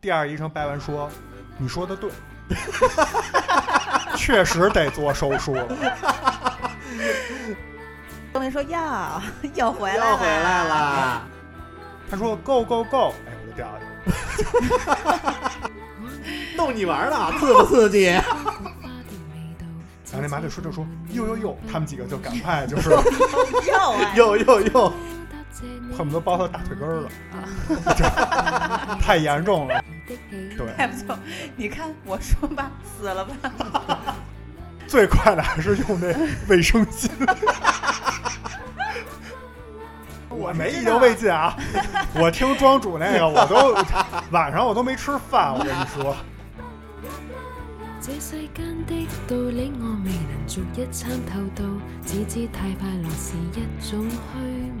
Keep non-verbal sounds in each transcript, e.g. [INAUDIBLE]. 第二医生掰完说：“你说的对， [LAUGHS] 确实得做手术了。东林说呀， [LAUGHS] 又回来又回来了，”他说：“Go go go！” 哎，我就掉下去了。逗你玩呢，刺不刺激？然后那麻醉师就说：“呦呦呦！”他们几个就赶快就是 [LAUGHS] 又哎又又又，恨不得包他大腿根儿了，太严重了。对，哎不错，你看我说吧，死了吧，最快的还是用那卫生巾。 [LAUGHS] 我没意犹未尽啊！我听庄主那个，我都 [LAUGHS] 晚上我都没吃饭。我跟你说，这世間的道理我未能逐一參透到，只知太快樂是一種虛無。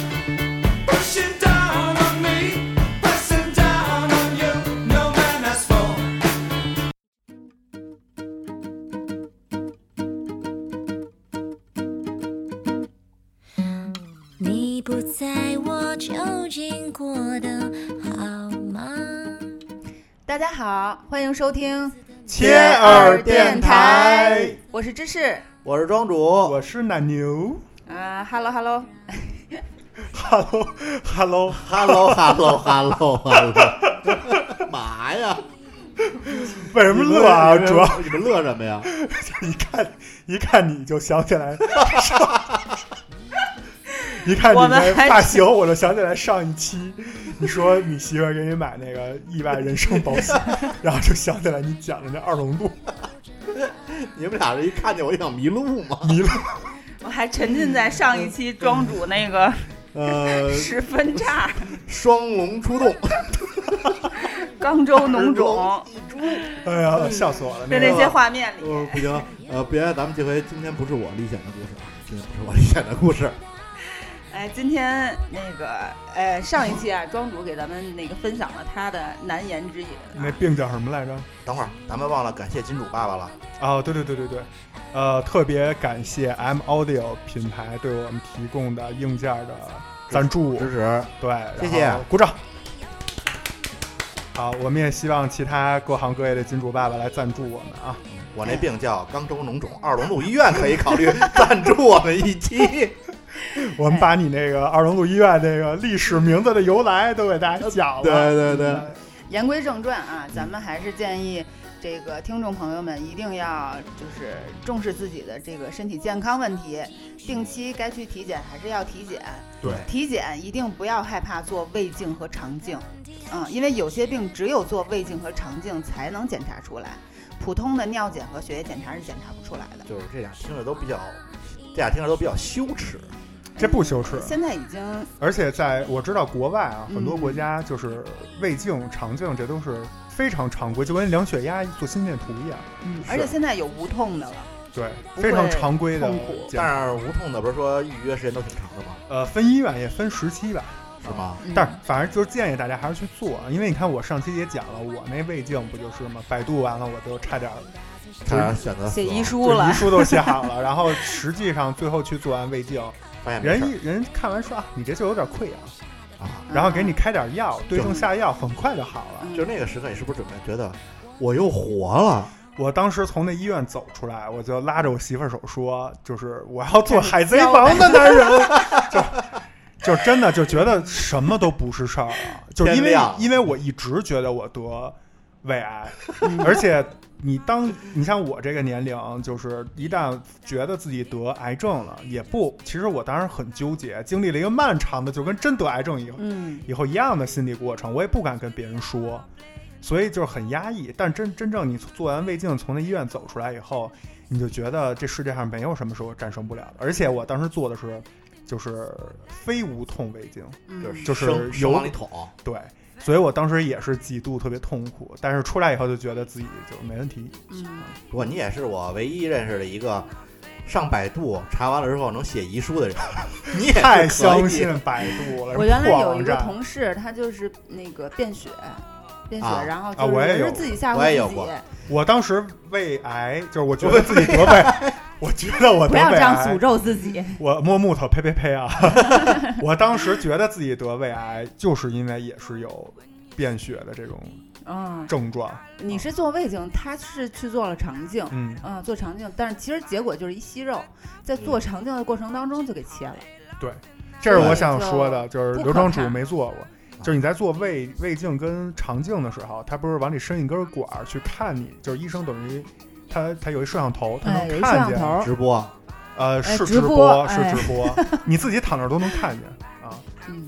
Pushing down on me, pressing down on you, no man has for. 你不在我究竟过得好吗？大家好，欢迎收听切耳电台，我是芝士。我是庄主，我是奶牛。啊哈喽哈喽， Hello Hello， Hello Hello Hello [LAUGHS] Hello，嘛呀？为什么乐啊？你们主要你们乐什么呀？一看一看你就想起来上，一看你我们那还发是型我就想起来上一期你说你媳妇儿给你买那个意外人身保险，然后就想起来你讲的那二龙路你们俩是一看见我就想迷路吗？迷路，我还沉浸在上一期庄主那个呃，十分 [LAUGHS] 差 [LAUGHS] 双龙出洞，肛周脓肿二哎呀，笑死我了！的那那个些画面里，呃，不行，呃，别，咱们这回今天不是我历险的故事啊，今天不是我历险的故事，哎，今天那个呃上一期啊，庄主给咱们那个分享了他的难言之隐啊那病叫什么来着？等会儿咱们忘了感谢金主爸爸了，哦，对对对对对，呃，特别感谢 M Audio 品牌对我们提供的硬件的赞助，支持，对，谢然谢后鼓掌。好，我们也希望其他各行各业的金主爸爸来赞助我们啊。我那病叫肛周脓肿，二龙路医院可以 [LAUGHS] 考虑赞助我们一期。哎我们把你那个二龙路医院那个历史名字的由来都给大家讲了。嗯对对对言归正传啊，咱们还是建议这个听众朋友们一定要就是重视自己的这个身体健康问题，定期该去体检还是要体检。对体检一定不要害怕做胃镜和肠镜，嗯，因为有些病只有做胃镜和肠镜才能检查出来，普通的尿检和血液检查是检查不出来的。就是这俩听着都比较，这俩听着都比较羞耻。这不羞耻。现在已经而且在我知道国外啊，嗯很多国家就是胃镜、肠镜，这都是非常常规，就跟量血压、做心电图一样，嗯，而且现在有无痛的了，对，不会非常常规的痛苦检查。但是无痛的不是说预约时间都挺长的吗？呃，分医院也分时期吧，是吗？嗯但是反正就是建议大家还是去做，啊因为你看我上期也讲了，我那胃镜不就是吗？百度完了我就差点儿看来选择写死亡遗书嗯就了遗，书都写好了，然后实际上最后去做完胃 [LAUGHS] 镜，发现没人事一人看完说啊，你这就有点溃疡，儿啊，然后给你开点嗯药，对症下药，很快就好了。嗯就那个时刻，你是不是准备觉得我又活了？我当时从那医院走出来，我就拉着我媳妇儿手说，就是我要做海贼王的男 [LAUGHS] 人，就就真的就觉得什么都不是事儿了，就因天为亮因为我一直觉得我得胃癌，嗯而且你当你像我这个年龄，就是一旦觉得自己得癌症了，也不，其实我当时很纠结，经历了一个漫长的就跟真得癌症以后嗯，以后一样的心理过程，我也不敢跟别人说，所以就是很压抑。但真真正你做完胃镜从那医院走出来以后，你就觉得这世界上没有什么是我战胜不了的。而且我当时做的是就是非无痛胃镜，嗯就是生有生往里捅，对，所以我当时也是几度特别痛苦，但是出来以后就觉得自己就没问 [LAUGHS] 题。嗯，不过你也是我唯一认识的一个上百度查完了之后能写遗书 [LAUGHS] 的人，你也是可太以相信百度了， [LAUGHS] 我原来破有一网个站同事，他就是那个便血，便血，啊然后啊就我也是有是自己吓唬我也有自己过，我当时胃癌，就是我觉得自己 [LAUGHS] 得胃，我觉得我得不胃要这样癌诅，咒自 [LAUGHS] 己。我摸木头，呸呸呸 [LAUGHS] 啊！我当时觉得自己得胃癌，就是因为也是有便血的这种嗯，症状，你是做胃镜，他是去做了肠镜。嗯，嗯，做肠镜，但是其实结果就是一息肉，在做嗯肠镜的过程当中就给切了。这是我想说的，就是不刘可庄主怕没做过。就是你在做胃胃镜跟肠镜的时候，他不是往里伸一根管儿去看你，就是医生等于他他有一摄像头，他哎，能有一摄看像见，头，直播，呃，哎是直直播播是哎直播，你自己躺那儿都能看见啊。嗯，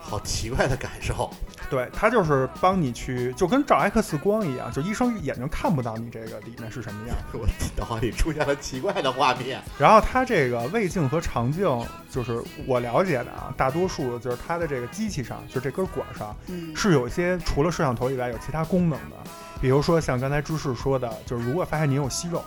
好奇怪的感受。对，他就是帮你去，就跟照 X 光一样，就医生眼睛看不到你这个里面是什么样。我脑海里出现了奇怪的画面，然后它这个胃镜和肠镜，就是我了解的啊，大多数就是它的这个机器上，就这根管上嗯，是有一些除了摄像头以外有其他功能的，比如说像刚才芝士说的，就是如果发现你有息肉，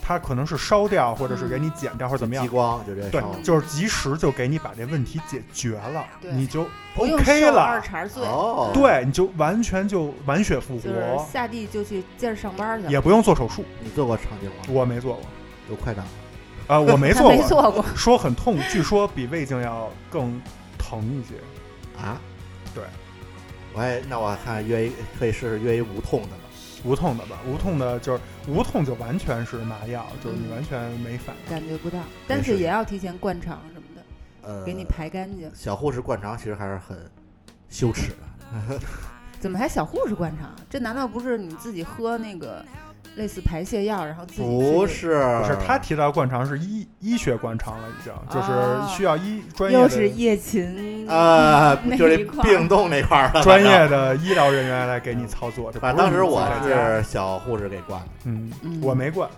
它可能是烧掉，或者是给你剪掉，或者怎么样激。光就这对烧了，就是及时就给你把这问题解决了，对你就不用 OK 受二了，茬罪，哦，，对，你就完全就满血复活，就是下地就去接着上班去哦了。也不用做手术，你做过肠镜吗？我没做过，有快长，啊、我没 [LAUGHS] 他做没过，做过，说很痛，据说比胃镜要更疼一些。啊？对，我也那我看约一可以试试约一无痛的吧。无痛的吧，无痛的就是无痛就完全是麻药，就是嗯你完全没反应。感觉不到，但是也要提前灌肠什么的，嗯呃，给你排干净。小护士灌肠其实还是很羞耻的，怎么还小护士灌肠？啊这难道不是你自己喝那个类似排泄药，然后自己不吃是不是他提到灌肠是医医学灌肠了，已经就是需要医专的？业哦又的是夜勤啊，那就是一块儿病洞那块儿了。专业的医疗人员来给你操作。这不反是嗯正，反正当时你自我己在家是小护士给灌的。嗯嗯，我没灌。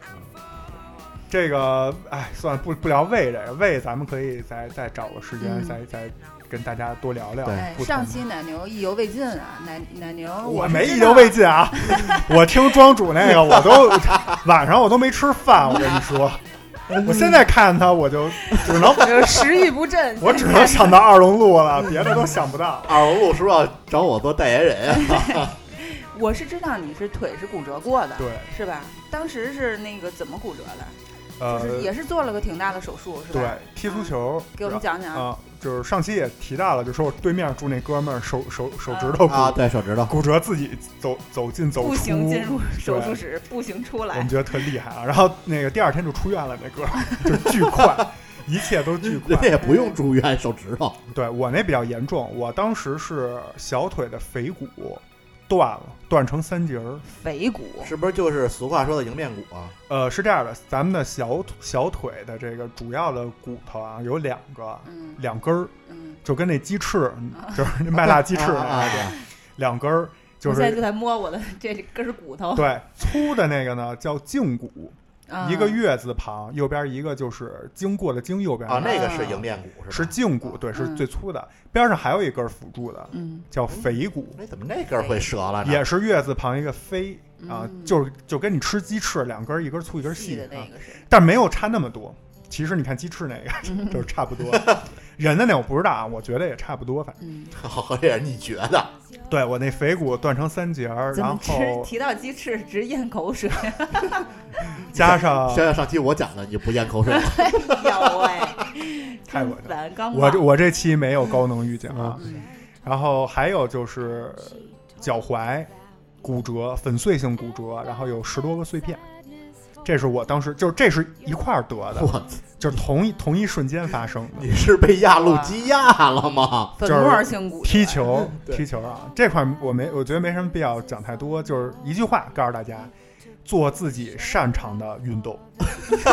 这个哎，算了，不不聊胃这个胃，咱们可以再再找个时间嗯再再跟大家多聊聊对。哎，不同上的期奶牛意犹未尽啊，奶奶牛我是没知意道犹未尽啊！ [LAUGHS] 我听庄主那个，我都晚上我都没吃饭。我跟你说，嗯我现在看他，我就只能，食欲不振我只能想到二龙路了，别的都想不到。 [LAUGHS] 二龙路是不是要找我做代言人 [LAUGHS] 啊？我是知道你是腿是骨折过的，对，是吧？当时是那个怎么骨折的？呃就，是也是做了个挺大的手术，是吧？对，踢足球，给我们讲讲。啊，就是上期也提到了，就说我对面住那哥们儿手手手指头骨啊，对手指 [LAUGHS] 头，骨折，自己走走进走出，步行进入手术呃对室，步行出我们来。觉得特厉害啊。然后那个第二天就出院了，那哥们儿就巨 [LAUGHS] 快，一切都巨快人家。也不用住院，手指头对我那比较严重，我当时是小腿的腓骨断了，断成三节儿。腓骨， [LAUGHS] 是不是就是俗话说的迎面骨啊？呃，是这样的，咱们的小小腿的这个主要的骨头啊，有两个，嗯两根儿，嗯，就跟那鸡 [LAUGHS] 翅，就是那麦辣鸡翅啊啊那 [LAUGHS] 个，啊！两根儿，就我现在是就在摸我的 [LAUGHS] 这根儿骨头，对粗的那个呢叫胫骨，啊一个月字旁，右边一个就是经过的经，右边啊，那个啊是迎面骨是是吧？胫骨，对，是嗯最粗的，边上还有一根辅助的，嗯，叫腓骨。哎，怎么啊那根儿会折了呢？ [LAUGHS] 也是月字旁一个飞啊，嗯就是就跟你吃鸡翅，两根儿一根儿粗一根儿细的那啊，个 [LAUGHS] 是，嗯但没有差那么多。其实你看鸡翅那 [LAUGHS] 个 [LAUGHS] 就是差不多，人的那我不知道啊，我觉得也差不多，反正嗯，好合着你觉得对我那腓骨断成三节儿，怎然么吃后提到鸡翅直咽口水？加上想想上期我讲的，你不咽口水了，有哎， [LAUGHS] 太恶心了。反刚我这忘我这期没有高能预警啊，嗯 [LAUGHS] 然后还有就是脚踝骨折，粉碎性骨折，然后有十多个碎片，这是我当时就是这是一块儿得的， [LAUGHS] 我就是同一同一瞬间发生的。你是被压路机压了 [LAUGHS] 吗？粉就是末性骨折踢，球，对踢球啊，这块儿我没，我觉得没什么必要讲太多，就是一句话告诉大家，做自己擅长的运动，不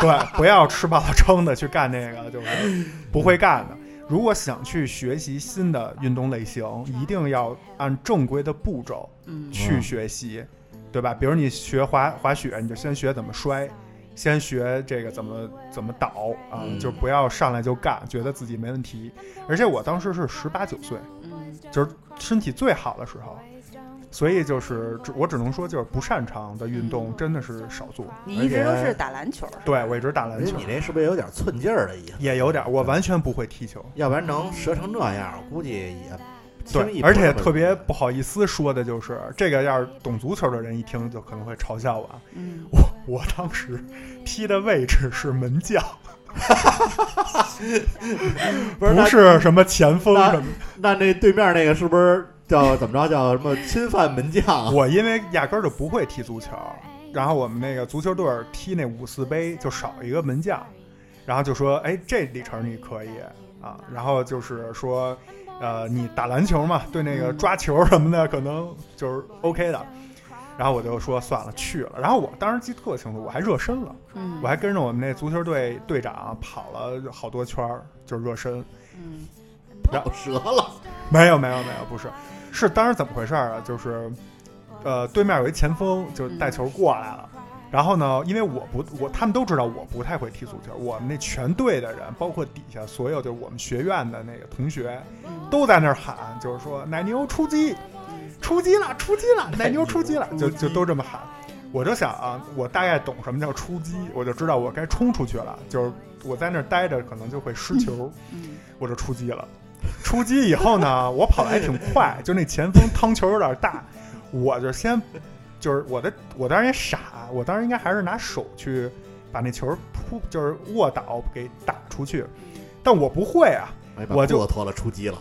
对，不要吃饱了撑的去干那个就是不会干的。如果想去学习新的运动类型，一定要按正规的步骤嗯去学习，对吧？比如你学滑滑雪，你就先学怎么摔，先学这个怎么怎么倒啊，嗯就不要上来就干，觉得自己没问题。而且我当时是十八九岁，嗯就是身体最好的时候，所以就是只我只能说，就是不擅长的运动真的是少做。你一直都是打篮球，对我一直打而篮且球你，那是不是有点寸劲儿的意思？也有点，我完全不会踢球。要不然能折成这样，我估计也轻易对，不嗯而且那么特别容易不好意思说的就是，这个要是懂足球的人一听就可能会嘲笑我啊。嗯，我我当时踢的位置是门将，不是不那是什么前锋那什么的。那那对面那个是不是叫怎么着叫什么侵犯门将？我因为压根儿就不会踢足球，然后我们那个足球队儿踢那五四杯就少一个门将，然后就说：“哎，这李晨你可以啊。”然后就是说，呃，你打篮球嘛，对那个抓球什么的可能就是 OK 的。然后我就说算了，去了。然后我当时记得特清楚，我还热身了。嗯我还跟着我们那足球队队长跑了好多圈儿，就是热身。嗯我折了，没有，没有，没有，不是，是当时怎么回事儿啊？就是，呃，对面有一前锋，就带球过来了。然后呢，因为我不，我他们都知道我不太会踢足球，我们那全队的人，包括底下所有就是我们学院的那个同学，嗯都在那儿喊，就是说奶牛出击，出击了，出击 [LAUGHS] 了，奶牛嗯出击了，就就都这么喊。我就想啊，我大概懂什么叫出击，我就知道我该冲出去了。就是我在那儿待着，可能就会失球，嗯我就出击了。 [LAUGHS] 出击以后呢，我跑的还挺快，就那前锋趟球有点大，我就先就是我的，我当时也傻，我当时应该还是拿手去把那球扑，就是卧倒给打出去，但我不会啊，哎把我就裤子脱了出击了，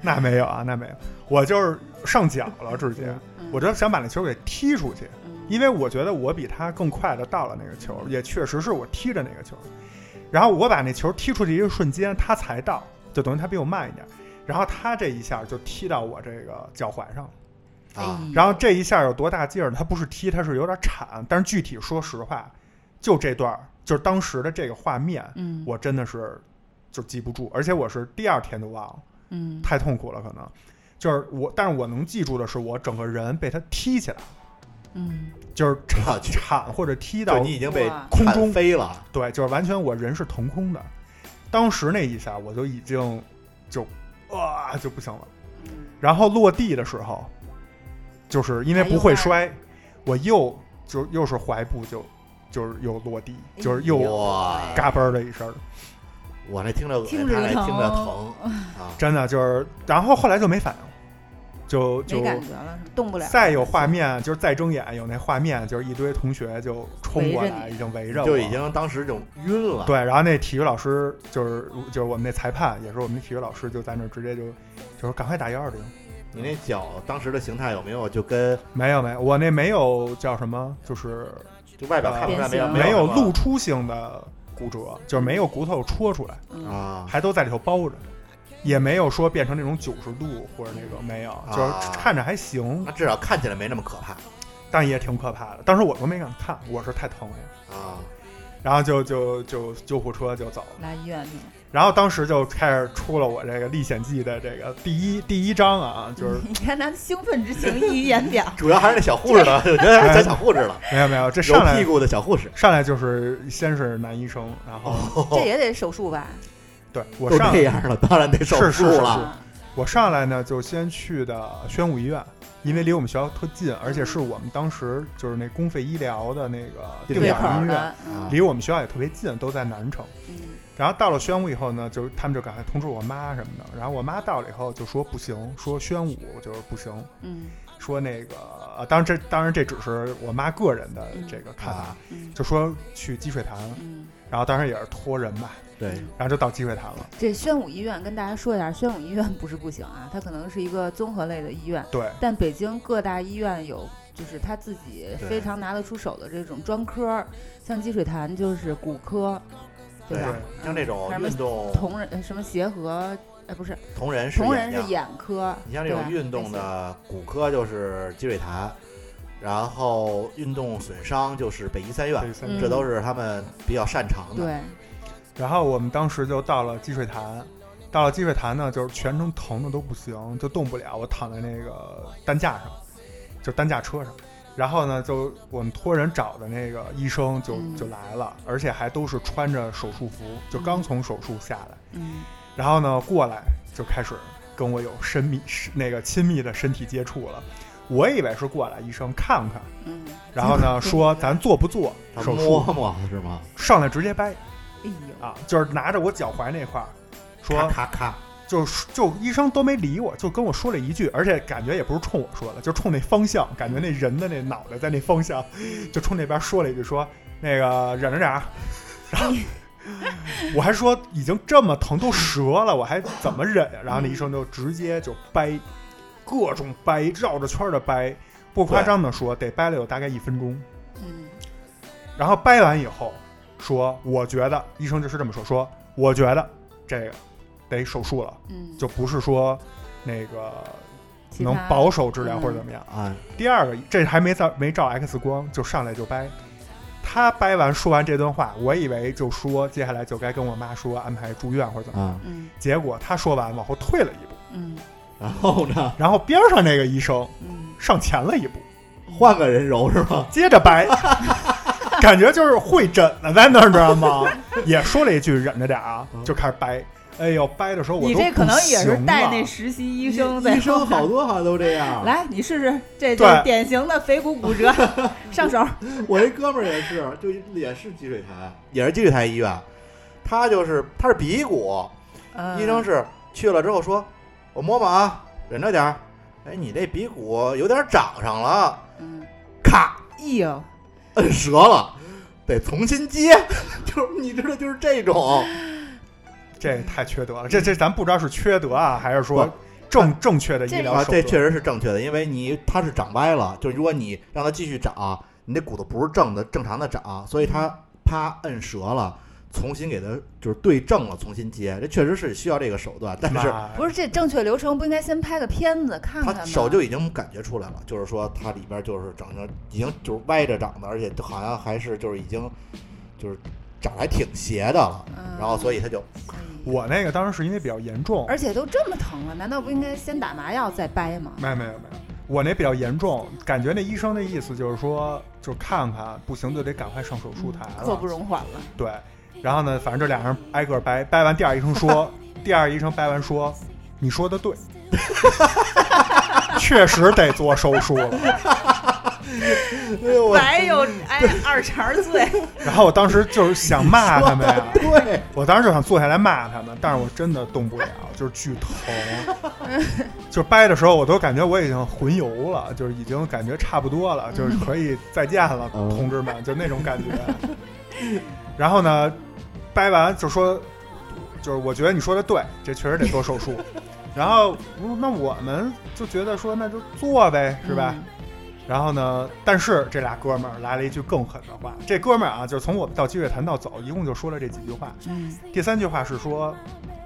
那没有啊，那没有，我就是上脚了，直接，嗯我就想把那球给踢出去，因为我觉得我比他更快的到了那个球，也确实是我踢着那个球，然后我把那球踢出去一个瞬间，他才到，就等于他比我慢一点，然后他这一下就踢到我这个脚踝上了，啊，哎然后这一下有多大劲儿呢？他不是踢，他是有点铲，但是具体说实话，就这段儿，就是当时的这个画面，嗯我真的是就记不住，而且我是第二天就忘了。嗯太痛苦了，可能就是我，但是我能记住的是，我整个人被他踢起来，嗯就是我铲去铲或者踢就到你已经被哇空中铲飞了，对，就是完全我人是腾空的。当时那一下，我就已经就啊就不行了。然后落地的时候，就是因为不会哎摔，我又就又是踝部就就是又落地，哎就是又哇，嘎嘣儿的一声儿，我那听着恶心，听着他那疼听着疼 [LAUGHS] 啊，真的就是，然后后来就没反应，就没就感觉了，动不了，再有画面，就是再睁眼有那画面，就是一堆同学就冲过围着来，你已经围着我，就已经当时就晕了，对。然后那体育老师就是就是我们那裁判，也是我们那体育老师，就在那儿直接就就说赶快打幺二零。你那脚当时的形态有没有就跟没有没有，我那没有叫什么，就是就外表看不出来没有变形没有什么露出性的骨折，就是没有骨头戳出来，啊，还都在里头包着，也没有说变成那种九十度或者那种没有，就是啊看着还行那，至少看起来没那么可怕但也挺可怕的。当时我都没敢看，我是太疼了。啊，，然后就就就救护车就走了，来医院去了，然后当时就开始出了我这个《历险记》的这个第一第一章啊，就是你看他的兴奋之情溢于言表主要还是那小护士的， [LAUGHS] 我觉得还是讲小护士了，没有没哎有，这上揉屁来股的小护士，上来就是先是男医生，然后、这也得手术吧？对我哦都上这样了，当然得手是术是是了。啊我上来呢就先去的宣武医院，因为离我们学校特近，而且是我们当时就是那公费医疗的那个定对对点口儿啊医儿院，的，嗯离我们学校也特别近，都在南城。嗯然后到了宣武以后呢，就是他们就赶快通知我妈什么的，然后我妈到了以后就说不行，说宣武就是不行。嗯说那个，呃、当然这当然这只是我妈个人的嗯这个看啊法，嗯就说去积水潭，嗯，然后当然也是托人吧，对，然后就到积水潭了。这宣武医院跟大家说一下，宣武医院不是不行啊，它可能是一个综合类的医院，对，但北京各大医院有。就是他自己非常拿得出手的这种专科儿，像积水潭就是骨科，对吧？嗯像这种还有运什么动同仁呃什么协和，哎不是同人是同仁是眼睛眼科，你像这种对吧运动，的骨科就是积水潭，然后运动损伤就是北医三院，这三个嗯这都是他们比较擅长那的。些然后我们当时就到了积水潭，到了积水潭呢，就是全程疼的都不行，就动不了，我躺在那个担架上，就担架车上，然后呢，就我们托人找的那个医生就嗯就来了，而且还都是穿着手术服，就刚从手术下来。嗯然后呢，过来就开始跟我有身密是那个亲密的身体接触了。我以为是过来医生看看，嗯，然后 [LAUGHS] 呢说咱做不做他手摸术，摸是吗？上来直接掰哎呦，啊，就是拿着我脚踝那块儿咔说，咔咔，就是就医生都没理我，就跟我说了一句，而且感觉也不是冲我说的，就冲那方向，感觉那人的那脑袋在那方向，就冲那边说了一句说那个忍着点儿，然后我还说已经这么疼都折了，我还怎么忍呀？然后那医生就直接就掰，各种掰，绕着圈的掰，不夸张的说，得掰了有大概一分钟。嗯然后掰完以后说，我觉得医生就是这么说，说我觉得这个得手术了。嗯，就不是说那个其能他保守治疗或者怎么样。啊，第二个，这还没照没照 X 光就上来就掰，他掰完说完这段话，我以为就说接下来就该跟我妈说安排住院或者怎么样，啊，嗯结果他说完往后退了一步，嗯然后呢，然后边上那个医生嗯，上前了一步，换个人揉是吗？接着掰。 [LAUGHS] 感觉就是会诊了，在那儿知道吗？也说了一句忍着点啊，嗯就开始掰。哎呦，掰的时候我你都这可能也不是行啊带了那实习医生在医生后面好多好像都这 [LAUGHS] 样。来，你试试，这对这典型的腓骨骨 [LAUGHS] 折，上手。 [LAUGHS] 我一哥们儿也是，就也是积水潭，也是积水潭医院，他就是他是鼻骨，嗯医生是去了之后说，我摸摸啊，忍着点儿，哎，你这鼻骨有点长上了，嗯咔哎呦，摁折了，得重新接， [LAUGHS] 就是你知道就是这种，这太缺德了，这这咱不知道是缺德啊，还是说正正确的医疗啊，手这段？确实是正确的，因为你它是长歪了，就是如果你让它继续长，你那骨头不是正的正常的长，所以它啪摁折了。重新给它就是对正了，重新接，这确实是需要这个手段，但是妈呀不是这正确流程不应该先拍个片子看看他吗？手就已经感觉出来了，就是说它里边就是长成已经就是歪着长的，而且就好像还是就是已经就是长得还挺斜的了，嗯，然后所以他就哎呀我那个当时是因为比较严重，而且都这么疼了，难道不应该先打麻药再掰吗？没有没有没有，我那比较严重，感觉那医生的意思就是说，就看看不行就得赶快上手术台刻了不，容缓了。对。然后呢，反正这俩人挨个掰，掰完第二医生说，第二医生掰完说，你说的对， [LAUGHS] 确实得做手术了。哎呦我白有嗯哎二茬醉，然后我当时就是想骂他们呀，对，我当时就想坐下来骂他们，但是我真的动不了，就是巨疼，就是掰的时候我都感觉我已经魂游了，就是已经感觉差不多了，就是可以再见了，嗯同志们，就那种感觉。然后呢，掰完就说，就是我觉得你说的对，这确实得做手术。然后我说那我们就觉得说那就做呗， [LAUGHS] 是嗯吧？然后呢，但是这俩哥们儿来了一句更狠的话，这哥们儿啊，就是从我们到积水潭到走，一共就说了这几句话。嗯第三句话是说，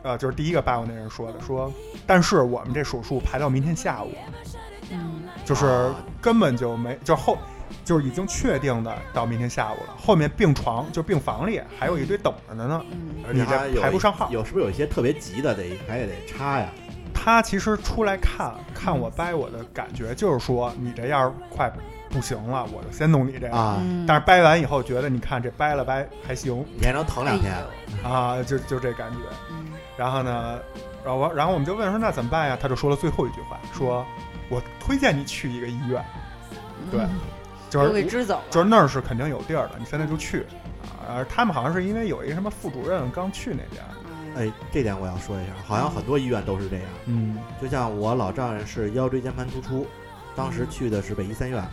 呃，就是第一个扒我那人说的，说，但是我们这手术排到明天下午，嗯就是根本就没，就后，就是已经确定的到明天下午了，后面病床就病房里还有一堆等着的呢。嗯 [LAUGHS] 而且你这他有排不上号有是不是有一些特别急的得还得得插呀？他其实出来看看我掰我的感觉就是说，你这要是快不行了，我就先弄你这个。啊，嗯，但是掰完以后觉得，你看这掰了掰还行你还能疼两天哎呦啊，就就这感觉。嗯然后呢，然后我然后我们就问说那怎么办呀？他就说了最后一句话，说我推荐你去一个医院，对，就嗯都是给支走了，就是那儿是肯定有地儿的，你现在就去。啊，而他们好像是因为有一个什么副主任刚去那边，嗯哎，这点我要说一下，好像很多医院都是这样。嗯，就像我老丈人是腰椎间盘突出，当嗯时去的是北医三院，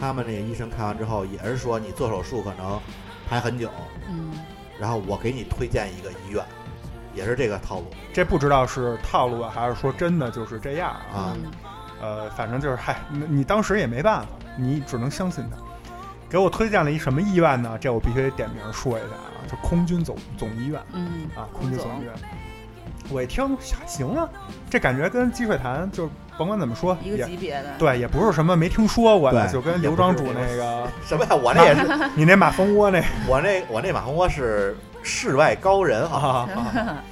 他们那个医生看完之后也是说你做手术可能排很久，嗯然后我给你推荐一个医院，也是这个套路这不知道是套路啊，还是说真的就是这样啊？啊。嗯呃，反正就是嗨，你你当时也没办法，你只能相信他。给我推荐了一什么医院呢？这我必须得点名说一下啊，就空军总总医院。嗯啊，孔空军总总医院。我一听，还行啊，这感觉跟积水潭就甭管怎么说，一个也级别的，对，也不是什么没听说过的，对就跟也刘不庄是主没那 [LAUGHS] 个，什 [LAUGHS] 么呀？我那也是，你那马蜂窝那 [LAUGHS] 个我那我那马蜂窝是世外高人啊。 [LAUGHS] 啊。啊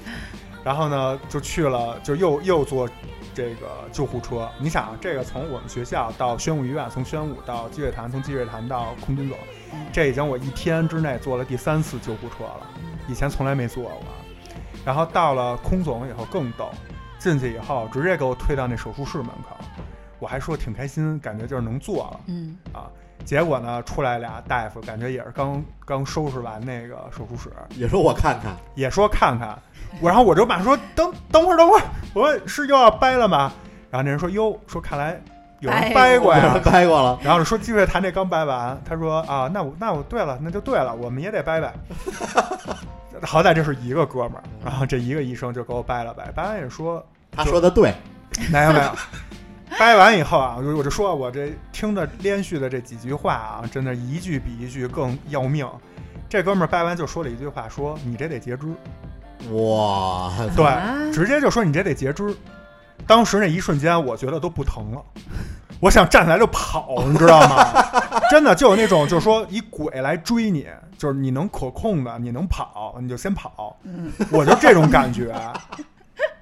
然后呢，就去了，就又又做这个救护车。你想，啊这个从我们学校到宣武医院，从宣武到积水潭，从积水潭到空军总，嗯这已经我一天之内坐了第三次救护车了，以前从来没坐过。然后到了空总以后更逗，进去以后直接给我推到那手术室门口，我还说挺开心，感觉就是能做了。嗯结果呢，出来俩大夫，感觉也是刚 [LAUGHS] 刚收拾完那个手术室，也说我看看，也说看看，我然后我就马上说等等会儿等会儿，我说是又要掰了吗？然后那人说哟，说看来有人掰过 [LAUGHS] [LAUGHS] 呀。掰过了，然后说积水潭这刚掰完，他说啊，那我那我对了，那就对了，我们也得掰掰。 [LAUGHS] 好歹这是一个哥们儿，然后这一个医生就给我掰了掰，掰完也说他说的对，没有没有。掰完以后啊，我就我就说，我这听着连续的这几句话啊，真的，一句比一句更要命。这哥们儿掰完就说了一句话，说你这得截肢，哇，啊对，直接就说你这得截肢。当时那一瞬间，我觉得都不疼了，我想站起来就跑，你知道吗？ [LAUGHS] 真的就有那种，就是说以鬼来追你，就是你能可控的，你能跑，你就先跑，嗯我就这种感觉。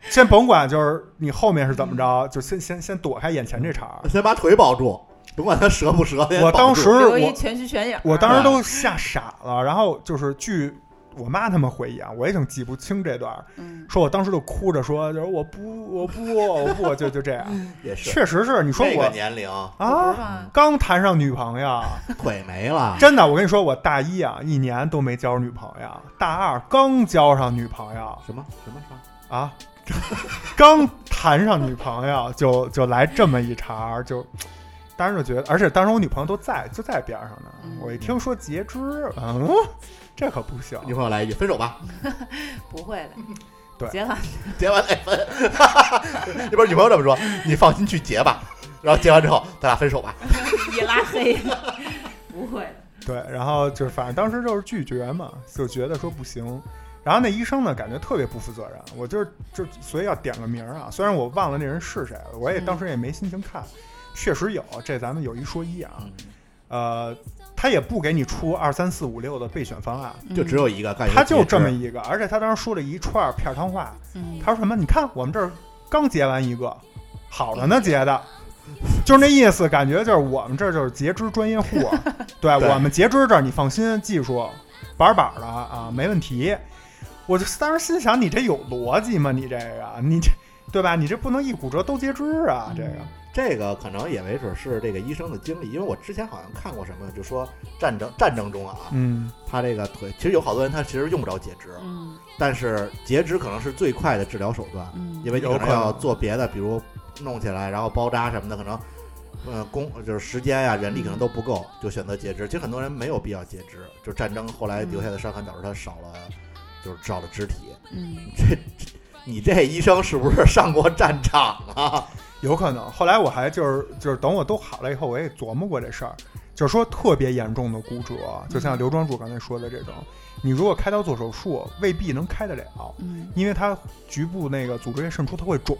先甭管就是你后面是怎么着，就先先先躲开眼前这茬儿。先把腿保住，甭管他折不折，先我保当住啊时留我一全虚全影儿。我当时都吓傻了，然后就是据我妈他们回忆啊，我已经记不清这段儿，嗯，说我当时就哭着说，就是我不我不我不就就这样，也是 [LAUGHS] 确实是你说这我个年龄不是啊，吧？刚谈上女朋友，腿没了，真的，我跟你说，我大一啊一年都没交女朋友，大二刚交上女朋友 [LAUGHS] 什么什么啥？啊， [LAUGHS] 刚谈上女朋友就就来这么一茬儿，就当时就觉得，而且当时我女朋友都在就在边上呢，我一听说截肢，嗯，这可不行，女朋友来一句分手吧， [LAUGHS] 不会的，对结了，结完再哎分。 [LAUGHS] 那边女朋友这么说，你放心去结吧。然后结完之后，咱俩分手吧。一拉黑，不会的。对，然后就是反正当时就是拒绝嘛，就觉得说不行。然后那医生呢，感觉特别不负责任，我就是就所以要点个名儿啊，虽然我忘了那人是谁了，我也当时也没心情看，确实有，这咱们有一说一啊，嗯呃，他也不给你出二三四五六的备选方案，就只有一个，感觉他就这么一一个，而且他当时说了一串片儿汤话，嗯他说什么？你看我们这儿刚结完一个，好了呢结的，就是那意思，感觉就是我们这儿就是截肢专业户，啊 [LAUGHS] 对对我们截肢这儿你放心，技术板板的啊，没问题。我就当时心想，你这有逻辑吗？你这个，你这对吧？你这不能一骨折都截肢啊！这个，这个可能也没准是这个医生的经历，因为我之前好像看过什么，就说战争战争中啊，嗯，他这个腿其实有好多人他其实用不着截肢，嗯但是截肢可能是最快的治疗手段，嗯因为你可有可能能要做别的，比如弄起来，然后包扎什么的，可能，呃，工就是时间呀、人力可能都不够，就选择截肢。其实很多人没有必要截肢，就战争后来留下的伤痕导致他少了，就是少了肢体。嗯，这，这你这医生是不是上过战场啊？有可能。后来我还就是就是等我都好了以后，我也琢磨过这事儿，就是说特别严重的骨折，就像刘庄主刚才说的这种，你如果开刀做手术，未必能开得了。嗯，因为它局部那个组织液渗出它会肿，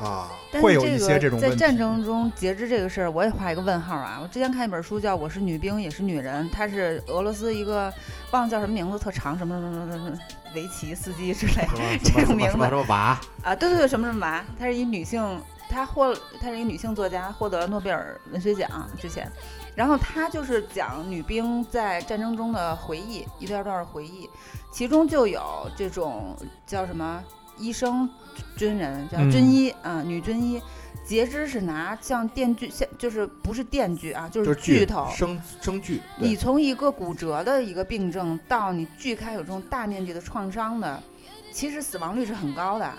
嗯啊，但会是有一些这这种个问在题战争中截肢这个事儿，我也画一个问号啊！我之前看一本书叫《我是女兵也是女人》，她是俄罗斯一个忘了叫什么名字，特长，什么什么什么什么维奇斯基之类什 [LAUGHS] 么什这么种什名么字什么什么娃，啊，对对对，什么什么娃，她是一女性，她获她是一女性作家，获得了诺贝尔文学奖之前，然后她就是讲女兵在战争中的回忆，一段段的回忆，其中就有这种叫什么医生、军人叫军嗯医啊、女军医。截肢是拿像电锯，像就是不是电锯啊，就就是是锯头。生生锯，你对，从一个骨折的一个病症到你锯开有这种大面积的创伤的，其实死亡率是很高的。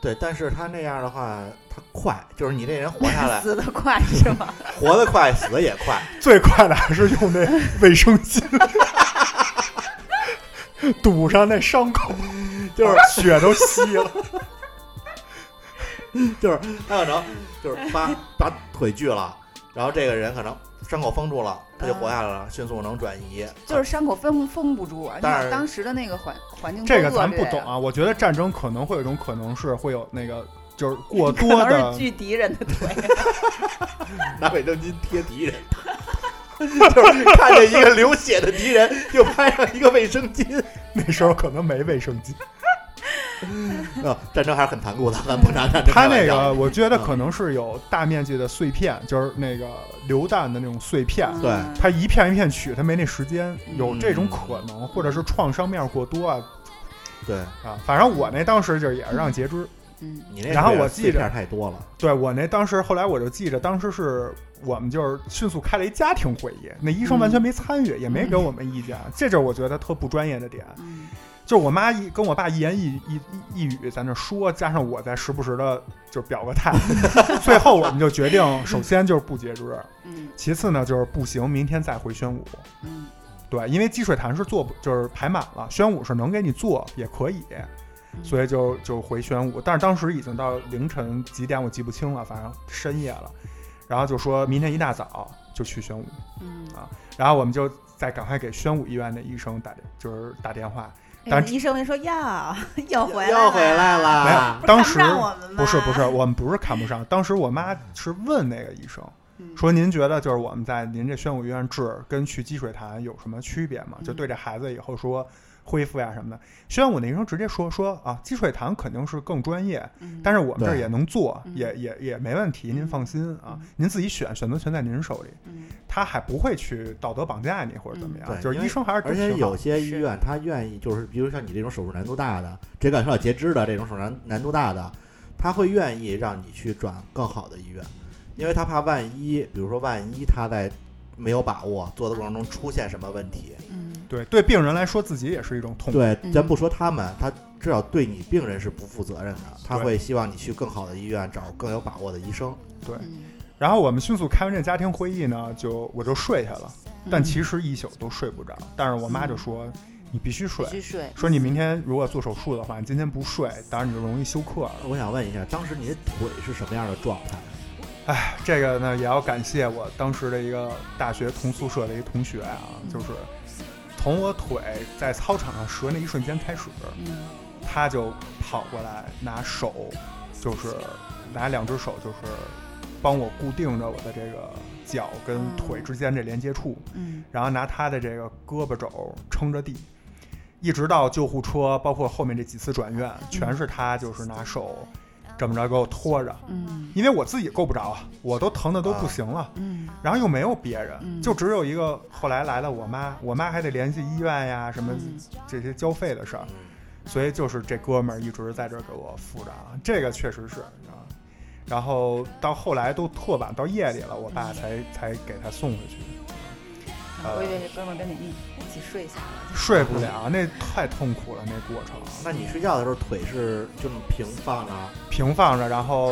对，但是他那样的话，他快，就是你这人活下来，死得快是吗？活得快，死得也快。最快的还是用那卫生巾堵上那伤口，就是血都 [LAUGHS] 吸了。就是他可能就是把把腿锯了，然后这个人可能伤口封住了，他就活下来了，迅速能转移。 [LAUGHS] 就是伤口封封不住啊！你但想是当时的那个环环境这个多恶咱劣不啊懂，啊，我觉得战争可能会有一种可能是会有那个就是 [LAUGHS] 过可多能是的，锯敌人的腿，啊拿卫生巾贴敌人，就是看见一个流血的敌人，就拍上一个卫生巾。那时候可能没卫生巾。呃，战争还是很残酷的，咱不拿战它争开那玩笑个，我觉得可能是有大面积的碎片，就是那个榴弹的那种碎片，对嗯它一片一片取，它没那时间，有这种嗯可能，或者是创伤面过多啊对啊。反正我那当时就是也是让截肢，嗯你那然后是我碎记着片太多了，对我那当时后来我就记着，当时是我们就是迅速开了一家庭会议，那医生完全没参与，也没给我们意见，这就是我觉得特不专业的点。嗯就是我妈一跟我爸一言一一一一语在那说，加上我在时不时的就表个态，最后我们就决定，首先就是不截肢，嗯其次呢就是不行，明天再回宣武。嗯对，因为积水潭是做不就是排满了，宣武是能给你做也可以，嗯所以就就回宣武。但是当时已经到凌晨几点我记不清了，反正深夜了。然后就说明天一大早就去宣武，嗯，然后我们就再赶快给宣武医院的医生打就是打电话。但哎医生没说要又回来又回来了，没有，啦不是当看时不上我们吗？不是不是，，我们不是看不上。当时我妈是问那个医生嗯说：“您觉得就是我们在您这宣武医院治跟去积水潭有什么区别嗯吗？就对这孩子以后说恢复呀什么的。”宣武那医生直接说：“说啊，积水潭肯定是更专业，嗯但是我们这儿对也能做，嗯也也也没问题，您嗯放心啊嗯，您自己选，选择权在您手里。嗯他还不会去道德绑架你或者怎么嗯样，对就是因医为生还是而且挺好有些医是院他愿意就是，比如像你这种手术难度大的，直接感受到截肢的这种手术难难度大的，他会愿意让你去转更好的医院，因为他怕万一，比如说万一他在没有把握做的过程中出现什么问题，嗯对对病人来说自己也是一种痛苦。对，嗯咱不说他们，他至少对你病人是不负责任的，他对会希望你去更好的医院找更有把握的医生。嗯，然后我们迅速开完这家庭会议呢，就我就睡下了，但嗯其实一宿都睡不着。但是我妈就说：“你必须睡必，须睡，说你明天如果做手术的话，你今天不睡，当然你就容易休克了。我想问一下，当时你的腿是什么样的状态？”这个呢，也要感谢我当时的一个大学同宿舍的一个同学啊，就是从我腿在操场上折那一瞬间开始，嗯他就跑过来拿手，就是拿两只手，就是帮我固定着我的这个脚跟腿之间这连接处。嗯然后拿他的这个胳膊肘撑着地，一直到救护车，包括后面这几次转院，全是他就是拿手这么着给我拖着，嗯因为我自己够不着啊，我都疼的都不行了，嗯然后又没有别嗯人，就只有一个后来来了我妈，我妈还得联系医院呀什么嗯这些交费的事儿，所以就是这哥们儿一直在这儿给我扶着啊，这个确实是啊。然后到后来都特晚，到夜里了，我嗯爸才才给他送回去。呃我以为这哥们儿跟你一起睡下了，睡不了，那太痛苦了，那过程。那你睡觉的时候腿是这么平放啊着？平放着，然后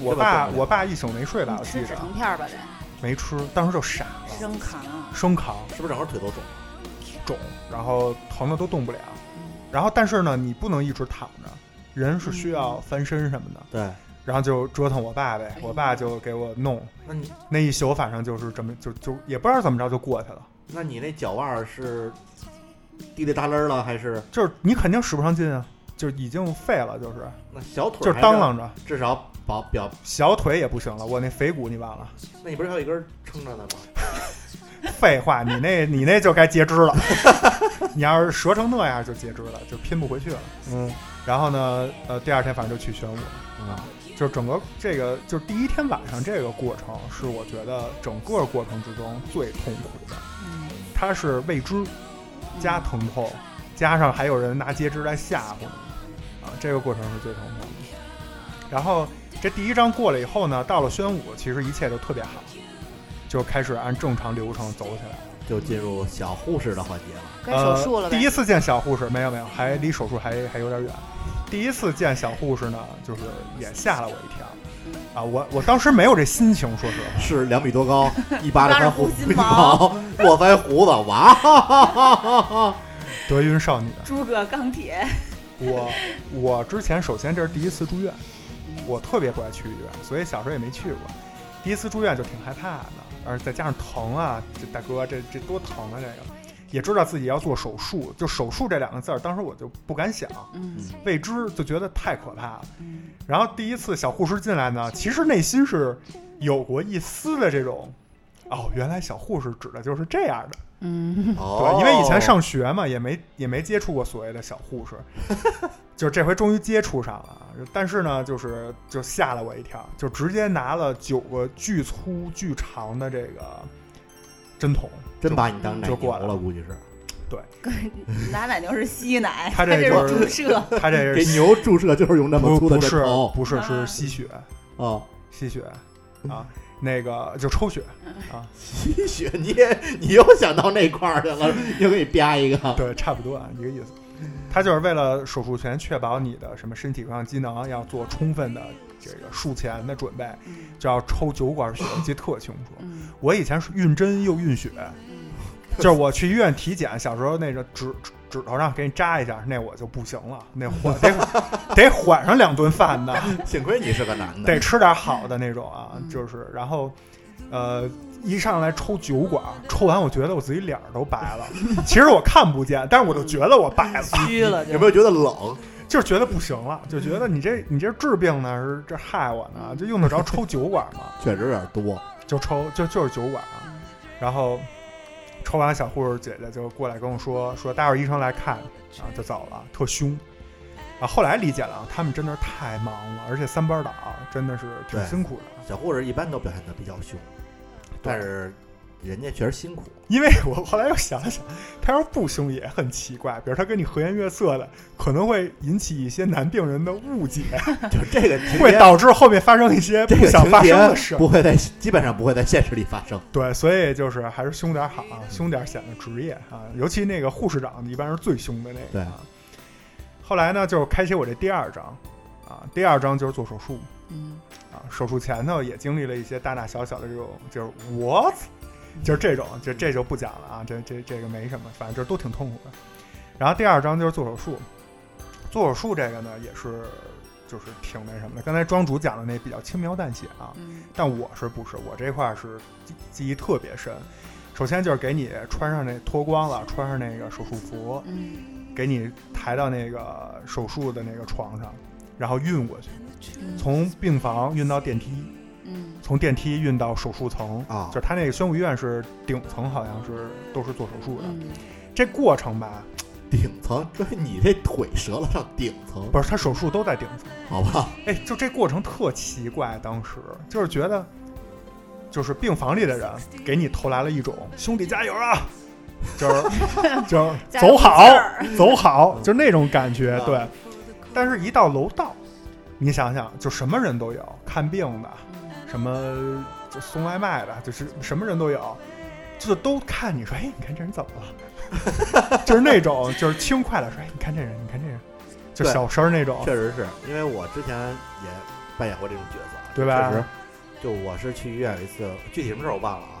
我爸这么重我爸一宿没睡吧，你我吃记止着疼片儿吧得，没吃，当时就傻了，生扛啊，生扛是不是整个腿都肿？肿，然后疼的都动不了。嗯然后但是呢，你不能一直躺着，人是需要翻身什么的。对，然后就折腾我爸呗，哎我爸就给我弄那你那一宿，反正就是这么就就也不知道怎么着就过去了。那你那脚腕儿是滴里哒楞儿了，还是就是你肯定使不上劲啊，就是已经废了，就是那小腿就儿是还当啷着，至少保表？小腿也不行了，我那腓骨你忘了。那你不是还有一根儿撑着呢吗？废话，你那你那就该截肢了。 [LAUGHS] 你要是折成那样就截肢了，就拼不回去了。嗯然后呢，呃，第二天反正就去宣武，啊，就是整个这个就是第一天晚上这个过程是我觉得整个过程之中最痛苦的，嗯它是未知加疼痛，加上还有人拿截肢来吓唬你，啊，这个过程是最疼痛的。然后这第一章过了以后呢，到了宣武，其实一切就特别好，就开始按正常流程走起来了。就进入小护士的环节了。嗯该手术了呗，呃。第一次见小护士，没有没有，还离手术还还有点远。第一次见小护士呢，就是也吓了我一跳。啊，我我当时没有这心情，说实话， [LAUGHS] 是两米多高，一巴掌一巴掌翻呼胡心心毛 [LAUGHS] 毛，落翻胡子，哇哈哈哈哈哈！德云少女。诸葛钢铁，我我之前首先这是第一次住院，我特别不爱去医院，所以小时候也没去过。第一次住院就挺害怕的，而再加上疼啊，这大哥这这多疼啊，这个也知道自己要做手术，就手术这两个字儿，当时我就不敢想，嗯未知就觉得太可怕了。嗯然后第一次小护士进来呢，其实内心是有过一丝的这种哦，原来小护士指的就是这样的，嗯，哦对，，因为以前上学嘛，也没也没接触过所谓的小护士， [LAUGHS] 就是这回终于接触上了啊。但是呢，就是就吓了我一跳，就直接拿了九个巨粗巨长的这个针筒，真把你当奶就牛过来了了，估计是拿奶牛是吸奶，他这这就是是注射， [LAUGHS] 他这给是牛注射就是用那不么粗的不针是头不是啊是吸血啊，吸血嗯啊，那个就抽血，吸 [LAUGHS] 血你也你又想到那块儿去了，又给你啪一个，对，差不多啊，一个意思。他就是为了手术前确保你的什么身体各项机能要做充分的这个术前的准备，就要抽九管血，我记得特清楚。嗯 [CLEARS THROAT] 我以前是晕针又晕血， [LAUGHS] 就是我去医院体检，小时候那个指指指头上给你扎一下，那我就不行了，那缓 [LAUGHS] 得得缓上两顿饭的，幸亏你是个男的得，吃点好的那种啊嗯，就是然后，呃，一上来抽九管，抽完我觉得我自己脸儿都白 [LAUGHS] 了，其实我看不见，但是我就觉得我白了，虚了有没有觉得冷？就是觉得不行了，就觉得你这你这治病呢是这害我嗯呢，就用得着抽九管吗？确实有点多， [LAUGHS] 就抽就就是酒馆啊，然后抽完小护士姐姐就过来跟我说说待会儿医生来看啊就走了，特凶啊。后来理解了，啊，他们真的是太忙了，而且三班倒真的是挺对辛苦的。小护士一般都表现的比较凶，但是人家确实辛苦，因为我后来又想了想，他要是不凶也很奇怪，比如他跟你和颜悦色的，可能会引起一些男病人的误 [LAUGHS] 解，就这个情会节导致后面发生一些 [LAUGHS] 这不个想情发生的事节。不会在基本上不会在现实里发生。对，所以就是还是凶点儿好啊，凶点儿显得职业啊。尤其那个护士长一般是最凶的那个。对啊。后来呢，就是开启我这第二章啊，第二章就是做手术嗯，啊。手术前头也经历了一些大大小小的这种，就是 what，就是这种，就这就不讲了啊，这这这个没什么，反正就是都挺痛苦的。然后第二章就是做手术，做手术这个呢也是就是挺那什么的。刚才庄主讲的那比较轻描淡写啊，嗯但我是不是我这块儿是记记忆特别深。首先就是给你穿上那脱光了，穿上那个手术服，嗯给你抬到那个手术的那个床上，然后运过去，嗯从病房运到电梯，嗯从电梯运到手术层。啊就是他那个宣武医院是顶层，好像是都是做手术的。嗯，这过程吧，顶层，这你这腿折了上顶层，不是他手术都在顶层。好吧？哎，就这过程特奇怪，当时就是觉得，就是病房里的人给你投来了一种“兄弟加油啊”，就是 [LAUGHS] 就是加油走好劲儿嗯走好， [LAUGHS] 就那种感觉。啊对，但是一到楼道，你想想，就什么人都有，看病的，什么就送外卖的，就是什么人都有。就都看你说，哎，你看这人怎么了？ [LAUGHS] 就是那种，就是轻快的说，哎，你看这人，你看这人，就对小声儿那种，确实是因为我之前也扮演过这种角色，对吧确实，就我是去医院有一次，具体什么事儿我忘了啊。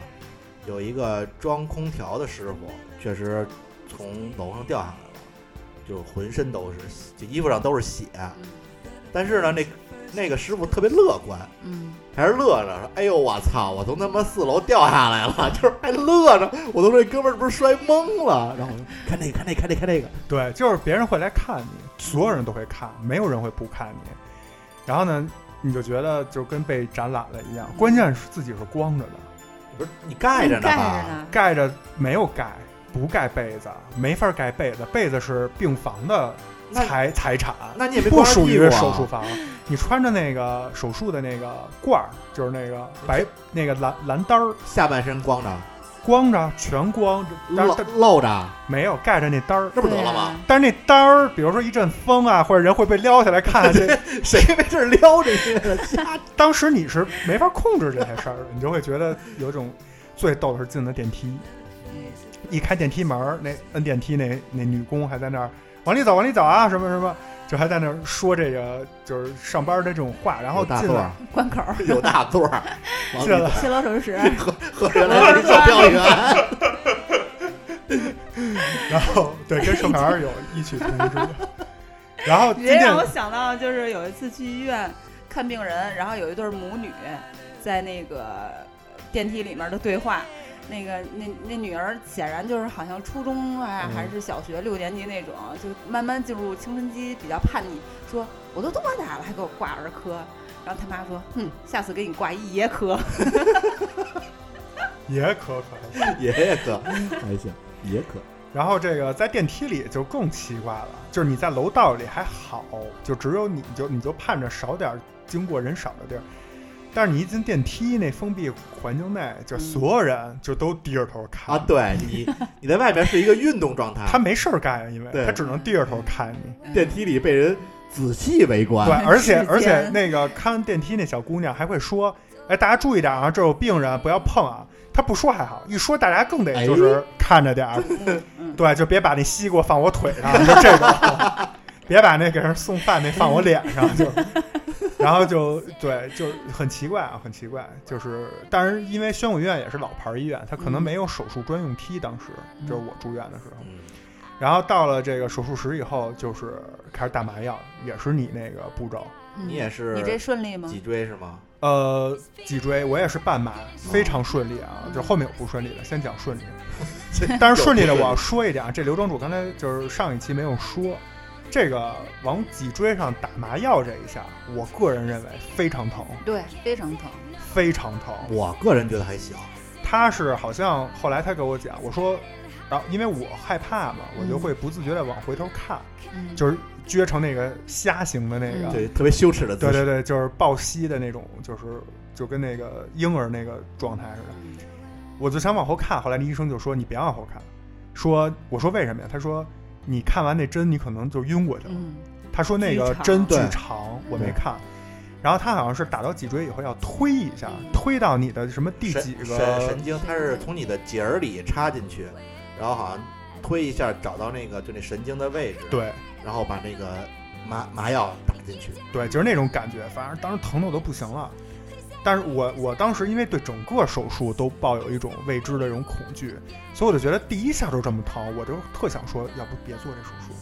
有一个装空调的师傅，确实从楼上掉下来了，就浑身都是，就衣服上都是血。但是呢，那那个师傅特别乐观，嗯还是乐着说：“哎呦，我操！我从他妈四楼掉下来了， [LAUGHS] 就是还乐着。我都说这哥们儿是不是摔懵了？”然后我就看那个，看那个，看那个，看那个。对，就是别人会来看你，所有人都会看，没有人会不看你。然后呢，你就觉得就跟被展览了一样，关键是自己是光着的，不是你盖着呢盖吧着？呢，盖着没有盖，不盖被子没法盖被子，被子是病房的那财财产，那你也没不光着属屁于股啊手术房。你穿着那个手术的那个褂儿，就是那个白那个蓝蓝单儿，下半身光着，光着全光，但露是但露着，没有盖着那单儿。这不对得了啊吗？但是那单儿，比如说一阵风啊，或者人会被撩下来 [LAUGHS] 看，这啊谁没事儿撩这些的？瞎当时你是没法控制这些事儿的，你就会觉得有种最逗的是进了电梯，一开电梯门儿，那摁电梯那那女工还在那儿往里走，往里走啊，什么什么，就还在那儿说这个就是上班的这种话，然后有大啊进座来儿，关口儿， [LAUGHS] 有大座儿，往进来里切罗手室，和和 [LAUGHS] 原来是售 [LAUGHS] 票员，然后对跟售票员有异曲同工之妙。然 [LAUGHS] 后你今这天让我想到，就是有一次去医院看病人，然后有一对母女在那个电梯里面的对话。那个那那女儿显然就是好像初中啊、嗯还是小学六年级那种，就慢慢进入青春期，比较叛逆。说我都多大了还给我挂儿嗯 [LAUGHS] 科，然后他妈说，哼，下次给你挂一爷科。也可可。爷爷可还行，也可啊然后这个在电梯里就更奇怪了，就是你在楼道里还好，就只有你就你就盼着少点儿经过人少的地儿，但是你一进电梯那封闭环境内，就所有人就都低着头看啊。对你，你在外面是一个运动状态，他没事儿干呀，啊因为对嗯他只能低着头看你。 [LAUGHS] 嗯电梯里被人仔细围观对，，而且之间而且那个看电梯那小姑娘还会说：“哎，大家注意点啊，这有病人，不要碰啊。”她不说还好，一说大家更哎得就是看着点儿，嗯对，就别把那西瓜放我腿上，就这种，别把那给人送饭那放我脸上，就，然后就对，就很奇怪啊，很奇怪，就是，但是因为宣武医院也是老牌医院，它可能没有手术专用梯，当时就是我住院的时候。嗯然后到了这个手术室以后，就是开始打麻药，也是你那个步骤。嗯你也是你这顺利吗脊？椎是吗？呃，脊椎我也是半麻，非常顺利啊。就后面有不顺利的，先讲 [LAUGHS] 顺利。但是顺利的我要说一点啊，这刘庄主刚才就是上一期没有说，这个往脊椎上打麻药这一下，我个人认为非常疼，对，非常疼。非常疼。我个人觉得还行，他是好像后来他给我讲，我说，然、后因为我害怕嘛，我就会不自觉的往回头看，嗯，就是撅成那个虾形的那个，对，特别羞耻的姿对势。对对，就是抱膝的那种，就是就跟那个婴儿那个状态似的。我就想往后看，后来那医生就说你别往后看，说我说为什么呀？他说你看完那针你可能就晕过去了。嗯，他说那个巨长针巨对长，我没对看。然后他好像是打到脊椎以后要推一下，推到你的什么第神几个神神经，它是从你的节儿里插进去，然后好像推一下找到那个就那神经的位置，，对然后把那个麻麻药打进去。对，就是那种感觉，反正当时疼的我都不行了。但是我我当时因为对整个手术都抱有一种未知的这种恐惧，所以我就觉得第一下就这么疼，我就特想说，要不别做这手术。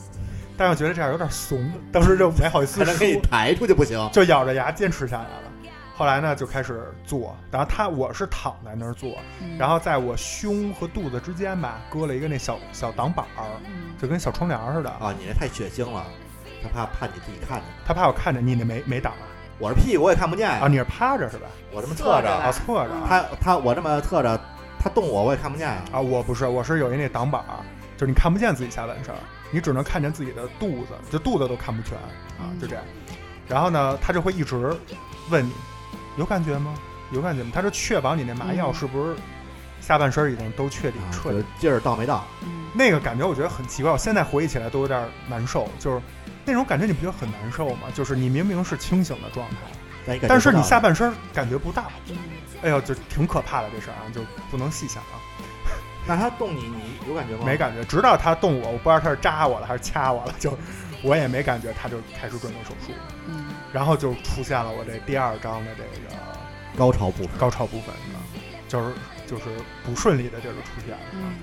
但是我觉得这样有点怂，当时就没好意思还能给你说，抬出去不行？就咬着牙坚持下来了。后来呢，就开始做，然后他我是躺在那儿做，嗯然后在我胸和肚子之间吧，搁了一个那小小挡板儿，嗯就跟小窗帘儿似的。啊，你这太血腥了，他怕怕你自己看见。他怕我看见你那没没挡啊？我是屁股我也看不见呀啊，，你是趴着是吧？我这么侧着，嗯啊，侧着啊。他他我这么侧着，他动我我也看不见呀。啊，我不是，我是有一那挡板儿，就是你看不见自己下半身儿，你只能看见自己的肚子，就肚子都看不全啊，就这样。然后呢，他就会一直问你有感觉吗？有感觉吗？他就确保你那麻药是不是下半身儿已经都确定啊彻这底。劲儿到没到？嗯嗯那个感觉我觉得很奇怪，我现在回忆起来都有点儿难受，就是那种感觉，你不觉得很难受吗？就是你明明是清醒的状态，但你感觉但是不到你下半身儿感觉不到。嗯哎呦，就挺可怕的这事儿啊，就不能细想啊。那他动你，你有感觉吗？没感觉，直到他动我，我不知道他是扎我了还是掐我了，就我也没感觉，他就开始准备手术，嗯，然后就出现了我这第二章的这个高潮部分。高潮部分啊，就是就是不顺利的这个出现了。嗯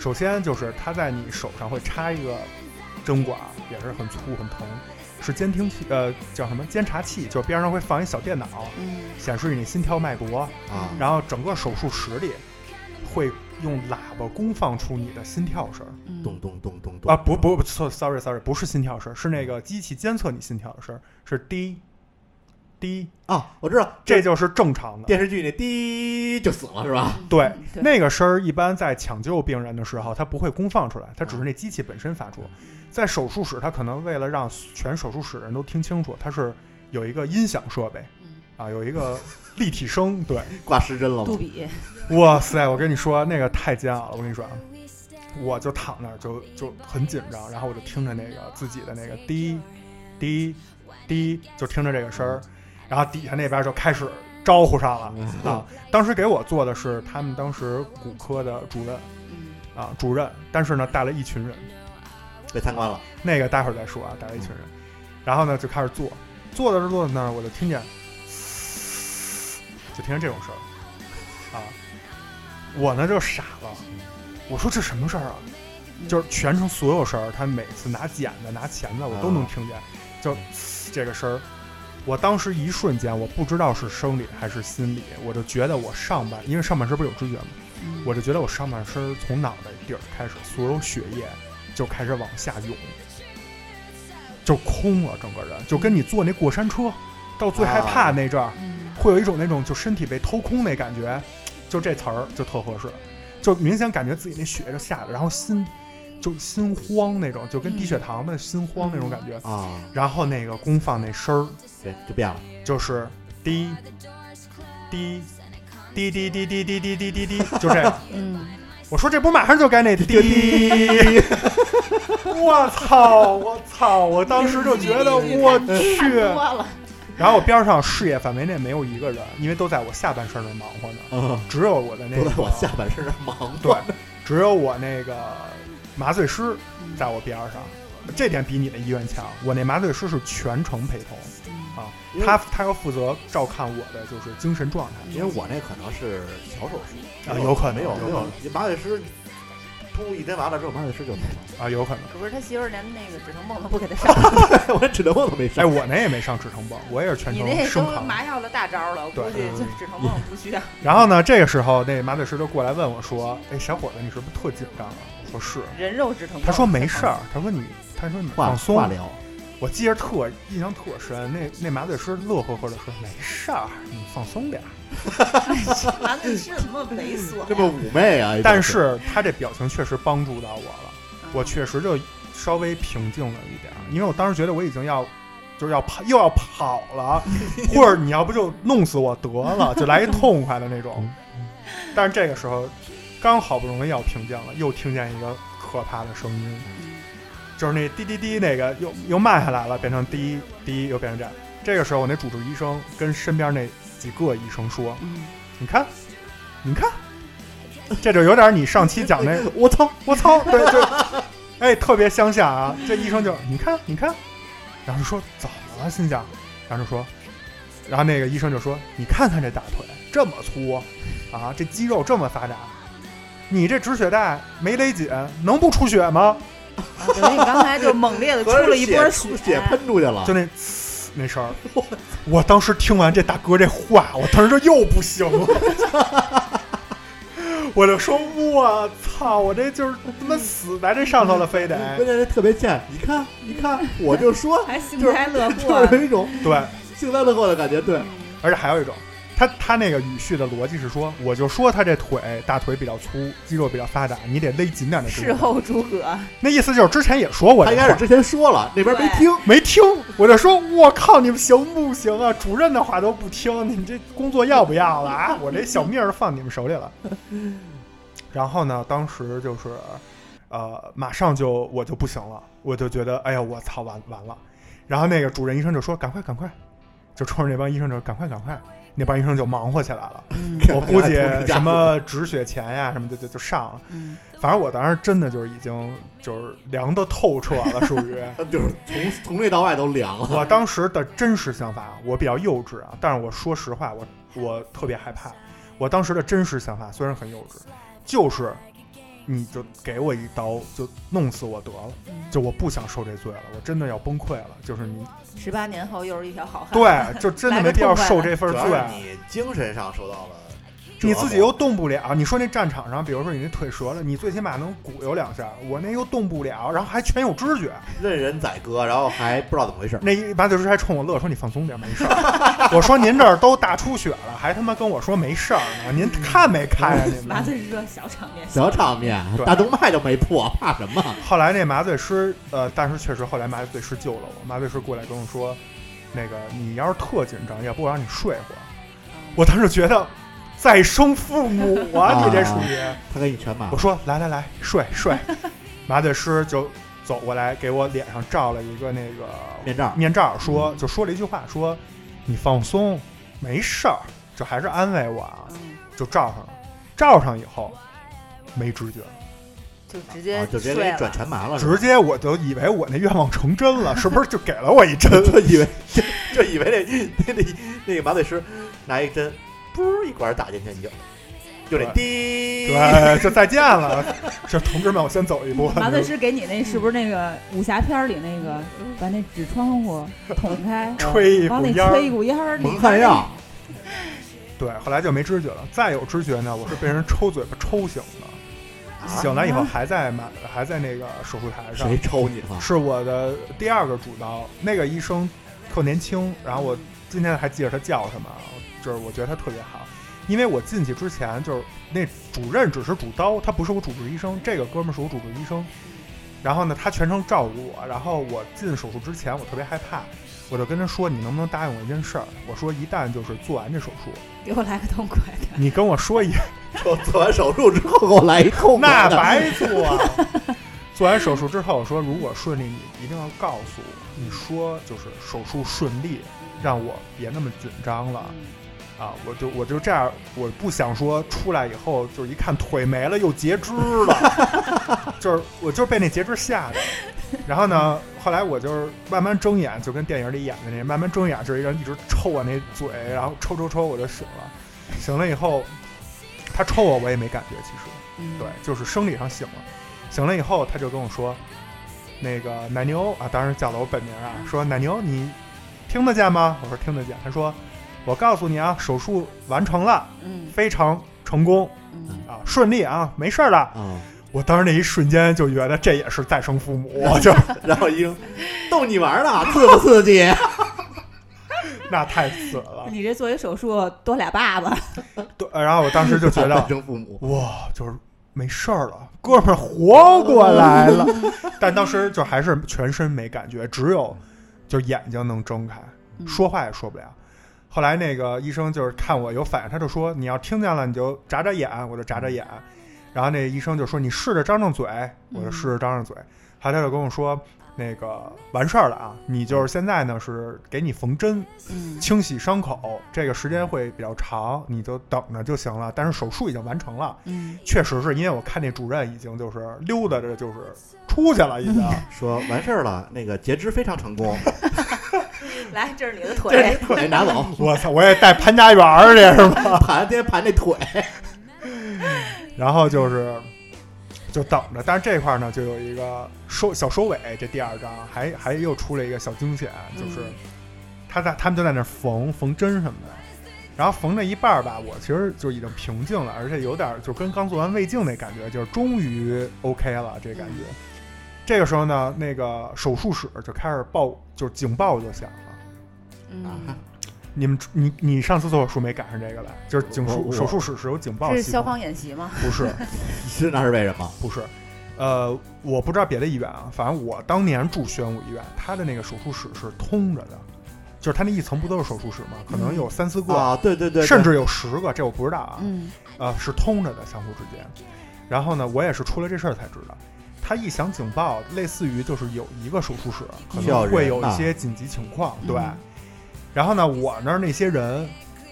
首先就是他在你手上会插一个针管，也是很粗很疼，是监听器，呃，叫什么监察器，就是边上会放一小电脑，嗯显示你心跳脉搏，啊，然后整个手术室里会用喇叭公放出你的心跳声。嗯，咚咚咚咚咚啊，不不不错，sorry sorry，不是心跳声，是那个机器监测你心跳的声，是滴滴，啊！我知道，这就是正常的。电视剧那滴就死了是吧？对，嗯对那个声儿一般在抢救病人的时候，它不会公放出来，它只是那机器本身发出。在手术室，它可能为了让全手术室人都听清楚，它是有一个音响设备嗯啊，有一个立体声。对，挂失针了杜吗？比，哇塞，我跟你说，那个太煎熬了。我跟你说啊，我就躺那儿就就很紧张，然后我就听着那个自己的那个滴滴滴，就听着这个声儿，然后底下那边就开始招呼上了啊。当时给我做的是他们当时骨科的主任嗯啊，主任，但是呢带了一群人，被参观了，那个待会儿再说啊，带了一群人，然后呢就开始做，做着做着呢，我就听见，就听见这种声儿，啊，我呢就傻了，我说这什么事儿啊？就是全程所有声儿，他每次拿剪子、拿钳子，我都能听见，就这个声儿。我当时一瞬间，我不知道是生理还是心理，我就觉得我上半，因为上半身不是有知觉吗？嗯我就觉得我上半身从脑袋底儿开始，所有血液就开始往下涌，就空了，整个人就跟你坐那过山车，到最害怕那阵儿，嗯会有一种那种就身体被掏空那感觉，就这词儿就特合适，就明显感觉自己那血就下来了，然后心就心慌那种，就跟低血糖的心慌那种感觉。啊，然后那个功放那声儿对，就变了。就是滴滴滴滴滴滴滴滴滴滴滴，就这。嗯，我说这不马上就 [LAUGHS] 该那滴，我操我操！我当时就觉 [LAUGHS] 得嗯我看去多，了，然后我边上视野范围内没有一个人，因为都在我下半身那儿忙活呢，嗯，只有 [LAUGHS] 我的那都个在我下半身上忙对活。，只有我那个麻醉师在我边上，这点比你的医院强。我那麻醉师是全程陪同嗯啊，因为他他要负责照看我的就是精神状态。因为我那可能是小手术啊有可能没有有没可有能，你麻醉师突一针完了之后，麻醉师就没 [LAUGHS] 了。啊，有可能。可不是他媳妇儿连那个止疼泵都不给他上， [LAUGHS] 我连只能我都没上哎，。我那也没上止疼泵，我也是全你程那生都扛。麻药的大招了，我估对计就止疼泵不需要。然后呢，这个时候那麻醉师就过来问我说：“哎，小伙子，你是不是特紧张啊？”我说：“是。人肉止疼”泵。他说：“没事儿。”他说：“你，他说你化放松。化”疗，我记着特印象特深，那那麻醉师乐呵呵的说：“没事儿，你放松点儿。” [LAUGHS] 完了你是怎么猥琐呀？这么妩媚啊！但是他这表情确实帮助到我了，我确实就稍微平静了一点儿，因为我当时觉得我已经要就是要跑又要跑了，或者你要不就弄死我得了，就来一痛快的那种。但是这个时候，刚好不容易要平静了，又听见一个可怕的声音，就是那滴滴滴那个又又慢下来了，变成滴滴又变成这样。这个时候，我那主治医生跟身边那几个医生说：“嗯你看，你看，这就有点你上期讲那我操我操，对，就哎特别相像啊。这医生就你看你看，然后就说怎么了，心想，然后就说，然后那个医生就说你看看这大腿这么粗啊，这肌肉这么发达，你这止血带没勒紧，能不出血吗？啊等于你刚才就猛烈的出了一波血，血，血喷出去了就。那呲那声儿，我当时听完这大哥这话，我当时就又不行了，我就说我操，我这就是他妈死在这上头了，非得关键是特别欠，你看，你看，我就 [LAUGHS] 说，还幸灾乐 [LAUGHS] 就祸，是有一种对，幸灾乐祸的感觉。对，嗯而且还有一种。他他那个语序的逻辑是说，我就说他这腿大腿比较粗，肌肉比较发达，你得勒紧点那事肌肉。后诸葛，那意思就是之前也说过啊他这应话，该是之前说了，那边没听。没听，我就说，我靠，你们行不行啊？主任的话都不听，你们这工作要不要了啊？我这小命儿放你们手里了。 [LAUGHS] 然后呢，当时就是，呃，马上就我就不行了，我就觉得，哎呀，我操，完完了。然后那个主任医生就说，赶快赶快，就冲着那帮医生就赶快赶快，那帮医生就忙活起来了。嗯我估计什么止血钳呀什么的就就上了。嗯反正我当时真的就是已经就是凉的透彻了，属于。嗯就是从从内到外都凉了。我当时的真实想法，我比较幼稚啊，但是我说实话，我我特别害怕。我当时的真实想法虽然很幼稚，就是你就给我一刀，就弄死我得了，就我不想受这罪了，我真的要崩溃了。就是你十八年后又是一条好汉。对，就真的没必要受这份主要是罪。你精神上受到了折你磨，自己又动不了，你说那战场上，比如说你那腿折了，你最起码能鼓悠两下，我那又动不了，然后还全有知觉。任人宰割，然后还不知道怎么回事。那一麻醉师还冲我乐说：“你放松点，没事儿。”我说：“您这儿都大出血了，还他妈跟我说没事儿呢？您看没看呀、你麻们醉师说小场面，小场面，对大动脉都没破，怕什么？？”后来那麻醉师，呃，但是确实后来麻醉师救了我。麻醉师过来跟我说：“那个你要是特紧张，要不我让你睡会儿。”我当时觉得再生父母啊，你这属于。他给你全麻我，说来来来，睡睡。麻醉师就走过来给我脸上罩了一个那个面罩面罩，说就说了一句话，说你放松，没事儿，就还是安慰我啊，嗯，就罩上了。罩上以后没知觉，就直啊接就直接给睡你转了。全麻哎了，是吧直接我就以为我那愿望成真了，是不是就给了我一 [LAUGHS] 针？就以为就就以为那那那那个麻醉师拿一针，噗一管打进去，你就就得滴，对，就再见了，这同志们，我先 [LAUGHS] 走一嗯步。，麻醉师给你那是不是那个武侠片儿里那个，把那纸窗户捅开 [LAUGHS] 吹一哦往股里烟儿吹一股烟儿，蒙汗药，对，后来就没知觉了。再有知觉呢，我是被人抽嘴巴抽醒的，醒来以啊后还在满，还在那个手术台上谁。抽你 [LAUGHS] 了？是我的第二个主刀，那个医生特年轻，然后我今天还记着他叫什么啊，就是我觉得他特别好。因为我进去之前就是那主任只是主刀，他不是我主治医生，这个哥们儿是我主治医生。然后呢，他全程照顾我。然后我进手术之前，我特别害怕，我就跟他说：“你能不能答应我一件事儿？”我说：“一旦就是做完这手术， [LAUGHS] 给我来个痛快的。你跟我说一，做做完手术之后给我来一痛那快的白做了。 [LAUGHS] 做完手术之后，我说如果顺利，你一定要告诉我，你说就是手术顺利，让我别那么紧张了。嗯啊，我就我就这样，我不想说出来以后就是一看腿没了又截肢了， [LAUGHS] 就是我就是被那截肢吓的。然后呢，后来我就是慢慢睁眼，就跟电影里演的那样慢慢睁眼，就是一人一直抽我那嘴，然后抽抽抽我就醒了。醒了以后，他抽我我也没感觉，其嗯实，对，就是生理上醒了。醒了以后，他就跟我说，那个奶牛啊，当时叫了我本名啊，说奶牛你听得见吗？我说听得见。他说我告诉你啊，手术完成了，嗯，非常成功，啊，顺利啊，没事儿了。啊！我当时那一瞬间就觉得这也是再生父母，我就然后一逗你玩呢， [LAUGHS] 刺不刺激？那太死 [LAUGHS] 了。你这做一手术多俩爸爸，对，然 [LAUGHS] 后我当时就 [LAUGHS] 觉得再生父母哇，就是没事儿了，哥们儿活过来了。但当时就还是全身没感觉，只有就眼睛能睁开， [LAUGHS] 嗯说话也说不了。后来那个医生就是看我有反应，他就说你要听见了你就眨眨眼，我就眨眨眼。然后那医生就说你试着张张嘴，我就试着张张嘴。后来他就跟我说那个完事儿了啊，你就是现在呢是给你缝针，嗯清洗伤口，这个时间会比较长，你就等着就行了。但是手术已经完成了，嗯， [LAUGHS] 确实是因为我看那主任已经就是溜达着就是出去了，已经。说完事儿了，那个截肢非常成功，来，这是你的这腿是。腿拿走， [LAUGHS] 我操，我也带潘家园儿去是吗？盘天天盘那腿，然后就是就等着，但是这块儿呢就有一个收小收尾，这第二章还还又出了一个小惊险，就是嗯他在他们就在那儿缝缝针什么的。然后缝着一半儿吧，我其实就已经平静了，而且有点儿就跟刚做完胃镜那感觉，就是终于 OK 了这感觉。嗯这个时候呢，那个手术室就开始报，就是警报就响了。啊嗯，你们你你上次做手术没赶上这个来，就是警我术我手术室是有警报这是系消统，防演习吗？不是是那是为什么？不是，呃，我不知道别的医院啊，反正我当年住宣武医院，他的那个手术室是通着的，就是他那一层不都是手术室吗？可能有三四个，啊，对对对，对甚至有十个，这我不知道啊。嗯呃，是通着的相互之间。然后呢，我也是出了这事儿才知道，他一响警报，类似于就是有一个手术室可需要能人会有一呐些紧急情况，对嗯。然后呢，我那儿那些人，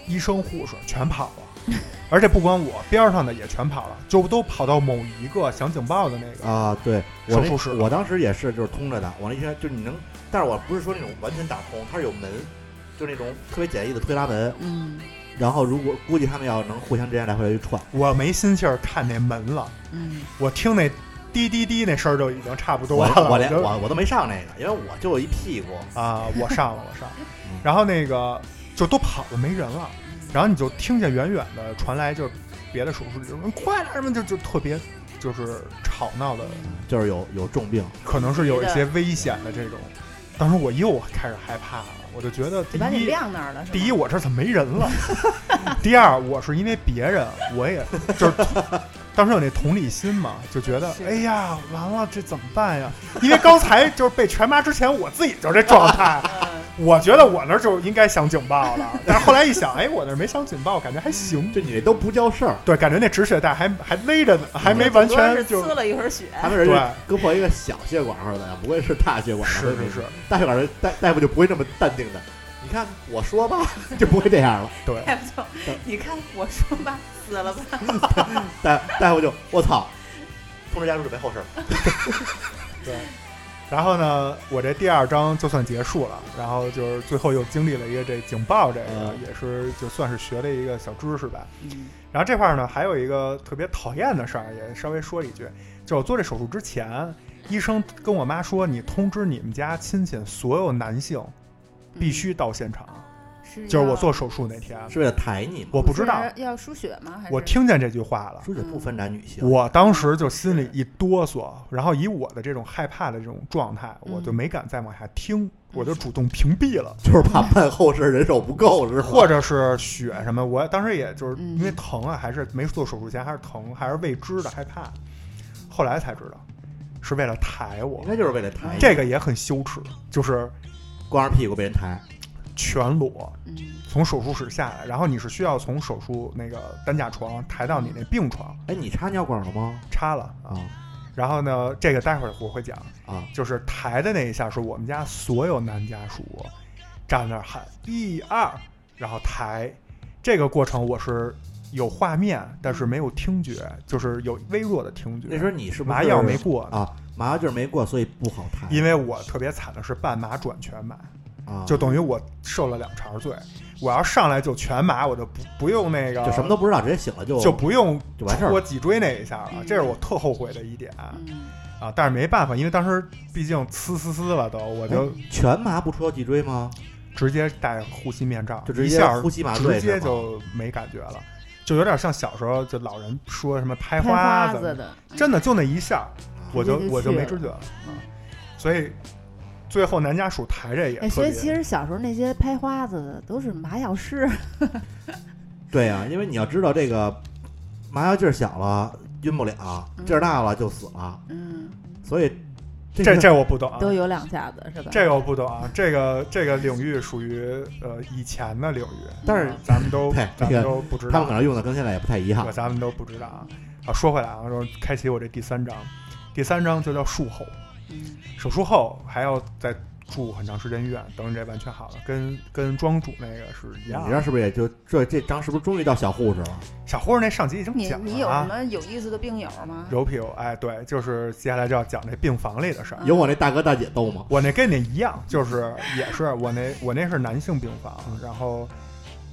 医生护士全跑了，而且不光我，边儿上的也全跑了，就都跑到某一个响警报的那个。啊，对，我手那术室我当时也是就是通着的，我那天就是你能，但是我不是说那种完全打通，它是有门，就是那种特别简易的推拉门，嗯然后如果估计他们要能互相之间来回来去串，我没心气儿看那门了，嗯我听那滴滴滴那声儿就已经差不多我了。我连就我我都没上那个，因为我就有一屁股，啊，我上了，我上了。嗯然后那个就都跑了，没人了。然后你就听见远远的传来就是别的手术室就说快点儿们，就就特别就是吵闹的，就是有有重病，可能是有一些危险的这种。当时我又开始害怕了，我就觉得第就把你一。晾那儿了，是吧第一，，我这儿怎么没人 [LAUGHS] 了？第二，我是因为别人，我也 [LAUGHS] 就是当时有那同理心嘛，就觉得是哎呀，完了这怎么办呀？因为刚才就是被全麻之前，我自己就这状态，嗯我觉得我那儿就应该响警报了，但是后来一想，哎，我那儿没响警报，感觉还行。就你这都不叫事儿，对，感觉那止血带还还勒着呢，还没完主要是全就呲了一会儿血，他们人家对割破一个小血管似的，不会是大血管儿是是是，大血管儿的大大夫就不会这么淡定的。你看我说吧， [LAUGHS] 就不会这样了。 [LAUGHS] 对，大夫就你看我说吧， [LAUGHS] 死了吧，大大夫就我操，通知家属准备后事儿。然后呢，我这第二章就算结束了，然后就是最后又经历了一个这警报，这个、嗯也是就算是学了一个小知识吧。然后这块儿呢，还有一个特别讨厌的事儿，也稍微说一句，就我做这手术之前，医生跟我妈说，你通知你们家亲戚所有男性必须到现场。是就是我要做手术那天，是为了抬你吗？我不知道，是要输血吗？还是我听见这句话了，说这不分男女性，我当时就心里一哆嗦，然后以我的这种害怕的这种状态，我就没敢再往下听，我就主动屏蔽了，就是怕办后事人手不够是吧？或者是血什么，我当时也就是因为疼啊，还是没做手术前还是疼，还是未知的害怕，后来才知道是为了抬我应，该就是为了抬你，这个也很羞耻，就是光着屁股被人抬，全裸嗯从手术室下来，然后你是需要从手术那个担架床抬到你那病床，哎，你插尿管了吗？插了，啊然后呢，这个待会儿我会讲。啊，就是抬的那一下，是我们家所有男家属站那儿喊一二，然后抬。这个过程我是有画面，但是没有听觉，就是有微弱的听觉。那时候你是不是麻药没过呢，啊，麻药劲儿没过，所以不好抬，因为我特别惨的是半麻转全麻，啊，就等于我受了两茬罪。我要上来就全麻，我就不不用那个，就什么都不知道，直接醒了就就不用就完事儿戳了。脊椎那一下了，嗯这是我特后悔的一点嗯啊。但是没办法，因为当时毕竟呲呲呲了都，我就全麻不戳脊椎吗？直接戴护膝面罩，就直一接下儿呼吸麻直醉是接吗就没感觉了，就有点像小时候就老人说什么拍开花子，的，真的就那一下儿，我就直接就我就没去知觉了嗯啊。所以最后男家属抬着也哎，特所以别，其实小时候那些拍花子的都是麻药 [LAUGHS] 师，对啊，因为你要知道这个麻药劲儿小了晕不了，劲儿大了就死了，嗯，所以这这是这我不懂啊，嗯都有两下子是吧？这个我不懂啊，这个这个领域属于呃以前的领域，但是咱们都 [LAUGHS] 对咱这们个都不知他道们可，能用的跟现在也不太一样对，咱们都不知道啊。啊，说回来啊，然后开启我这第三章，第三章就叫术后。嗯手术后还要再住很长时间医院，等你这完全好了，跟跟庄主那个是一你样知道的。是不是也就这这章是不是终于到小护士了？小护士那上集已经你讲你了有什啊，么有意思的病友吗？柔皮油，哎，对，就是接下来就要讲这病房里的事儿。嗯有我那大哥大姐逗吗？我那跟你一样，就是也是我那我那是男性病房，然后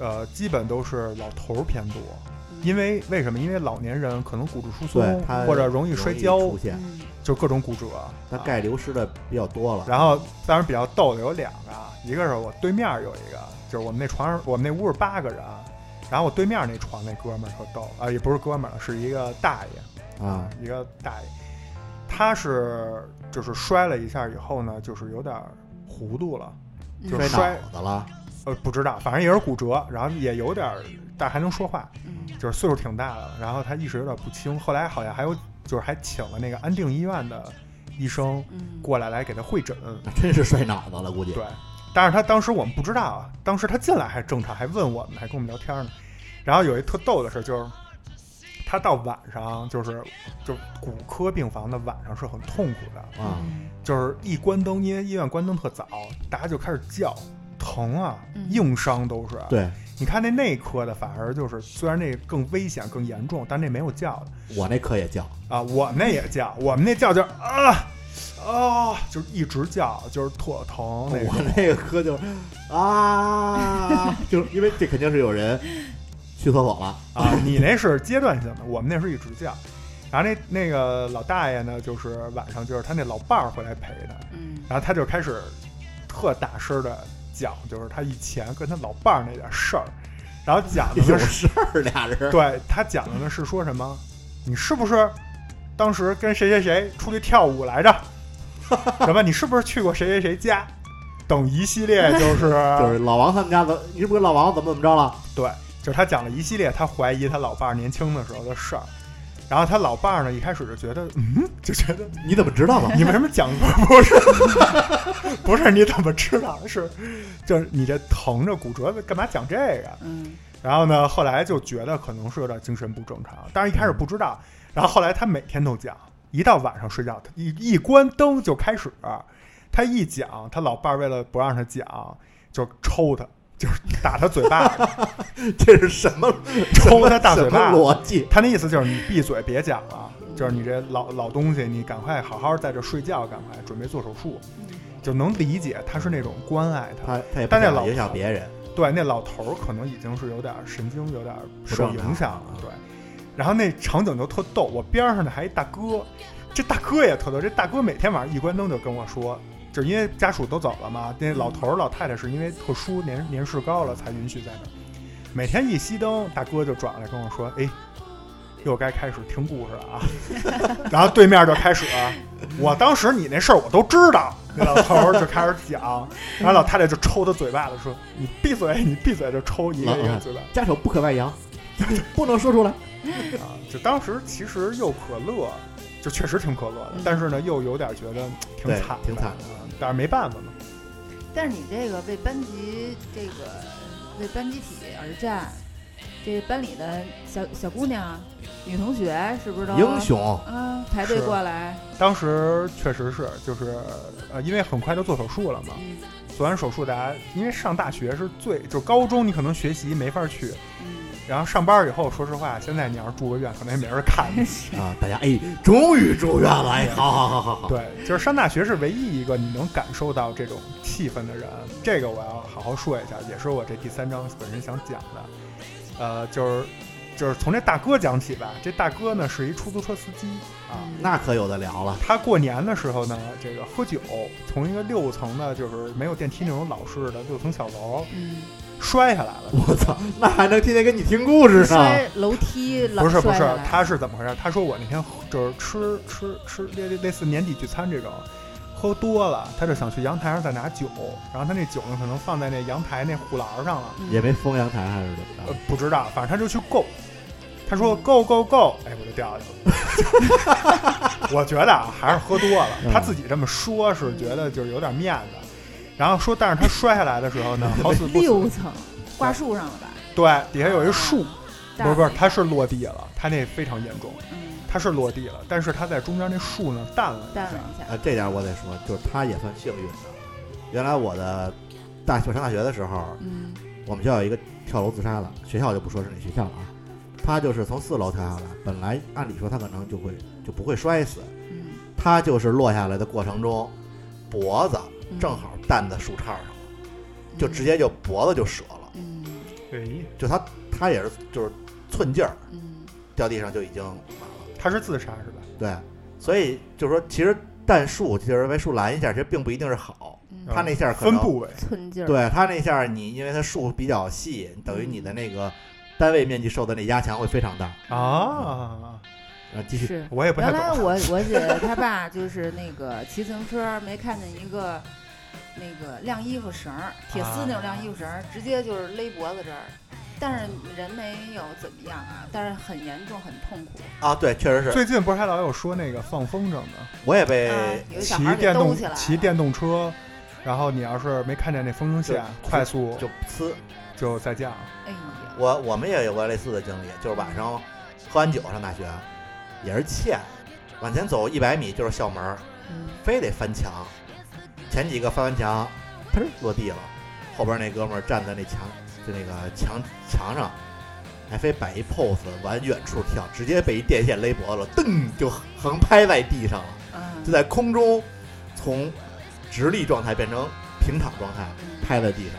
呃，基本都是老头儿偏多，嗯因为为什么？因为老年人可能骨质疏松对，他或者容易摔跤，嗯出现，嗯就各种骨折。他啊钙流失的比较多了。然后当时比较逗的有两个，啊一个是我对面有一个，就是我们那床上我们那屋是八个人，啊然后我对面那床那哥们儿特逗啊、也不是哥们儿了，是一个大爷，啊，一个大爷，他是就是摔了一下以后呢，就是有点糊涂了，就摔是摔脑子了，呃不知道，反正也是骨折，然后也有点，但还能说话，嗯就是岁数挺大的了，然后他意识有点不清，后来好像还有就是还请了那个安定医院的医生嗯过来来给他会诊。那真是摔脑子了，估计。对，但是他当时我们不知道啊，当时他进来还正常，还问我们，还跟我们聊天呢。然后有一特逗的事，就是他到晚上，就是就骨科病房的晚上是很痛苦的，啊，就是一关灯，因为医院关灯特早，大家就开始叫。疼啊，硬伤都是。，对你看那内科的，反而就是虽然那更危险、更严重，但那没有叫的我那课也叫，啊。我们那也叫，我们那叫就是啊，哦，就是一直叫，就是特疼那种。 [LAUGHS] 我那个课就啊，就是因为这肯定是有人去厕所 [LAUGHS] 了，啊，你那是阶段性的，我们那是一直降。然后那那个老大爷呢，就是晚上就是他那老伴儿回来陪他，嗯然后他就开始特大声的讲，就是他以前跟他老伴儿那点事儿，然后讲的有呢是，事儿俩人。对他讲的呢是说什么，你是不是当时跟谁谁谁出去跳舞 [LAUGHS] 来着？什么？你是不是去过谁谁谁家？等一系列就是就是老王他们家怎，你是不是跟老王怎么怎么 [LAUGHS] 着了？对，就是他讲了一系列他怀疑他老伴儿年轻的时候的事儿，然后他老伴儿呢一开始就觉得，嗯，就觉 [LAUGHS] 得你怎么知道的？你为什么讲过不是，不是你 [LAUGHS] 怎么知道是，就是你这疼着骨折干嘛讲这个？嗯然后呢，后来就觉得可能是有点精神不正常，但是一开始不知道，然后后来他每天都讲，一到晚上睡觉，他一一关灯就开始，他一讲，他老伴儿为了不让他讲，就抽他，就是打他嘴 [LAUGHS] 巴子。这是什么抽他大嘴巴什么逻辑？他那意思就是你闭嘴别讲了，就是你这老老东西，你赶快好好在这睡觉，赶快准备做手术，就能理解他是那种关爱他。他他也不但那想老影响别人，对，那老头儿可能已经是有点神经有点受影响了不正常，对。然后那场景就特逗，我边上呢还一大哥，这大哥也特逗，这大哥每天晚上一关灯就跟我说，就是因为家属都走了嘛，那老头儿老太太是因为特殊年年事高了才允许在那儿。每天一熄灯，大哥就转过来跟我说：“哎，又该开始听故事了啊。”然后对面就开始，我当时你那事儿我都知道，那老头儿就开始讲，然后老太太就抽他嘴巴子说：“你闭嘴，你闭嘴！”就抽一个一个嘴巴。家丑不可外 [LAUGHS] 扬，不能说出来。啊，就当时其实又可乐，就确实挺可乐的，嗯但是呢又有点觉得挺对惨，啊挺惨的。但是没办法嘛。但是你这个为班级这个为班集体而战，这班里的小小姑娘、女同学是不是都英雄啊？排队是过来，当时确实是，就是呃，因为很快就做手术了嘛。嗯做完手术，大家因为上大学是最，就高中你可能学习没法去，嗯，然后上班以后，说实话，现在你要是住个院，可能也没人看 [LAUGHS] 你。啊！大家哎，终于住院了，哎，好好好好好，对，就是上大学是唯一一个你能感受到这种气氛的人，这个我要好好说一下，也是我这第三章本身想讲的。呃，就是就是从这大哥讲起吧。这大哥呢是一出租车司机啊，那可有的聊了。他过年的时候呢，这个喝酒，从一个六层的，就是没有电梯那种老式的六层小楼嗯，摔下来了。我操，那还能天天给你听故事呢？摔楼梯老不是不摔是下来，他是怎么回事？他说我那天喝就是吃吃吃类类类似年底聚餐这种，喝多了，他就想去阳台上再拿酒，然后他那酒呢可能放在那阳台那护栏上了，嗯也没封阳台还是怎么呃着？不知道，反正他就去够，他说够够够，哎我就掉下去了。 [LAUGHS] 我觉得啊还是喝多了，他自己这么说是觉得就是有点面子，然后说但是他摔下来的时候呢，好死不六死，层，挂树上了吧？啊对底下有一树，嗯大不是不是，他是落地了，他那非常严重。嗯，它是落地了，但是它在中间那树呢淡了一淡下了。一下，啊，这点我得说，就是他也算幸运的。原来我的大我上大学的时候，嗯我们学校有一个跳楼自杀的，学校就不说是哪学校了啊。他就是从四楼跳下来，本来按理说他可能就会就不会摔死，嗯，他就是落下来的过程中，脖子嗯正好担在树杈上了，就直接就脖子就折了，嗯对，就他他也是就是寸劲儿嗯掉地上就已经完了。它是自杀是吧？对，所以就是说，其实弹树就是被树拦一下，其实并不一定是好。嗯，他那下可分能，部位，寸劲儿，对他那下你因为它树比较细，等于你的那个单位面积受的那压强会非常大。啊，啊，继续，是。我也不太原来懂。我我姐她爸就是那个骑自行车没看见一个那个晾衣服绳儿，铁丝啊那种晾衣服绳儿，直接就是勒脖子这儿，但是人没有怎么样啊，但是很严重，很痛苦。啊，对，确实是， [LAUGHS] 最近不是还老有说那个放风筝的，我也啊被，有一小哎骑孩儿给电兜动起来了，骑电动车，然后你要是没看见那风筝线，就快速就呲，就再降。哎呀，我我们也有过类似的经历，就是晚上喝完酒上大学，也是欠，往前走一百米就是校门儿，嗯非得翻墙，前几个翻完墙，砰落地了，后边那哥们儿站在那墙就那个墙墙上，还非摆一 pose 往远处跳，直接被一电线勒脖子了，噔就横拍在地上了，嗯就在空中从直立状态变成平躺状嗯态，拍在地上，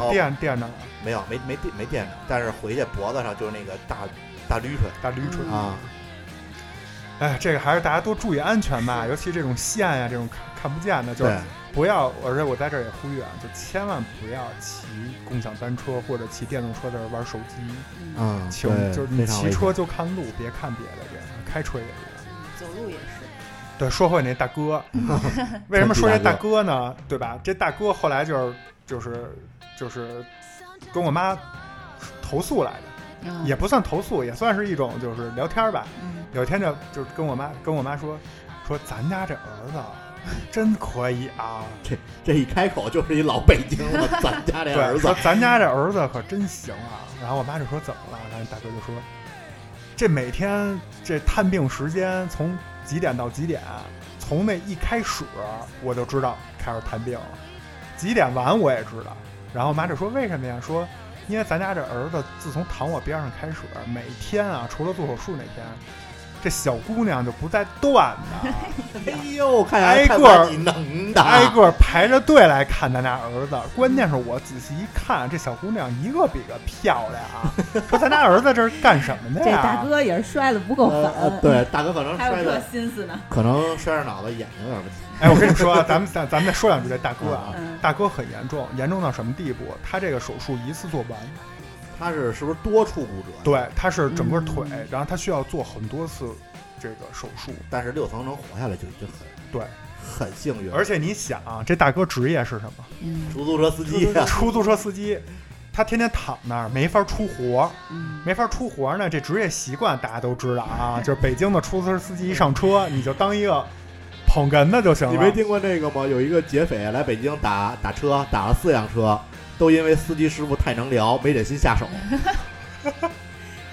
那后电电呢？没有没没电没电着，但是回去脖子上就是那个大大捋唇大驴唇嗯啊，哎，这个还是大家多注意安全吧，尤其这种线呀、这种看看不见的，就对是。不要，而且我在这儿也呼吁啊，就千万不要骑共享单车或者骑电动车在这儿玩手机。嗯，嗯，请对就是非你常骑危险车就看路，别看别的，这样开车也一样。走路也是， [LAUGHS] 对，说回那大哥，为什么说这大哥呢？对吧？这大哥后来就是就是就是跟我妈投诉来的，嗯也不算投诉，也算是一种就是聊天吧。嗯有一天就就跟我妈跟我妈说说咱家这儿子啊真可以啊，这一开口就是一老北京了，咱家这 [LAUGHS] 儿对，子说咱家这儿子可真行啊。然后我妈就说怎么了？然后大哥就说，这每天这探病时间从几点到几点，从那一开始我就知道开始探病了，几点完我也知道。然后我妈就说为什么呀？说因为咱家这儿子自从躺我边上开始，每天啊除了做手术那天，这小姑娘就不带断的，哎呦，看挨来看个来儿你能的，挨个儿排着队来看咱俩儿子。关键是我仔细一看，这小姑娘一个比一个漂 [LAUGHS] 亮，啊说咱家儿子这是干什么的这呀？大哥也是摔的不够狠、呃呃对，大哥可能还有摔这的，心思呢。可能摔着脑袋，眼睛有点问题。哎，我跟你说啊，咱们咱咱们再说两句这大哥啊，嗯大哥很严重，严重到什么地步？他这个手术一次做完，他是是不是多处骨折？，对，他是整个腿，嗯然后他需要做很多次这个手术。但是六层能活下来就已经很对，很幸运了。而且你想啊，这大哥职业是什么？嗯出租车司机啊，出租车司机，他天天躺那儿没法出活，嗯，没法出活呢。这职业习惯大家都知道啊， [LAUGHS] 就是北京的出租车司机一上车，你就当一个捧哏的就行你没了。听过那个吗？有一个劫匪来北京打打车，打了四辆车，都因为司机师傅太能聊，没忍心下手。嗯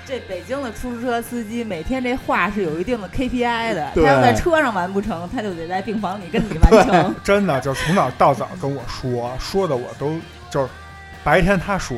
这北京的出租车司机每天这话是有一定的 KPI 的，他对要在车上完不成，他就得在病房里跟你完 [LAUGHS] 成。真的就是从早到早跟我说，说的我都就是白天他说，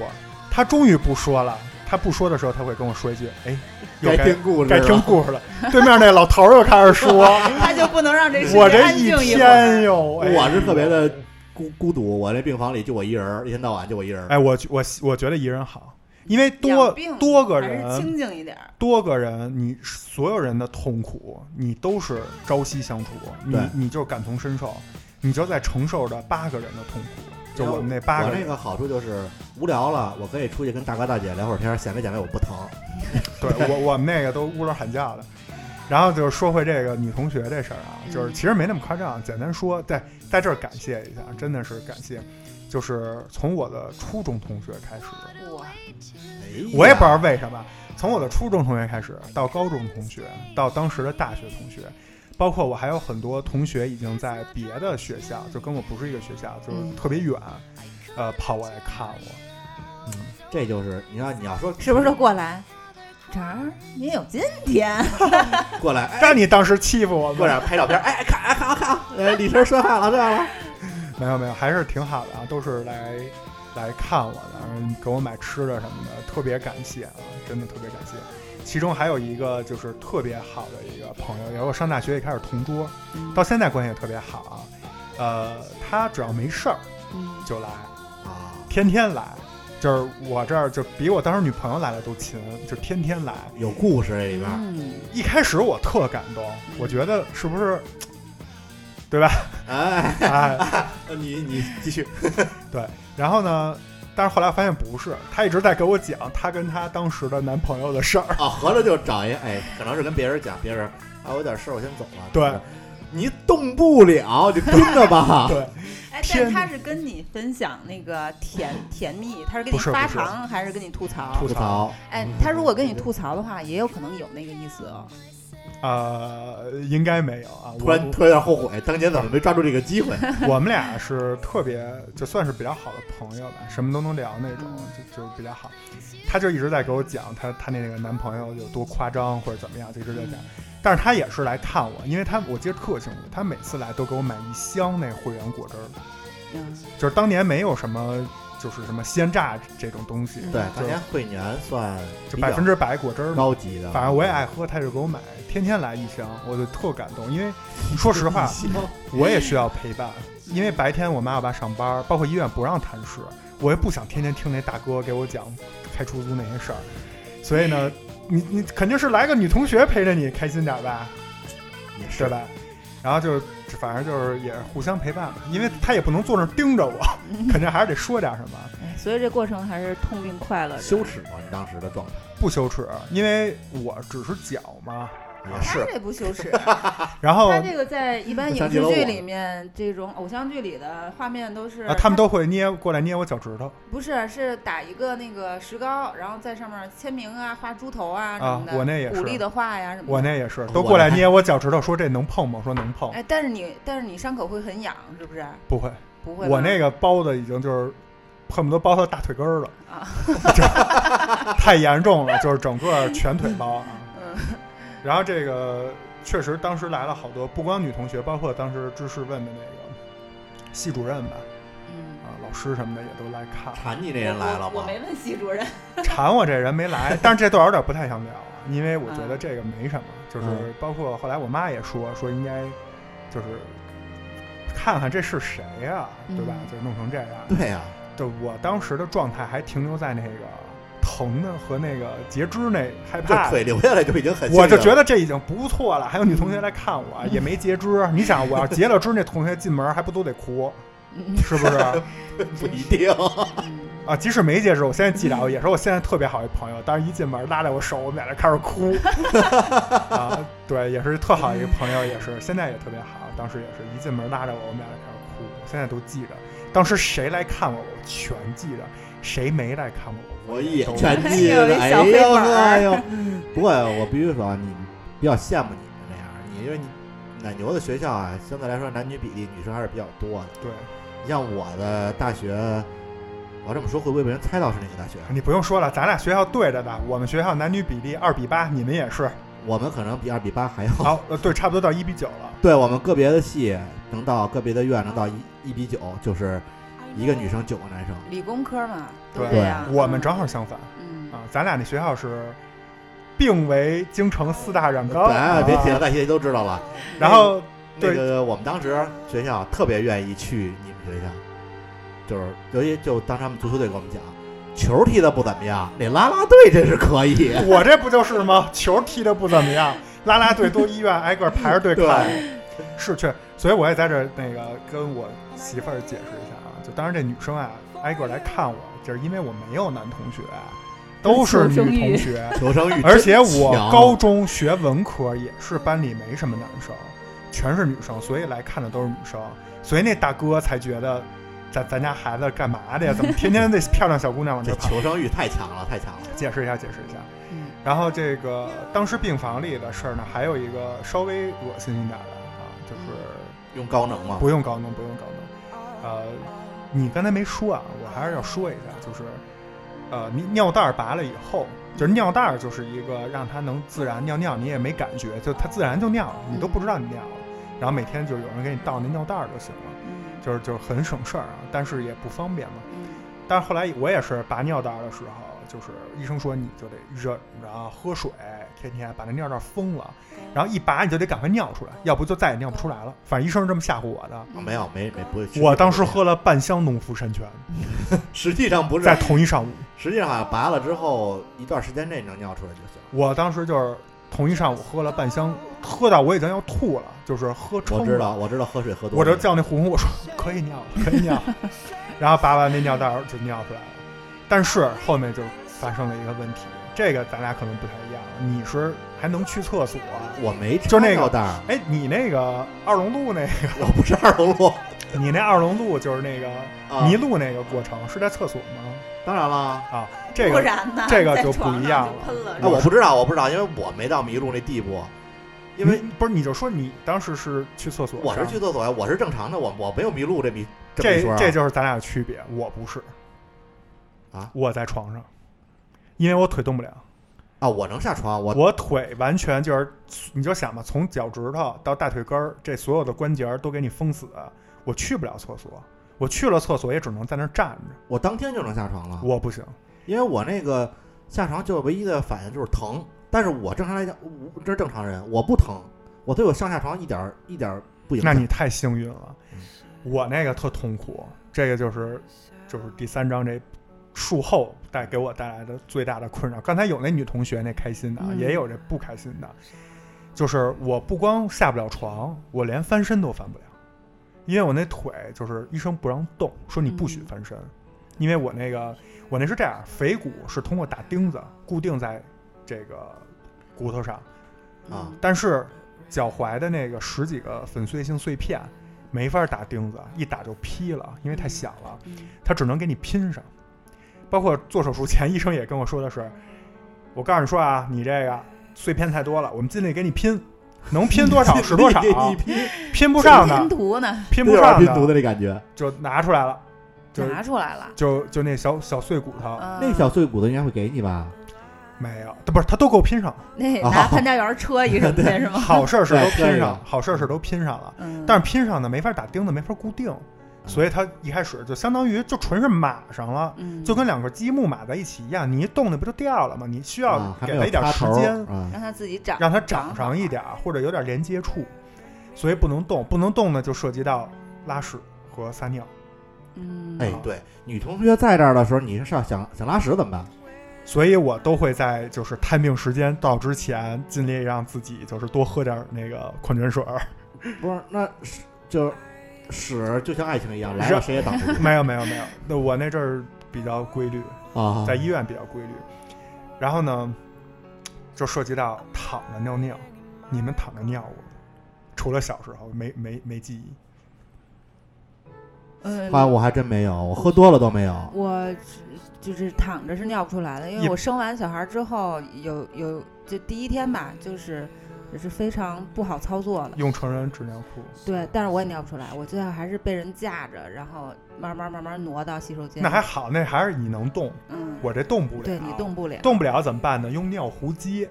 他终于不说了。他不说的时候，他会跟我说一句：“哎，又该该听故事该了，听故事了。” [LAUGHS] 对面那老头儿又开始说他就不能让这：“世界我这安静一会儿。天哟，哎呦我是特别的孤孤独，我这病房里就我一人儿，一天到晚就我一人儿。哎，我觉我我觉得一人好，因为多养病多个还是人清静一点儿。多个人，你所有人的痛苦你都是朝夕相处，你对你就是感同身受，你就在承受着八个人的痛苦，就我们那八我个那人，个好处就是无聊了，我可以出去跟大哥大姐聊会儿天儿，显摆显摆我不疼。对我我们那个都呜噜喊叫的。然后就是说回这个女同学这事儿啊，就是其实没那么夸张，简单说，在在这儿感谢一下，真的是感谢，就是从我的初中同学开始，哇，我也不知道为什么，从我的初中同学开始，到高中同学，到当时的大学同学，包括我还有很多同学已经在别的学校，就跟我不是一个学校，就是特别远，呃，跑过来看我。嗯这就是你看，你要说是不是都过来？茬儿，您有今天，过来，哎，但你当时欺负我过吗？来拍照片，哎，看，哎，看，看，哎，李晨说话了，这样了。没有没有，还是挺好的啊，都是来来看我的，然后给我买吃的什么的，特别感谢啊，真的特别感谢。其中还有一个就是特别好的一个朋友，也是我上大学一开始同桌，到现在关系也特别好啊。呃，他只要没事儿嗯，就来，啊，天天来，就是我这儿就比我当时女朋友来的都勤，就天天来。有故事这里边儿，嗯，一开始我特感动，我觉得是不是，对吧？哎，哎，你你继续，然后呢？但是后来发现不是，她一直在给我讲她跟她当时的男朋友的事儿。啊，合着就找一哎，可能是跟别人讲，别人啊，我有点事儿，我先走了。对，你动不了，你蹲着 [LAUGHS] 吧。对，哎，天但他是跟你分享那个甜甜蜜，他是跟不你是发不是糖还是跟你吐槽？吐嗯吐槽，哎，他如果跟你吐槽的话，也有可能有那个意思哦。呃，应该没有啊。突然我突然有点后悔，当年怎么没抓住这个 [LAUGHS] 机会？我们俩是特别，就算是比较好的朋友吧，什么都能聊那种，就就比较好。她就一直在给我讲她她那个男朋友有多夸张或者怎么样，就一直在讲。但是她也是来看我，因为她我记得特清楚，她每次来都给我买一箱那汇源果汁儿，嗯，就是当年没有什么就是什么鲜榨这种东西，对，当年汇源算就嗯比百较嗯分之百果汁儿嘛。高级的，反正我也爱喝，她就给我买，天天来一箱，我就特感动，因 [LAUGHS] 为说实话，我也需要陪伴，因为白天我妈我爸上班，包括医院不让探视，我也不想天天听那大哥给我讲开出租那些事儿，所以呢，你你肯定是来个女同学陪着你开心点儿吧，也对是吧？然后就是反正就是也互相陪伴，因为她也不能坐那儿盯着我，嗯肯定还是得说点什么，哎所以这过程还是痛并快乐着。 [LAUGHS] 羞耻嘛，你当时的状态不羞耻，因为我只是脚嘛。也是他这不 [LAUGHS] 羞耻，然后他这个在一般影视剧里面，这种偶像剧里的画面都是啊，他们都会捏过来捏我脚趾头不是是打一个那个石膏，然后在上面签名啊、画猪头啊什啊么，的，我那也鼓励是，的话呀什么的。我那也是，哦我都过来那捏我脚趾头，说这能碰吗？说能碰，哎，但是你但是你伤口会很痒，是不是？不会。不会吧。我那个包的已经就是恨不得包到大腿根儿了啊，啊就 [LAUGHS] 太严重了，就是整个全腿包啊。嗯 [LAUGHS] 然后这个确实当时来了好多，不光女同学，包括当时知识问的那个系主任吧，嗯，啊，老师什么的也都 [LAUGHS] 来看。馋你这人来了我吗？没问系主任，馋我这人没来，但是这段有点不太想聊啊。因为我觉得这个没什么，就是嗯包括后来我妈也说说应该就是看看这是谁呀、对吧？嗯就弄成这样。对啊呀、对我当时的状态还停留在那个疼的和那个截肢那害就怕的，腿留下来就已经很幸运我就了觉得这已经不错了。还有女同学来看我，也没截肢。你想，我要截了肢，那同学进门还不都得哭，嗯是不是？ [LAUGHS] 不一定。 [LAUGHS] 啊，即使没截肢，我现在记啊着，也是我现在特别好一朋友，当时一进门拉着我手，我们俩就开始哭。 [LAUGHS] 啊，对，也是特好一个朋友，也是现在也特别好。当时也是一进门拉着我，我们俩就开始哭，我现在都记着。当时谁来看我，我全记着；谁没来看我，我也也都全记得。哎呦哎呦，不过我必须说，你比较羡慕你们那样，你因为你奶牛的学校啊，相对来说男女比例女生还是比较多的。对，你像我的大学，我要这么说会不会被人猜到是哪个大学？你不用说了，咱俩学校对着的，我们学校男女比例二比八，你们也是。我们可能比二比八还要 [LAUGHS] 好，呃，对，差不多到一比九了。对我们个别的系能到个别的院能到一一比九，就是一个女生九个男生。理工科嘛，都这对样。我们正好相反。嗯啊，咱俩那学校是并为京城四大染缸。哎，别提了，啊大家都知道了。嗯然后那对那个我们当时学校特别愿意去你们学校，就是尤其就当他们足球队跟我们讲，球踢的不怎么样，那拉拉队这是可以。 [LAUGHS] 我这不就是吗？球踢的不怎么样，啦啦队都医院挨个排着队看。是确，所以我也在这儿那个跟我媳妇儿解释一下啊，就当然这女生啊挨个来看我，就是因为我没有男同学，都是女同学，求生欲 [LAUGHS] 而且我真强高中学文科也是班里没什么男生，全是女生，所以来看的都是女生，所以那大哥才觉得咱咱家孩子干嘛的呀？怎么天天那漂亮小姑娘往这这跑？求生欲太强了，太强了。解释一下，解释一下。嗯然后这个当时病房里的事儿呢，还有一个稍微恶心一点的啊，就是用高能吗不用高能，不用高能。呃，你刚才没说啊，我还是要说一下，就是呃，你尿袋儿拔了以后，就是尿袋儿就是一个让它能自然尿尿，你也没感觉，就它自然就尿了，你都不知道你尿了。然后每天就有人给你倒那尿袋儿就行了，嗯就是就是很省事儿啊，但是也不方便嘛。但是后来我也是拔尿袋儿的时候，就是医生说你就得忍着啊喝水，天天把那尿袋儿封了，然后一拔你就得赶快尿出来，要不就再也尿不出来了。反正医生是这么吓唬我的。啊没嗯有，没没不会去。我当时喝了半箱农夫山泉，实际上不是在同一上午，实际上好像拔了之后一段时间内能尿出来就行。我当时就是同一上午喝了半箱，喝到我已经要吐了，就是喝撑我知了道，我知道喝水喝多了。我就叫那护工，我说可以尿了，可以尿 [LAUGHS] 了，然后拔完那尿袋儿就尿出来了。但是后面就发生了一个问题，这个咱俩可能不太一样。你是还能去厕所，我没就那插尿个袋儿哎，你那个二龙路那个，我不是二龙 [LAUGHS] 路，你那二龙路就是那个啊迷路那个过程是在厕所吗？当然了啊，这不个然呢这个在就不床一上样就了。那啊我不知道，我不知道，因为我没到迷路那地步。因为不是，你就说你当时是去厕所，我是去厕所呀，我是正常的，我我没有迷路这比么一这说啊这就是咱俩的区别，我不是啊，我在床上，因为我腿动不了啊，我能下床，我我腿完全就是，你就想吧，从脚趾头到大腿根儿，这所有的关节儿都给你封死，我去不了厕所，我去了厕所也只能在那儿站着，我当天就能下床了，我不行，因为我那个下床就唯一的反应就是疼，但是我正常来讲，我这是正常人，我不疼，我对我上下床一点儿一点儿不影那响。你太幸运了，我那个特痛苦，这个就是就是第三章这术后带给我带来的最大的困扰。刚才有那女同学那开心的啊，嗯也有这不开心的，就是我不光下不了床，我连翻身都翻不了，因为我那腿就是医生不让动，说你不许翻身，因为我那个我那是这样，腓骨是通过打钉子固定在这个骨头上啊，但是脚踝的那个十几个粉碎性碎片没法打钉子，一打就劈了，因为太小了，嗯它只能给你拼上。包括做手术前，医生也跟我说的是，我告诉你说啊，你这个碎片太多了，我们尽力给你拼，能拼多少是多少啊给 [LAUGHS] 你，拼拼不上的，拼图呢？拼不上拼图的那感觉，就拿出来了，就哦拿出来了。就就那小小碎骨头，嗯那个小碎骨头应该会给你吧？没有，不是，他都给我拼上。 [LAUGHS] 那拿潘家园车一什 [LAUGHS] 么的是吗？好事儿是都对拼对上的，好事儿是都拼上了嗯，但是拼上呢没法打钉子，没法固定，所以它一开始就相当于就纯是码上了，嗯就跟两个积木码在一起一样，你一动那不就掉了吗？你需要啊还给没它有一点插时头间，嗯啊让它自己长，让它长上一点儿，或者有点连接处，所以不能动，不能动呢就涉及到拉屎和撒尿，嗯，哎，对，女同学在这儿的时候，你是上想想拉屎怎么办？所以我都会在就是探病时间到之前，尽力让自己就是多喝点儿那个矿泉水儿。 [LAUGHS] 不是，那是就屎就像爱情一样，来是了谁也挡不住 [LAUGHS] 没有没有没有，那我那阵儿比较规律，哦啊在医院比较规律。然后呢，就涉及到躺着尿尿，你们躺着尿过吗？除了小时候没没没记忆，嗯，啊！我还真没有，我喝多了都没有。我就是躺着是尿不出来的，因也为我生完小孩之后有有就第一天吧，就是也是非常不好操作的，用成人纸尿裤，对，但是我也尿不出来，我最后还是被人架着，然后慢慢慢慢挪到洗手间。那还好，那还是你能动，嗯，我这动不了。对你动不了，动不了怎么办呢？用尿壶接，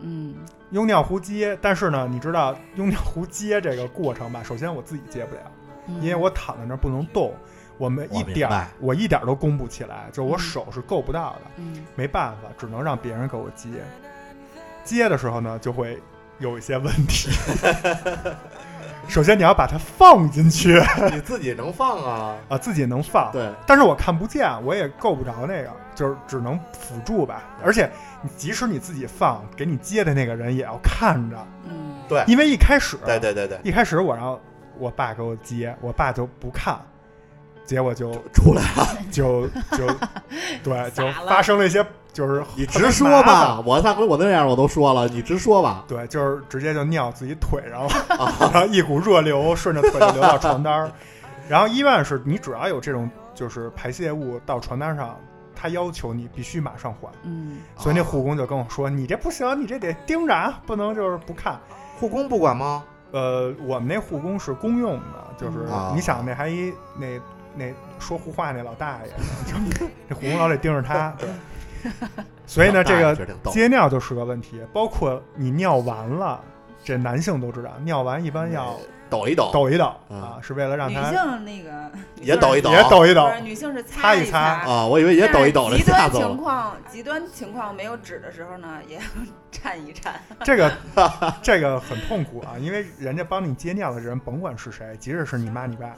嗯用尿壶接。但是呢，你知道用尿壶接这个过程吧？首先我自己接不了，嗯，因为我躺在那儿不能动，我们一我明点儿白我一点儿都弓不起来，就我嗯手是够不到的。嗯没办法，只能让别人给我接。接的时候呢，就会有一些问 [LAUGHS] 题。首先，你要把它放进 [LAUGHS] 去 [LAUGHS] 你自己能放啊？啊，自己能放， [LAUGHS] 对，但是我看不见，啊我也够不着那个，就是只能辅助吧。而且，你即使你自己放，给你接的那个人也要看着，嗯对因为一开始，对对对对，一开始我让我爸给我接，我爸就不看，结果就 [LAUGHS] 出来了，就就对， [LAUGHS] 就了发生了一些就是你直说吧。我上回我那样我都说了，你直说吧。对，就是直接就尿自己腿上了， [LAUGHS] 然后一股热流顺着腿就流到床单儿。然后医院是你只要有这种就是排泄物到床单上，他要求你必须马上换。嗯所以那护工就跟我说：“你这不行，你这得盯着啊，不能就是不看。护工不管吗？”呃，我们那护工是公用的，就是嗯你想那还一那那说胡话那老大爷呢，就 [LAUGHS] 这护工老得盯着他，对。所以呢，这个觉得挺逗接尿就是个问题，包括你尿完了，这男性都知道，尿完一般要抖一抖，抖一抖哎哦嗯啊，是为了让女他性那个 [LAUGHS] 也抖一抖，也抖一抖不。是女性是擦一一擦啊！我以为也抖一抖了，极吓端死我情了。况，极端情况没有纸的时候呢，也要 [LAUGHS] 颤 [LAUGHS] 一颤。这个这个很痛苦啊，因为人家帮你接尿的人，甭管是谁，即使是你妈你爸，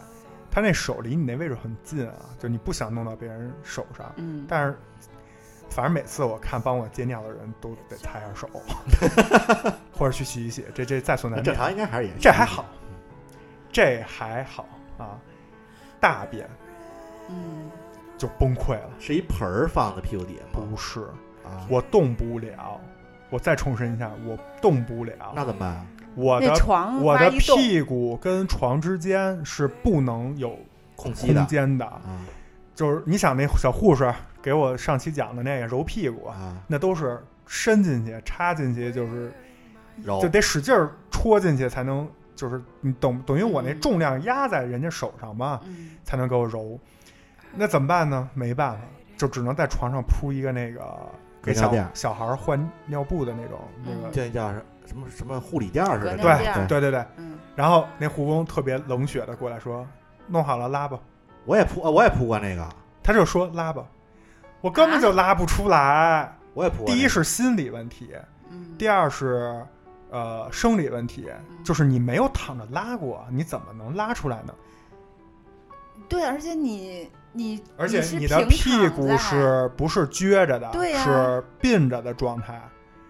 他那手离你那位置很近啊，就你不想弄到别人手上。嗯，但是，反正每次我看帮我接尿的人都得擦一下 [LAUGHS] 手，或者去洗一洗，这这再送难那免。正常应该还是也这还好，这还好啊，大便嗯就崩溃了。是一盆儿放在屁股底下吗？不是，啊，我动不了。我再重申一下，我动不那了。怎么办？我那的床我挖的一洞，屁股跟床之间是不能有呃空隙的空间的，啊就是你想那小护士给我上期讲的那个揉屁股，啊，那都是伸进去、插进去，就是哦揉就得使劲儿戳进去才能，就是你懂等于我那重量压在人家手上嘛，嗯才能给我揉。那怎么办呢？没办法，就只能在床上铺一个那个给尿小垫儿小孩儿换尿布的那种那嗯个。这叫什么什么护理垫儿似的，隔对尿垫儿对对对，嗯，然后那护工特别冷血的过来说：“弄好了拉吧。我也铺，啊我也铺过那个，”他就说：“拉吧。”我根本就拉不出来。我也铺过那个。第一是心理问题，嗯第二是呃生理问题，就是你没有躺着拉过，你怎么能拉出来呢？对，而且你你而且是你的平屁躺股在是不是撅着的？对呀是并着的状态，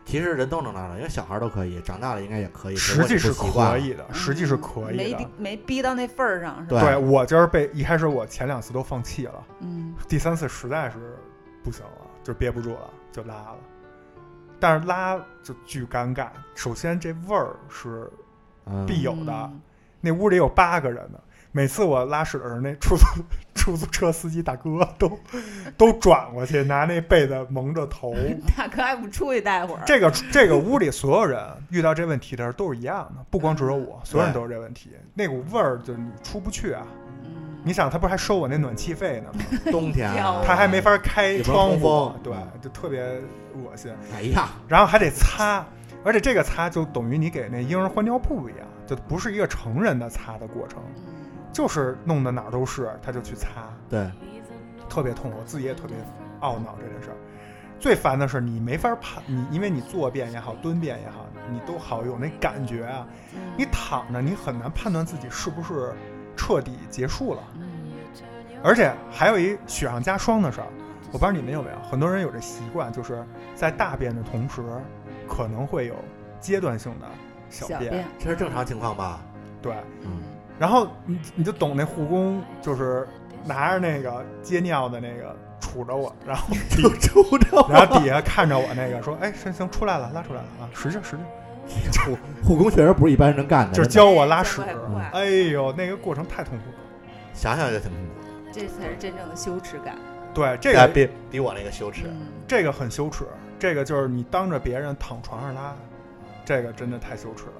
其实人都能拉上，因为小孩儿都可以，长大了应该也可以，只实不过际你不是习惯可以的，实际是可以嗯没的逼。没逼到那份儿上，是吧？对对我今儿被一开始我前两次都放弃了，嗯第三次实在是不行了，就憋不住了，就拉了。但是拉就巨尴尬，首先这味儿是嗯必有的，那屋里有八个人呢。每次我拉屎的时候，那出租出租车司机大哥都都转过去，拿那被子蒙着头。大哥还不出去待会儿？这个这个屋里所有人遇到这问题的时候都是一样的，不光只有我，所有人都有这问题。那股味儿就是你出不去啊！嗯你想，他不是还收我那暖气费呢吗？冬天啊，他还没法开也不能窗通户风，嗯对，就特别恶心。哎呀，然后还得擦，而且这个擦就等于你给那婴儿换尿布一样，就不是一个成人的擦的过程。嗯就是弄得哪儿都是，他就去擦，对，特别痛苦，我自己也特别懊恼这件事儿。最烦的是你没法判，你因为你坐便也好，蹲便也好，你都好有那感觉啊。嗯你躺着，你很难判断自己是不是彻底结束了。而且还有一雪上加霜的事儿，我不知道你们有没有，很多人有这习惯，就是在大便的同时，可能会有阶段性的小小便这是正常情况吧？对，嗯然后你你就懂那护工就是拿着那个接尿的那个杵着我，然 [LAUGHS] 后就杵着我然后底下看着我那个说，哎，行行，出来了，拉出来了啊，使劲使劲，护护工确实不是一般人能干的，就是真的教我拉屎怪不怪，哎呦，那个过程太痛苦了。想想就挺痛苦。这才是真正的羞耻感。对，这哎个比比我那个羞耻，这个很羞耻，这个就是你当着别人躺床上拉，这个真的太羞耻了。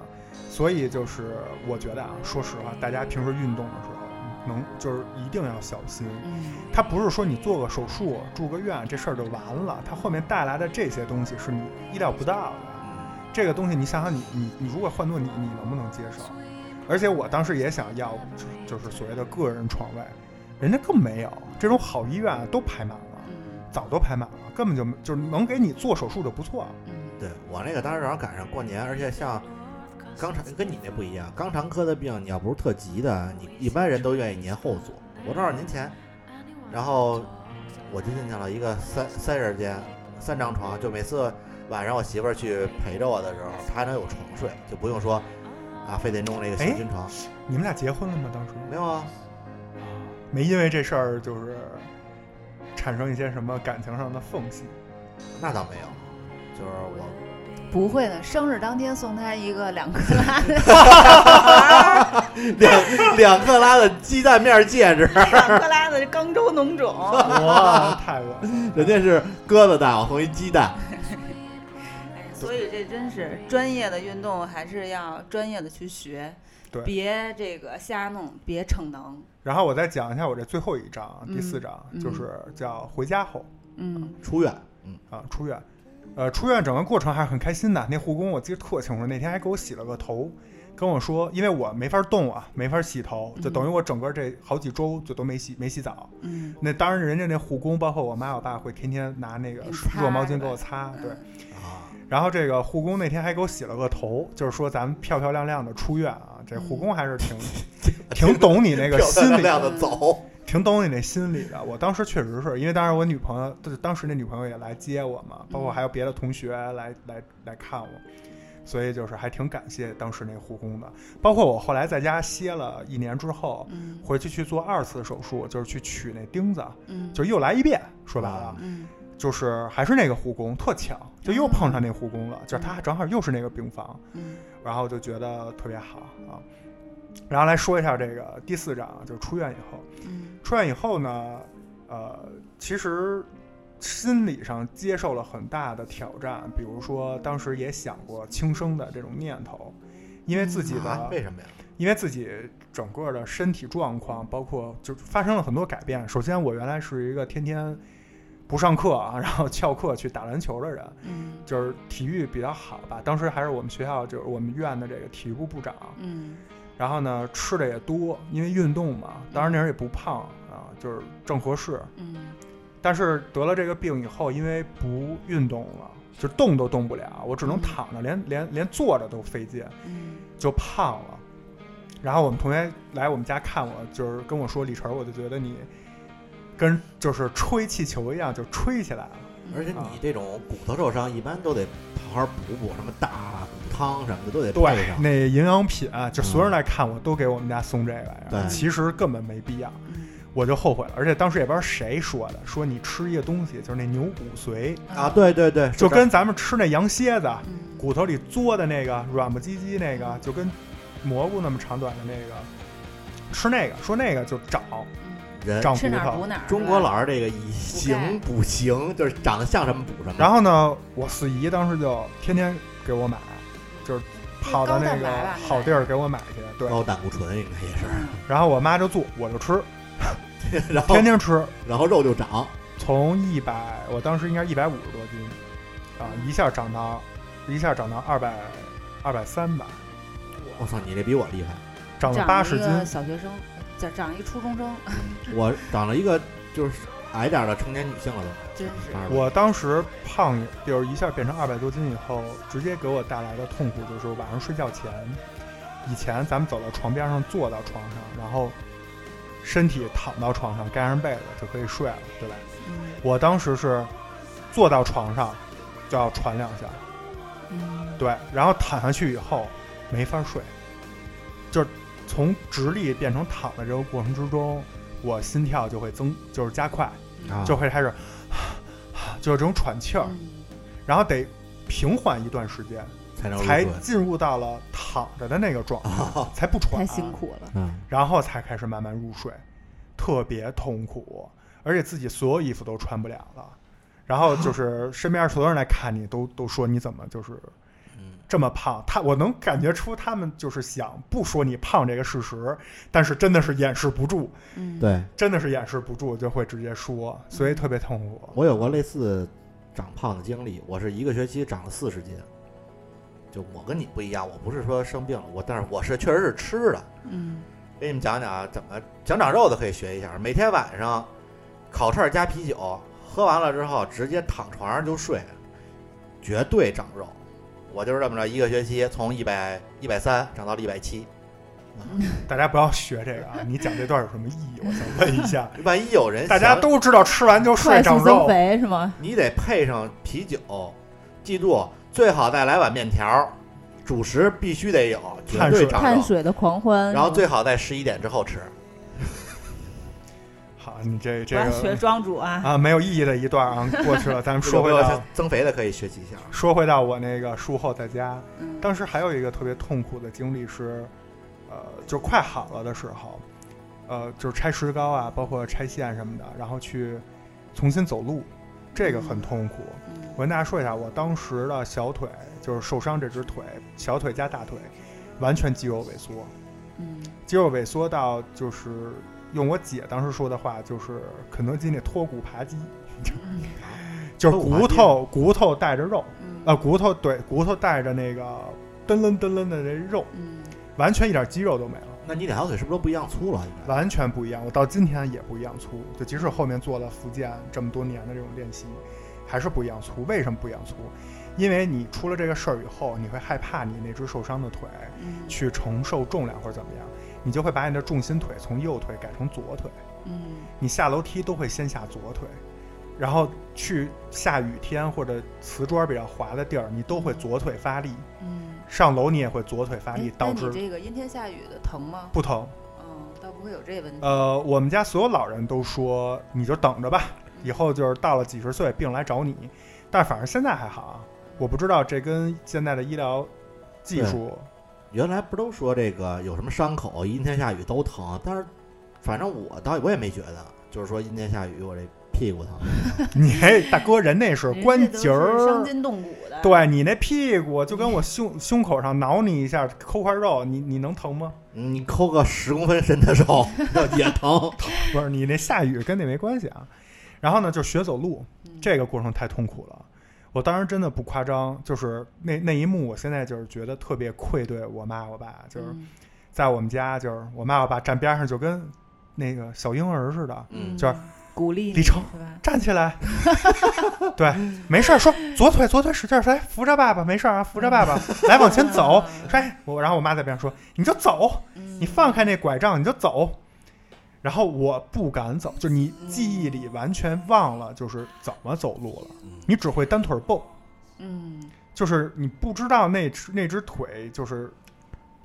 所以就是我觉得啊，说实话，大家平时运动的时候，嗯能就是一定要小心。嗯它不是说你做个手术、住个院这事儿就完了，它后面带来的这些东西是你意料不到的。嗯嗯这个东西你想想你，你你如果换做你，你能不能接受？而且我当时也想要，就就是所谓的个人床位，人家更没有这种好医院啊都排满了。嗯早都排满了，根本就没就是能给你做手术就不错了。啊嗯对我那个当时正好赶上过年，而且像肛肠跟你那不一样，肛肠科的病你要不是特急的，你一般人都愿意年后做。我正好年前，然后我就进去了一个三三人间，三张床，就每次晚上我媳妇儿去陪着我的时候，她还能有床睡，就不用说啊，非得弄那个小哎军床。你们俩结婚了吗？当时没有啊，没因为这事儿就是产生一些什么感情上的缝隙。那倒没有，就是我不会的，生日当天送他一个两克拉 [LAUGHS] 的两两克拉的鸡蛋面戒指，两克拉的肛周脓肿， [LAUGHS] 哇，太恶心！人家是鸽子蛋，我送一鸡蛋。所以这真是专业的运动，还是要专业的去学，对别这个瞎弄，别逞能。然后我再讲一下我这最后一章，嗯第四章、嗯就是叫回家后嗯，出院，啊，出院。呃，出院整个过程还是很开心的。那护工我记得特清楚，那天还给我洗了个头，跟我说，因为我没法动啊，没法洗头，就等于我整个这好几周就都没洗没洗澡。嗯，那当然，人家那护工，包括我妈我爸，会天天拿那个给你擦热毛巾是吧嗯给我擦。对，啊，然后这个护工那天还给我洗了个头，就是说咱们漂漂亮亮的出院啊。这嗯护工还是 [LAUGHS] 挺、挺懂你那个漂漂心啊亮理亮的，的走。挺懂你那心理的。我当时确实是因为当时我女朋友，就是当时那女朋友也来接我嘛，包括嗯还有别的同学来来来看我，所以就是还挺感谢当时那护工的。包括我后来在家歇了一年之后，嗯回去去做二次手术，就是去取那钉子，啊嗯就又来一遍。说白了，啊嗯就是还是那个护工，特巧，就又碰上那护工了，就是他正好又是那个病房，嗯然后就觉得特别好啊。然后来说一下这个第四章啊，就是出院以后，嗯出院以后呢，呃，其实心理上接受了很大的挑战，比如说当时也想过轻生的这种念头，因为自己的、啊为什么呀？因为自己整个的身体状况，包括就发生了很多改变。首先，我原来是一个天天不上课啊，然后翘课去打篮球的人，嗯就是体育比较好吧。当时还是我们学校，就是我们院的这个体育部部长。嗯然后呢，吃的也多，因为运动嘛。当然那时候也不胖啊，就是正合适。嗯但是得了这个病以后，因为不运动了，就动都动不了，我只能躺着，连连连坐着都费劲。嗯就胖了。然后我们同学来我们家看我，就是跟我说李晨，我就觉得你跟就是吹气球一样，就吹起来了。而且你这种骨头受伤，一般都得好好补补，什么大骨汤什么的都得配上。那营养品啊，就所有人来看我都给我们家送这个玩意儿，对其实根本没必要。我就后悔了，而且当时也不知道谁说的，说你吃一个东西就是那牛骨髓，啊，对对对，就是跟咱们吃那羊蝎子嗯骨头里嘬的那个软不唧唧那个，就跟蘑菇那么长短的那个，吃那个说那个就长人长吃骨哪儿头补。哪儿。中是国吧老是这个以形补形，就是长得像什么补什么。然后呢，我四姨当时就天天给我买，就是跑到那哎高蛋个白吧好地儿给我买去。对，高胆固醇应该也是，然后我妈就做，我就吃，然后天天吃，然后肉就长，从一百，我当时应该一百五十多斤，啊，一下长到，一下长到二百，二百三吧，我操，你这比我厉害。长长了了八一十个斤，小学生，长长一初中生，我长了一个就是矮点儿的成年女性了都，真是二十多我当时胖，就是一下变成二百多斤以后，直接给我带来的痛苦就是晚上睡觉前，以前咱们走到床边上，坐到床上，然后身体躺到床上，盖上被子就可以睡了，对吧？嗯我当时是坐到床上就要喘两下，嗯，对，然后躺下去以后没法睡，就是从直立变成躺的这个过程之中，我心跳就会增，就是加快，嗯啊，就会开始， [SIGHS] 就是这种喘气儿，嗯然后得平缓一段时间，才能入才睡进入到了躺着的那个状态，才不太喘，辛苦了。嗯，然后才开始慢慢入睡，特别痛苦，而且自己所有衣服都穿不了了。然 [LAUGHS] 后就是身边所有人来看你都都说你怎么就是嗯这么胖，他我能感觉出他们就是想不说你胖这个事实，但是真的是掩饰不住，嗯，对真的是掩饰不住就会直接说，所以特别痛苦。我有过类似长胖的经历，我是一个学期长了四十斤。就我跟你不一样，我不是说生病了，我但是我是确实是吃的，嗯给你们讲讲啊，怎么想长肉的可以学一下。每天晚上烤串儿加啤酒，喝完了之后直接躺床上就睡，绝对长肉。我就是这么着，一个学期从一百一百三涨到了一百七。大家不要学这个啊！你讲这段有什么意义？我想问一下，万一有呃人大家想都知道吃完就睡快速长增肉，肥是吗？你得配上啤酒，记住最好再来碗面条儿，主食必须得有，绝碳对水长碳肉。水的狂欢。然后最好在十一点之后吃。嗯好，你这这我要学 [LAUGHS] 个庄主啊，啊没有意义的一段啊过去了，咱们说回有没有到想增肥的可以学习一下。说回到我那个术后在家，嗯，当时还有一个特别痛苦的经历是，呃，就快好了的时候，呃，就是拆石膏啊，包括拆线什么的，然后去重新走路，这个嗯很痛苦。嗯我跟大家说一下，我当时的小腿就是受伤这只腿，小腿加大腿，完全肌肉萎缩，嗯肌肉萎缩到就是用我姐当时说的话，就是肯德基那脱骨扒鸡， [LAUGHS] 就是骨头骨头带着肉。嗯啊，骨头对骨头带着那个噔楞噔楞的这肉，嗯完全一点肌肉都没了，那你两条腿是不是都不一样粗了？应该完全不一样。我到今天也不一样粗，就即使后面做了复健这么多年的这种练习，还是不一样粗。为什么不一样粗？因为你出了这个事儿以后，你会害怕你那只受伤的腿嗯去承受重量或者怎么样，你就会把你的重心腿从右腿改成左腿。嗯你下楼梯都会先下左腿，然后去下雨天或者瓷砖比较滑的地儿，你都会左腿发力。嗯，上楼你也会左腿发哎嗯力，那导你致这个阴天下雨的疼吗？不疼。嗯，倒不会有这问题。呃，我们家所有老人都说，你就等着吧，以后就是到了几十岁病来找你。但反正现在还好啊，我不知道这跟现在的医疗技术原来不都说这个有什么伤口，阴天下雨都疼，但是反正我倒我也没觉得，就是说阴天下雨我这屁股疼。你嘿大哥人那呃是人家关都节是伤儿，筋动骨的，嗯对你那屁股就跟我胸胸口上挠你一下抠块肉，你你能疼吗？嗯你抠个十公分深 [LAUGHS] 的肉也疼，不是你那下雨跟那没关系啊。然后呢，就学走路，嗯这个过程太痛苦了。我当时真的不夸张，就是那那一幕，我现在就是觉得特别愧对我妈我爸，就是嗯在我们家，就是我妈我爸站边上就跟那个小婴儿似的，嗯就是鼓励李成是吧？站起 [LAUGHS] 来，对，没事儿，说左腿左腿使劲儿，来扶着爸爸，没事儿啊，扶着爸爸，来往前走，嗯说哎，我然后我妈在边上说你就走，你你放开那拐杖，你就走。然后我不敢走，就你记忆里完全忘了就是怎么走路了，你只会单腿蹦，嗯就是你不知道那只那只腿就是，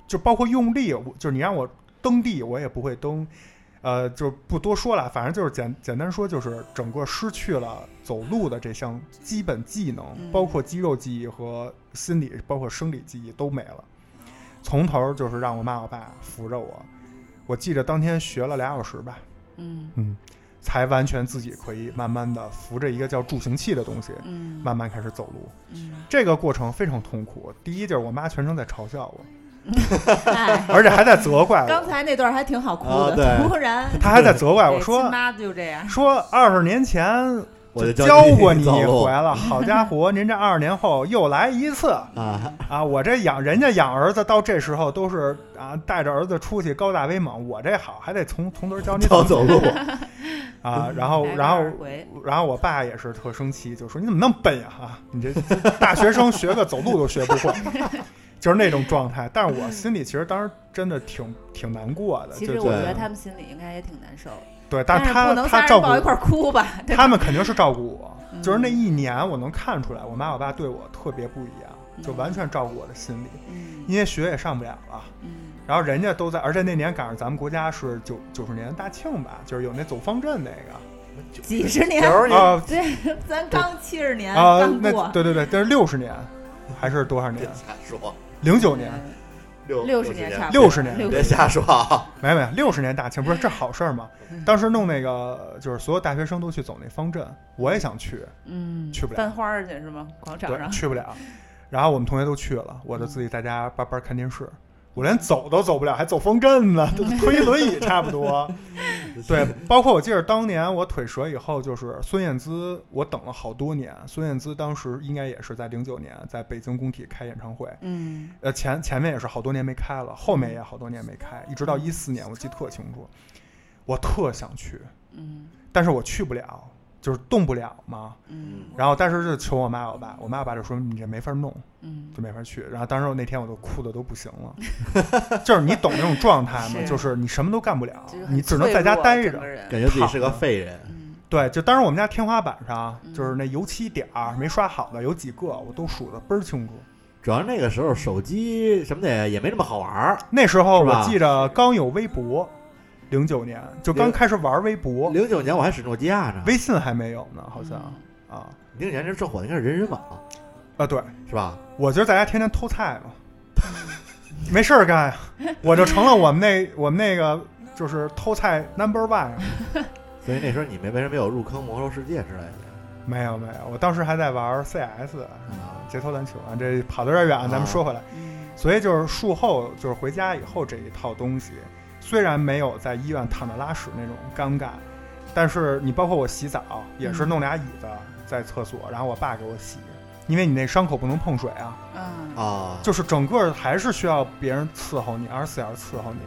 就包括用力，我就是你让我蹬地，我也不会蹬。呃，就不多说了，反正就是简简单说，就是整个失去了走路的这项基本技能，嗯包括肌肉记忆和心理，包括生理记忆都没了。从头就是让我妈我爸扶着我，我记着当天学了俩小时吧，嗯嗯，才完全自己可以慢慢的扶着一个叫助行器的东西，嗯慢慢开始走路。嗯这个过程非常痛苦。第一就是我妈全程在嘲笑我，哎，而且还在责怪刚我，才那段还挺好哭啊对的，突然哎她还在责怪我对说亲妈就这样，说二十年前我就教你过你 [LAUGHS] 走一路回了，好家伙，您这二十年后又来一次啊嗯啊！我这养人家养儿子到这时候都是啊，带着儿子出去高大威猛，我这好还得从从头教你教走 [LAUGHS] 路啊。然后来个然后二回然后我爸也是特生气，就说你怎么那么笨呀啊！你这这大学生学个走路都学不会。 [LAUGHS] 就是那种状态，但是我心里其实当时真的挺挺难过的。其就实是我觉得他们心里应该也挺难受，对，但但是不他能他仨照人顾抱一我块儿哭吧？ [LAUGHS] 对吧他们肯定是照顾我，嗯就是那一年我能看出来，我妈我爸对我特别不一嗯样，就完全照顾我的心理，因为学也上不了了。嗯然后人家都在，而且那年赶上咱们国家是九九十年大庆吧，就是有那走方阵那个几十年九十年啊对，咱刚七十年啊刚，那过，对对对，但是六十年还是多少年？瞎说，零九年，六嗯六十十年差不多，六十年六别瞎说 [LAUGHS] 啊！没有没有，六十年大庆不是这好事儿吗？嗯当时弄那个就是所有大学生都去走那方阵，我也想去，嗯，去不了办花儿去是吗？广场对，上去不了。然后我们同学都去了，嗯我就自己在家叭叭看电视，我连走都走不了，还走风阵呢，嗯就推轮椅差不 [LAUGHS] 多。对，包括我记得当年我腿折以后，就是孙燕姿，我等了好多年。孙燕姿当时应该也是在零九年在北京工体开演唱会，嗯，呃，前前面也是好多年没开了，后面也好多年没开，一直到一四年，我记得特清楚，我特想去，嗯，但是我去不了，就是动不了嘛，嗯，然后但是就求我妈我爸，我妈我爸就说你这没法弄，嗯，就没法去，然后当时我那天我都哭的都不行 [LAUGHS] 了，就是你懂那种状态吗？是就是你什么都干不了就是，很你只能在脆家弱待整着个，人嗯感觉自己是个废人，对，就当时我们家天花板上就是那油漆点儿没刷好的有几个，我都数的倍儿清楚。主要那个时候手机什么的也没那么好玩儿。那时候是吧我记着刚有微博，零九年就刚开始玩微博，零九年我还使诺基亚呢，微信还没有呢，好像啊零九年这正火的应该是人人网啊，对是吧？我就在家天天偷菜嘛， [LAUGHS] 没事儿干呀，我就成了我们那我们那个就是偷菜 number one 啊。所以那时候你们为什么没有入坑魔兽世界之类的？没有没有，我当时还在玩 CS 嗯啊，街头篮球啊，这跑得有点远，哦咱们说回来。嗯所以就是术后，就是回家以后这一套东西，虽然没有在医院躺着拉屎那种尴尬，但是你包括我洗澡也是弄俩椅子在厕所，然后我爸给我洗，因为你那伤口不能碰水啊，嗯，啊，就是整个还是需要别人伺候你，二十四小时伺候你，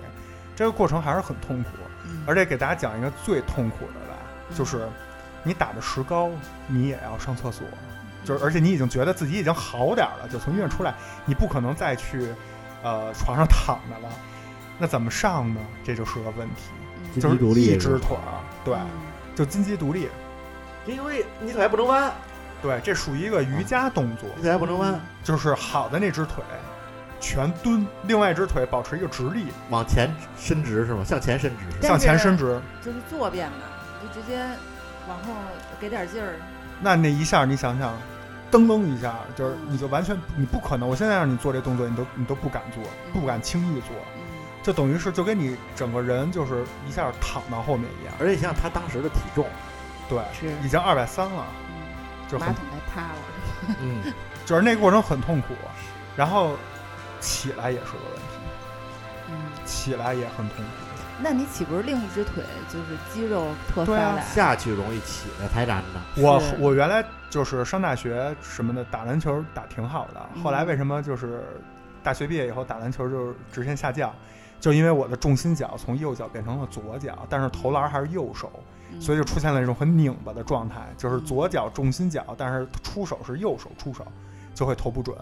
这个过程还是很痛苦。嗯而且给大家讲一个最痛苦的吧，就是你打着石膏，你也要上厕所，就是而且你已经觉得自己已经好点儿了，就从医院出来，你不可能再去呃床上躺着了，那怎么上呢？这就是个问题，嗯金就是鸡独立一也只是，嗯腿儿，对，就金鸡独立，金鸡独立你腿不能弯，对，这属于一个嗯瑜伽动作，你腿不能嗯弯，就是好的那只腿全蹲，另外一只腿保持一个直立，往前伸直是吗？向前伸直是吗？但向前是伸直。就是坐便嘛，就直接往后给点劲儿，那那一下，你想想，噔噔一下，就是你就完全你不可能。我现在让你做这动作，你都你都不敢做，不敢轻易做，嗯，就等于是就跟你整个人就是一下躺到后面一样。而且你想想他当时的体 [LAUGHS] 重，对，是已经二百三了，就嗯马很桶该塌了，嗯，就是那个过程很痛苦，然后起来也是个问题，嗯，起来也很痛苦。那你岂不是另一只腿就是肌肉特对啊发达？下去容易起来抬难呢。我是我原来就是上大学什么的打篮球打挺好的，后来为什么就是大学毕业以后打篮球就是直线下降，就因为我的重心脚从右脚变成了左脚，但是投篮还是右手，嗯所以就出现了一种很拧巴的状态，就是左脚重心脚，但是出手是右手出手，就会投不准，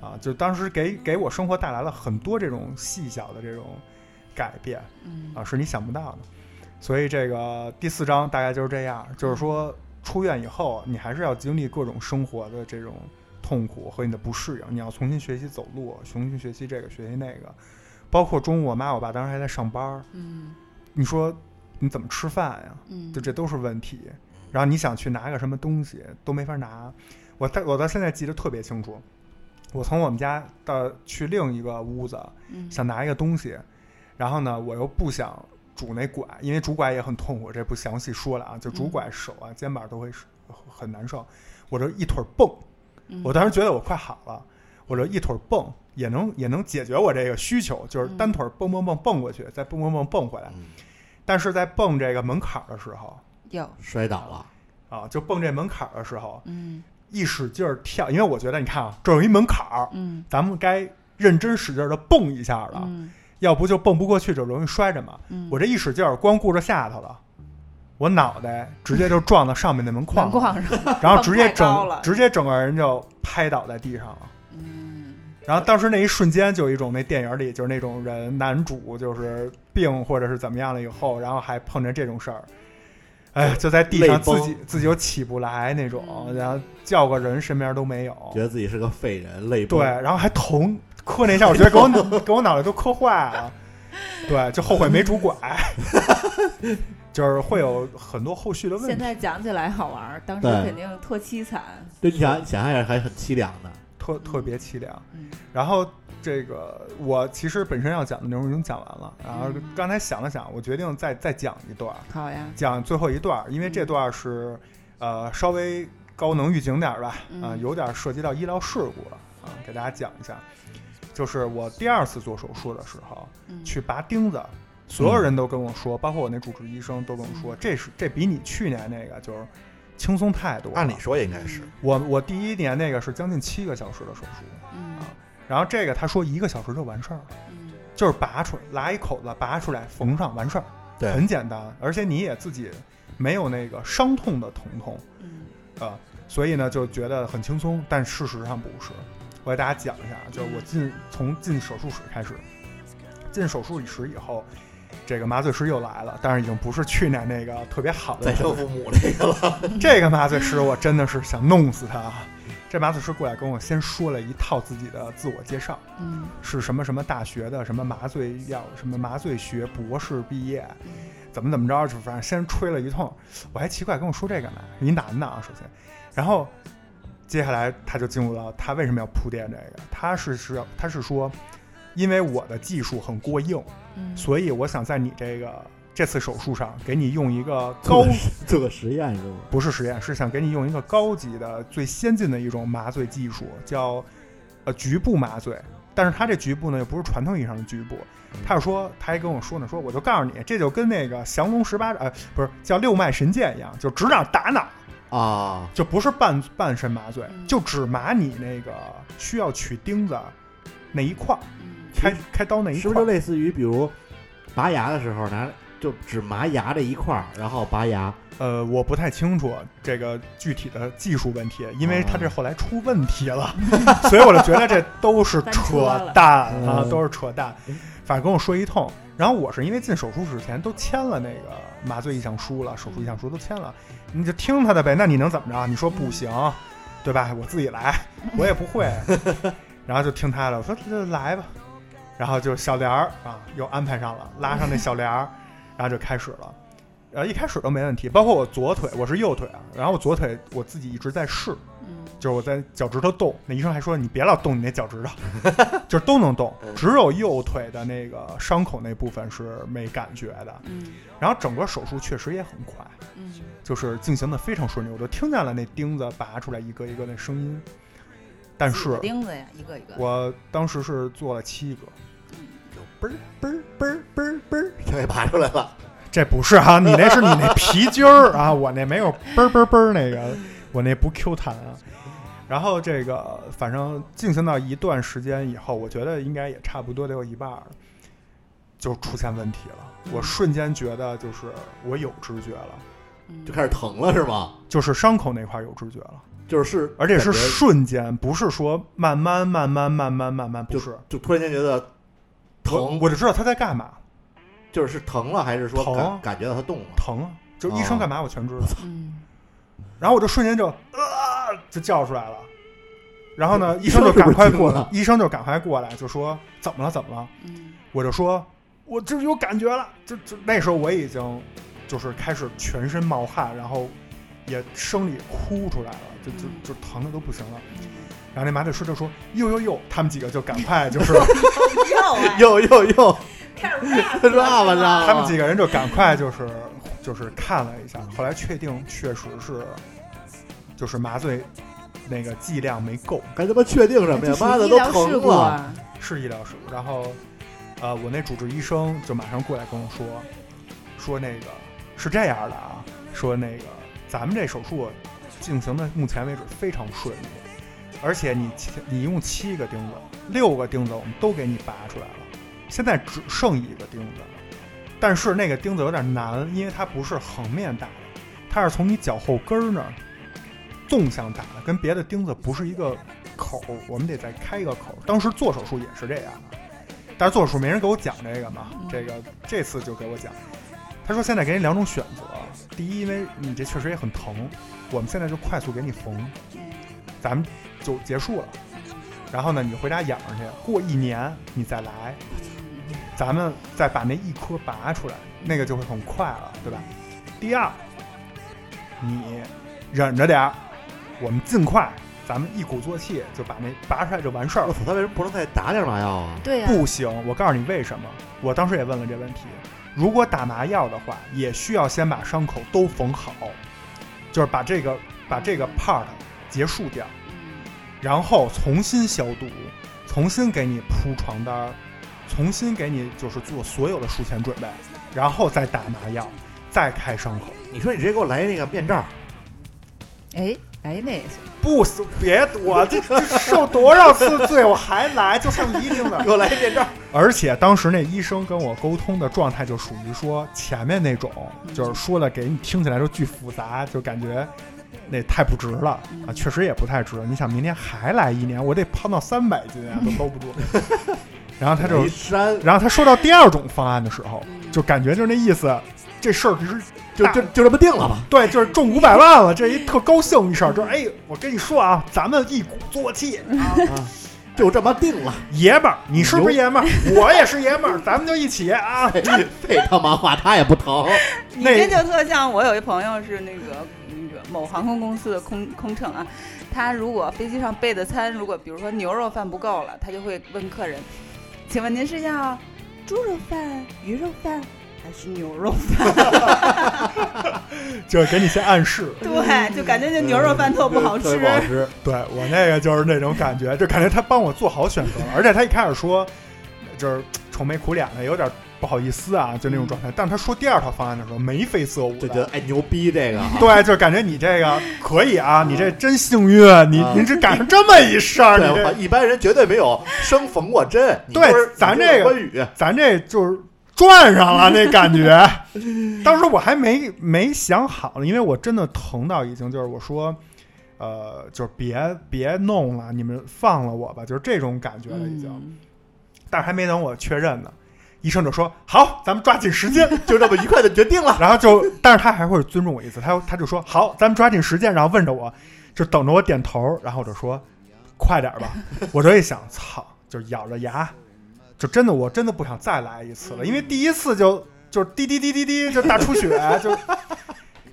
啊，就当时给给我生活带来了很多这种细小的这种改变，嗯啊，是你想不到的。所以这个第四章大概就是这样，就是说出院以后，你还是要经历各种生活的这种痛苦和你的不适应，你要重新学习走路，重新学习这个，学习那个，包括中午我妈我爸当时还在上班儿，嗯你说你怎么吃饭呀？嗯就这都是问题。然后你想去拿个什么东西都没法拿，我到我到现在记得特别清楚，我从我们家到去另一个屋子，嗯想拿一个东西，然后呢，我又不想拄那拐，因为拄拐也很痛苦，这不详细说了啊。就拄拐手啊、肩膀都会是很难受，我这一腿蹦，嗯我当时觉得我快好了，我这一腿蹦也能也能解决我这个需求，就是单腿蹦蹦蹦蹦过去，再嗯蹦蹦蹦蹦回来。但是在蹦这个门槛儿的时候，有摔倒了，啊，就蹦这门槛儿的时候，嗯一使劲儿跳，因为我觉得你看啊，这儿有一门槛儿，嗯咱们该认真使劲儿的蹦一下了，嗯要不就蹦不过去就容易摔着嘛。嗯我这一使劲儿，光顾着下头了，我脑袋直接就撞到上面那门框门了，框上 [LAUGHS] 然后直接蹦太高整了直接整个人就拍倒在地上了。嗯然后当时那一瞬间，就有一种那电影里就是那种人，男主就是病或者是怎么样了以后，然后还碰见这种事儿，哎，就在地上泪崩自己自己又起不来那种，然后叫个人身边都没有，觉得自己是个废人，累对，然后还头磕那一下，我觉得给我 [LAUGHS] 脑给我脑袋都磕坏了，对，就后悔没拄 [LAUGHS] 拐，就是会有很多后续的问现题，在讲起来好玩儿，当时对肯定特凄惨。对，你想想象一下，还很凄凉的。特特别凄凉。嗯然后这个我其实本身要讲的内容已经讲完了，然后刚才想了想，我决定再再讲一段儿，好呀，讲最后一段儿，因为这段儿是呃稍微高能预警点儿吧，啊、嗯有点儿涉及到医疗事故了啊，给大家讲一下，就是我第二次做手术的时候、嗯去拔钉子。所有人都跟我说，包括我那主治医生都跟我说，这是这比你去年那个就是轻松太多了。按理说也应该是，我我第一年那个是将近七个小时的手术，嗯啊然后这个他说一个小时就完事儿了，就是拔出来拉一口子，拔出来缝上完事儿，嗯对很简单，而且你也自己没有那个伤痛的疼痛，嗯啊、所以呢就觉得很轻松，但事实上不是。我给大家讲一下，就是我进从进手术室开始，进手术室以后，这个麻醉师又来了，但是已经不是去年那个特别好的再麻醉生师父 [LAUGHS] 母这个了，这个麻醉师我真的是想弄死他。这麻醉师过来跟我先说了一套自己的自我介绍，嗯是什么什么大学的，什么麻醉药，什么麻醉学博士毕业，怎么怎么着，就反正先吹了一通。我还奇怪跟我说这干嘛？一男的啊，首先，然后接下来他就进入到他为什么要铺垫这个，他是是他是说，因为我的技术很过硬，嗯所以我想在你这个这次手术上给你用一个高做个实做个实验是吗？不是实验，是想给你用一个高级的、最先进的一种麻醉技术，叫呃局部麻醉。但是它这局部呢，又不是传统意义上的局部，他又说，他还跟我说呢，说我就告诉你，这就跟那个降龙十八掌，呃，不是叫六脉神剑一样，就指哪打哪，啊，就不是半半身麻醉，嗯就只麻你那个需要取钉子那一块儿，嗯开开刀那一是块不是就儿。类似于比如拔牙的时候拿就只麻牙这一块儿，然后拔牙？呃，我不太清楚这个具体的技术问题，因为他这后来出问题了。 [LAUGHS] 所以我就觉得这都是扯淡翻车啊了，都是扯淡。反正跟我说一通，然后我是因为进手术室前都签了那个麻醉意向书了，手术意向书都签了，你就听他的呗。那你能怎么着？啊你说不行，对吧？我自己来，我也不会。然后就听他的，我说那就来吧。然后就小帘儿啊，又安排上了，拉上那小帘儿，然后就开始了。然后一开始都没问题，包括我左腿，我是右腿啊，然后我左腿我自己一直在试，嗯就是我在脚趾头动，那医生还说你别老动你那脚趾头， [LAUGHS] 就是都能动，只有右腿的那个伤口那部分是没感觉的。嗯然后整个手术确实也很快，嗯就是进行的非常顺利，我都听见了那钉子拔出来一个一个那声音。但几是个钉子呀，一个一个。我当时是做了七个，嘣儿嘣儿嘣儿嘣儿嘣儿， [LAUGHS] 全给拔出来了，这不是啊，你那是你那皮筋儿啊， [LAUGHS] 我那没有嘣嘣嘣那个，我那不 Q 弹啊。然后这个反正进行到一段时间以后，我觉得应该也差不多得有一半儿，就出现问题了。我瞬间觉得就是我有知觉了， [LAUGHS] 嗯就开始疼了是吗？就是伤口那块儿有知觉了，就是是，而且是感觉瞬间，不是说慢慢慢慢慢慢慢慢，不是。就突然间觉得我疼，我就知道他在干嘛，就是是疼了还是说疼感感觉到它动了？疼啊！就医生哦干嘛我全知道。嗯然后我就瞬间就啊就叫出来了，然后呢，医生就医生是不赶是快急过过了，医生就赶快过来，就说怎么了怎么了？嗯我就说我这有感觉了，就就那时候我已经就是开始全身冒汗，然后也生理哭出来了，就就就疼的都不行了。然后那麻醉师就说哟哟哟，他们几个就赶快就是嗯又又又， [LAUGHS] 开始拉吧拉吧，他们几个人就赶快就是就是看了一下，后来确定确实是就是麻醉那个剂量没够。还他妈确定什么这呀？是妈的医都疗事疼故了，啊！是医疗事故。然后，呃，我那主治医生就马上过来跟我说，说那个是这样的啊，说那个咱们这手术进行的目前为止非常顺利，而且你七你一共七个钉子，六个钉子我们都给你拔出来了，现在只剩一个钉子了。但是那个钉子有点难，因为它不是横面打的，它是从你脚后跟儿那儿纵向打的，跟别的钉子不是一个口儿，我们得再开一个口儿。当时做手术也是这样，但是做手术没人给我讲这个嘛，这个这次就给我讲。他说现在给你两种选择，第一，因为你这确实也很疼，我们现在就快速给你缝，咱们就结束了。然后呢，你回家养着去，过一年你再来，嗯咱们再把那一颗拔出来，那个就会很快了，对吧？第二，你忍着点儿，我们尽快，咱们一鼓作气就把那拔出来就完事儿了。我操，他为什么不能再打点麻药啊对呀不行，我告诉你为什么。我当时也问了这问题，如果打麻药的话，也需要先把伤口都缝好，就是把这个把这个 part 结束掉，嗯然后重新消毒，重新给你铺床单儿，重新给你就是做所有的术前准备，然后再打麻药，再开伤口。你说你直接给我来那个面罩，哎，哎，那也行。不行，别我这这受多少次罪，我还来，就剩一定的， [LAUGHS] 给我来一面 [LAUGHS] 罩。而且当时那医生跟我沟通的状态就属于说前面那种，就是说的给你听起来就巨复杂，就感觉那太不值了啊，确实也不太值。你想明天还来一年，我得胖到三百斤啊，都搂 [LAUGHS] 不住。然后他就一删，然后他说到第二种方案的时候，就感觉就是那意思，这事儿就是就就就这么定了吧？对，就是中五百万了，这一特高兴一事儿，就是哎，我跟你说啊，咱们一鼓作气啊，哦 [LAUGHS] 就这么定 [LAUGHS] 了。爷们儿，你是不是爷们儿？我也是爷们儿，咱们就一起啊！哎这他妈话他也不疼，你那这就特像我有一朋友是那个那个某航空公司的空空乘啊，他如果飞机上备的餐，如果比如说牛肉饭不够了，他就会问客人，请问您是要猪肉饭、鱼肉饭还是牛肉饭？就是给你些暗示。对，就感觉那牛肉饭特不好吃。不好吃。对我那个就是那种感觉，就感觉他帮我做好选择了，而且他一开始说就是愁眉苦脸的，有点不好意思啊，就那种状态。但他说第二套方案的时候，眉飞色舞就觉的得。哎牛逼这个啊， [LAUGHS] 对，就是感觉你这个可以啊，你这真幸运，你啊您这赶上这么一事啊儿，你 [LAUGHS] 对这吧？一般人绝对没有生缝过针。你对都是咱你都这是个关羽，咱这就是转上了那感觉。当时我还没没想好呢，因为我真的疼到已经就是我说，呃，就是别别弄了，你们放了我吧，就是这种感觉了已嗯经。但是还没等我确认呢，医生就说好，咱们抓紧时间。就这么愉快的决定了。然后就，但是他还会尊重我一次，他他就说好，咱们抓紧时间，然后问着我，就等着我点头，然后我就说快点儿吧。我这一想，操，就咬着牙，就真的我真的不想再来一次了，因为第一次就就滴滴滴滴滴就大出血，就 [LAUGHS]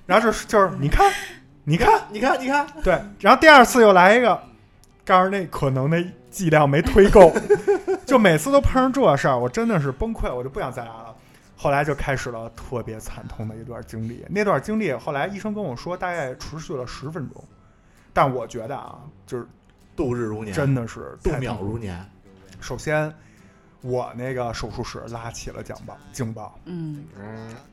然后就是就是你看 [LAUGHS] 你看你看，你看， [LAUGHS] 对，然后第二次又来一个，告诉那可能那剂量没推够， [LAUGHS] 就每次都碰上这事儿，我真的是崩溃，我就不想再来了。后来就开始了特别惨痛的一段经历，那段经历后来医生跟我说大概持续了十分钟，但我觉得啊，就是度日如年，真的是度太秒痛苦如年。首先，我那个手术室拉起了警报，警报，嗯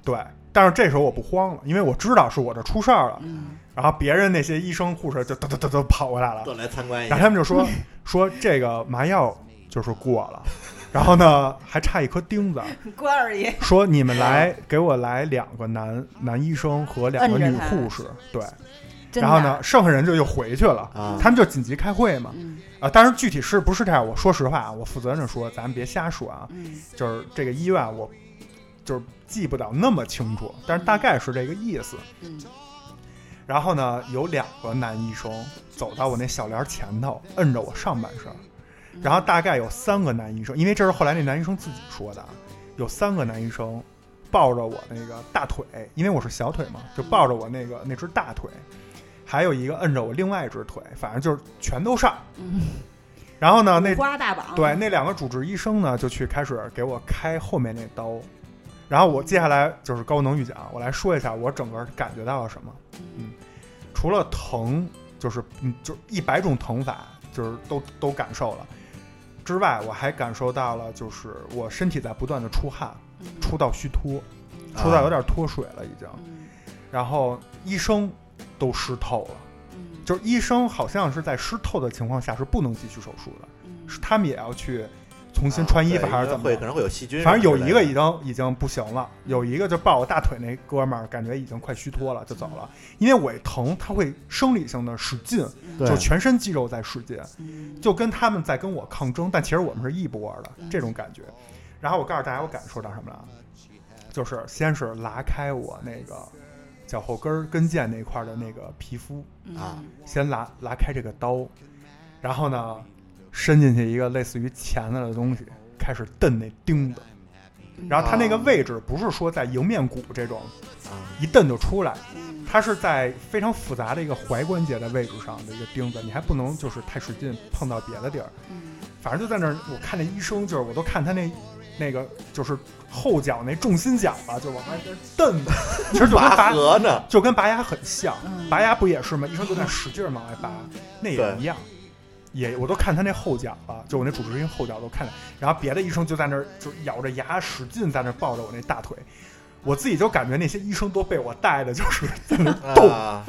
对，但是这时候我不慌了，因为我知道是我这出事儿了，嗯，然后别人那些医生护士就哒哒哒哒跑过来了，都来参哎观一然后。下他们就 [LAUGHS] 说说这个麻药就是过了，然后呢还差一颗钉子， [LAUGHS] 关二嗯爷，说你们来给我来两个 [LAUGHS] 男男医生和两个摁着女他护士，对，真然后的啊呢剩下人就又回去了，啊他们就紧急开会嘛，嗯啊，但是具体是不是这样，我说实话啊，我负责任地说，咱别瞎说啊，嗯就是这个医院我就是记不了那么清楚，但是大概是这个意思。嗯然后呢，有两个男医生走到我那小帘前头，摁着我上半身儿，然后大概有三个男医生，因为这是后来那男医生自己说的，啊，有三个男医生抱着我那个大腿，因为我是小腿嘛，就抱着我那个那只大腿，还有一个摁着我另外一只腿，反正就是全都上。然后呢，那花大嗯绑，对，那两个主治医生呢，就去开始给我开后面那刀。然后我接下来就是高能预警，我来说一下我整个感觉到了什么。嗯，除了疼，就是嗯，就一百种疼法，就是都都感受了。之外，我还感受到了，就是我身体在不断的出汗，嗯啊嗯出到虚脱，出到有点脱水了已经。然后医生都湿透了。就是医生好像是在湿透的情况下是不能继续手术的，是他们也要去重新穿衣服啊对还因是为怎么着？会可能会有细菌反正什么有之一类个的已经已经不行了，有一个就抱我大腿那哥们儿，感觉已经快虚脱了，就走了。因为我一疼，他会生理性的使劲，对就全身肌肉在使劲，就跟他们在跟我抗争，但其实我们是一波的这种感觉。然后我告诉大家，我感受到什么了，啊就是先是拉开我那个脚后跟儿跟腱那块儿的那个皮肤嗯啊，先拉拉开这个刀，然后呢，伸进去一个类似于钳子的东西，开始蹬那钉子。然后它那个位置不是说在迎面骨这种，啊一蹬就出来，嗯它是在非常复杂的一个踝关节的位置上的一个钉子，你还不能就是太使劲碰到别的地儿。嗯反正就在那儿，我看那医生就是，我都看他那那个就是后脚那重心脚吧，就往外边蹬，其 [LAUGHS] 实就跟拔拔 [LAUGHS] 河呢就跟拔牙很像。嗯拔牙不也是吗？医生就在使劲儿往外拔，那也一样。也，我都看他那后脚了，就我那主治医生后脚都看了，然后别的医生就在那儿就咬着牙使劲在那儿抱着我那大腿，我自己就感觉那些医生都被我带的，就是在那儿动，啊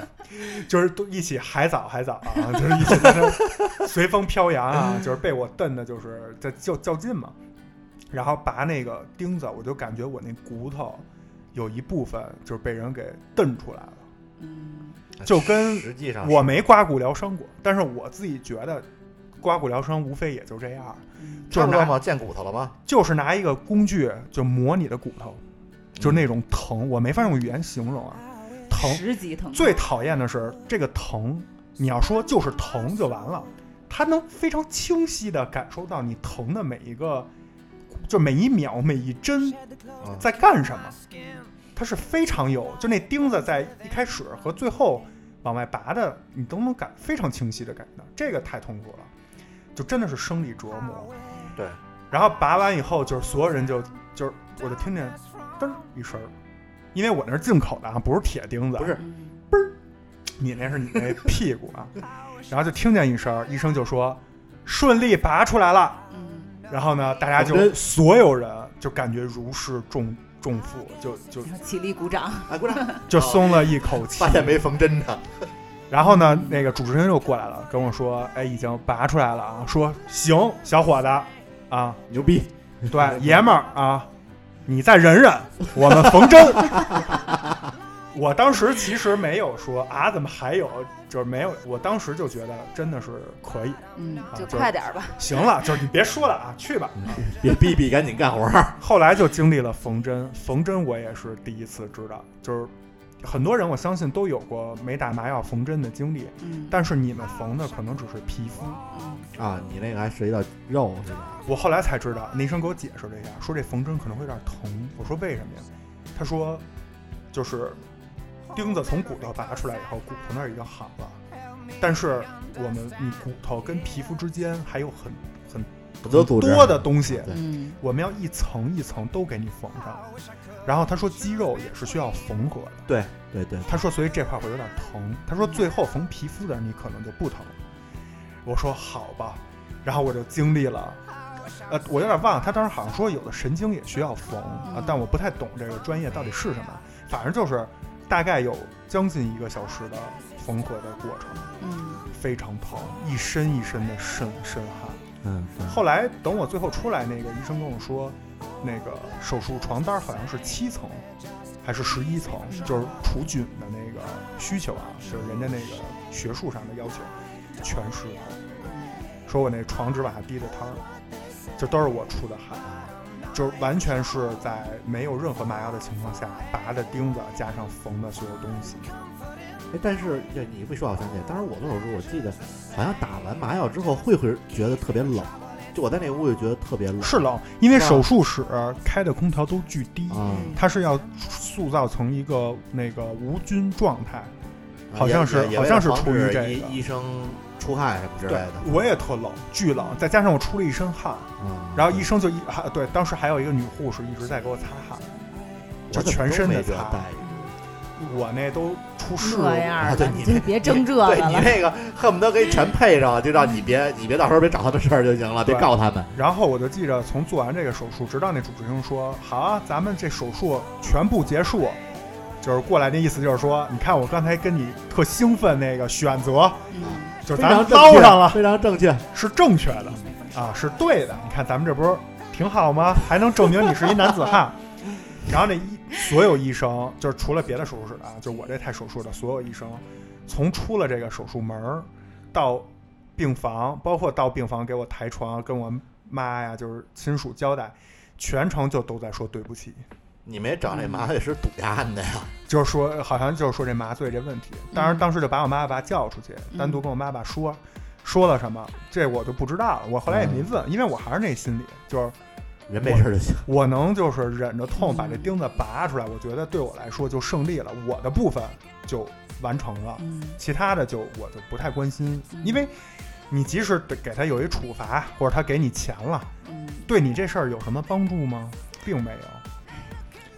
就是都一起海藻海藻啊， [LAUGHS] 就是一起在那儿随风飘扬 [LAUGHS] 啊，就是被我蹬的，就是在较较劲嘛。然后拔那个钉子，我就感觉我那骨头有一部分就是被人给蹬出来了，嗯就跟实际上我啊是没刮骨疗伤过，但是我自己觉得刮骨疗伤无非也就这样，就是嗯差不多拿吗？见骨头了吗？就是拿一个工具就磨你的骨头，就嗯那种疼，我没法用语言形容啊，疼，十级疼，最讨厌的是这个疼，你要说就是疼就完了，他能非常清晰的感受到你疼的每一个，就每一秒每一针嗯在干什么，它是非常有，就那钉子在一开始和最后往外拔的，你都能感非常清晰的感觉到，这个太痛苦了，就真的是生理折磨。对，然后拔完以后，就是所有人就就是我就听见噔儿一声儿，因为我那是进口的啊，不是铁钉子，不嗯是，嘣儿，嗯你那是你那屁股啊，然后就听见一声儿，医生就说顺利拔出来了，嗯然后呢，大家我就真所有人就感觉如释重重负，就就起立鼓掌，啊，鼓掌，就松了一口气， [LAUGHS] 发现没缝针呢。然后呢，那个主持人又过来了，跟我说：“哎，已经拔出来了啊，说行，小伙子，啊，牛逼，对，爷们儿啊，你再忍忍，我们缝针。”我当时其实没有说啊，怎么还有，就是没有，我当时就觉得真的是可以，嗯啊，就就是快点儿吧，行了，就是你别说了啊，去吧。别逼逼，赶紧干活儿。后来就经历了缝针，缝针我也是第一次知道，就是很多人我相信都有过没打麻药缝针的经历，嗯但是你们缝的可能只是皮肤。啊，你那个还涉及到肉是吧？我后来才知道，那医生给我解释了一下，说这缝针可能会有点疼。我说为什么呀？他说就是钉子从骨头拔出来以后，骨头那儿已经好了，但是我们你骨头跟皮肤之间还有很很不得组织多的东西，对嗯我们要一层一层都给你缝上。然后他说肌肉也是需要缝合的。对对对，他说所以这块会有点疼。他说最后缝皮肤的你可能就不疼了。我说好吧，然后我就经历了，呃，我有点忘了，他当时好像说有的神经也需要缝啊，但我不太懂这个专业到底是什么，反正就是大概有将近一个小时的缝合的过程，嗯，非常疼，一身一身的渗渗汗。嗯，后来等我最后出来，那个医生跟我说，那个手术床单好像是七层，还是十一层，就是除菌的那个需求啊，就是人家那个学术上的要求，全是。说我那床只往下滴着汤儿，这都是我出的汗，就是完全是在没有任何麻药的情况下拔的钉子加上缝的所有东西。哎，但是对你不说，我想起来，当时我做手术，我记得好像打完麻药之后会会觉得特别冷，就我在那屋就觉得特别冷。是冷，因为是吧手术室开的空调都巨低，啊，它是要塑造成一个那个无菌状态，好像是也也好像是为了防出于止这医个医生出汗什么之类对的。，我也特冷，巨冷，再加上我出了一身汗，嗯然后医生就一还对，当时还有一个女护士一直在给我擦汗，就我怎么全身都的没这擦，待遇我那都出事故这样了。儿啊对的，你就这别争这个对你了。那个恨不得给全配上，就让你别你别到时候别找他的事儿就行了，别对告他们。然后我就记着，从做完这个手术，直到那主治医生说：“好啊，咱们这手术全部结束，就是过来那意思就是说，你看我刚才跟你特兴奋那个选择，嗯就是咱们非常正捞确上了，非常正确，是正确的啊，是对的。你看咱们这不是挺好吗？还能证明你是一男子汉。然后那医所有医生，就是除了别的手术室的啊，就我这台手术的所有医生，从出了这个手术门儿到病房，包括到病房给我抬床，啊跟我妈呀，就是亲属交代，全程就都在说对不起。你没找这麻醉师堵牙的呀？就是说，好像就是说这麻醉这问题。当然，当时就把我妈爸叫出去，单独跟我妈爸说，说了什么，这我就不知道了。我后来也没问，因为我还是那心理，就是人没事就行。我能就是忍着痛把这钉子拔出来，我觉得对我来说就胜利了，我的部分就完成了，嗯其他的就我就不太关心，因为你即使给他有一处罚，或者他给你钱了，嗯对你这事儿有什么帮助吗？并没有，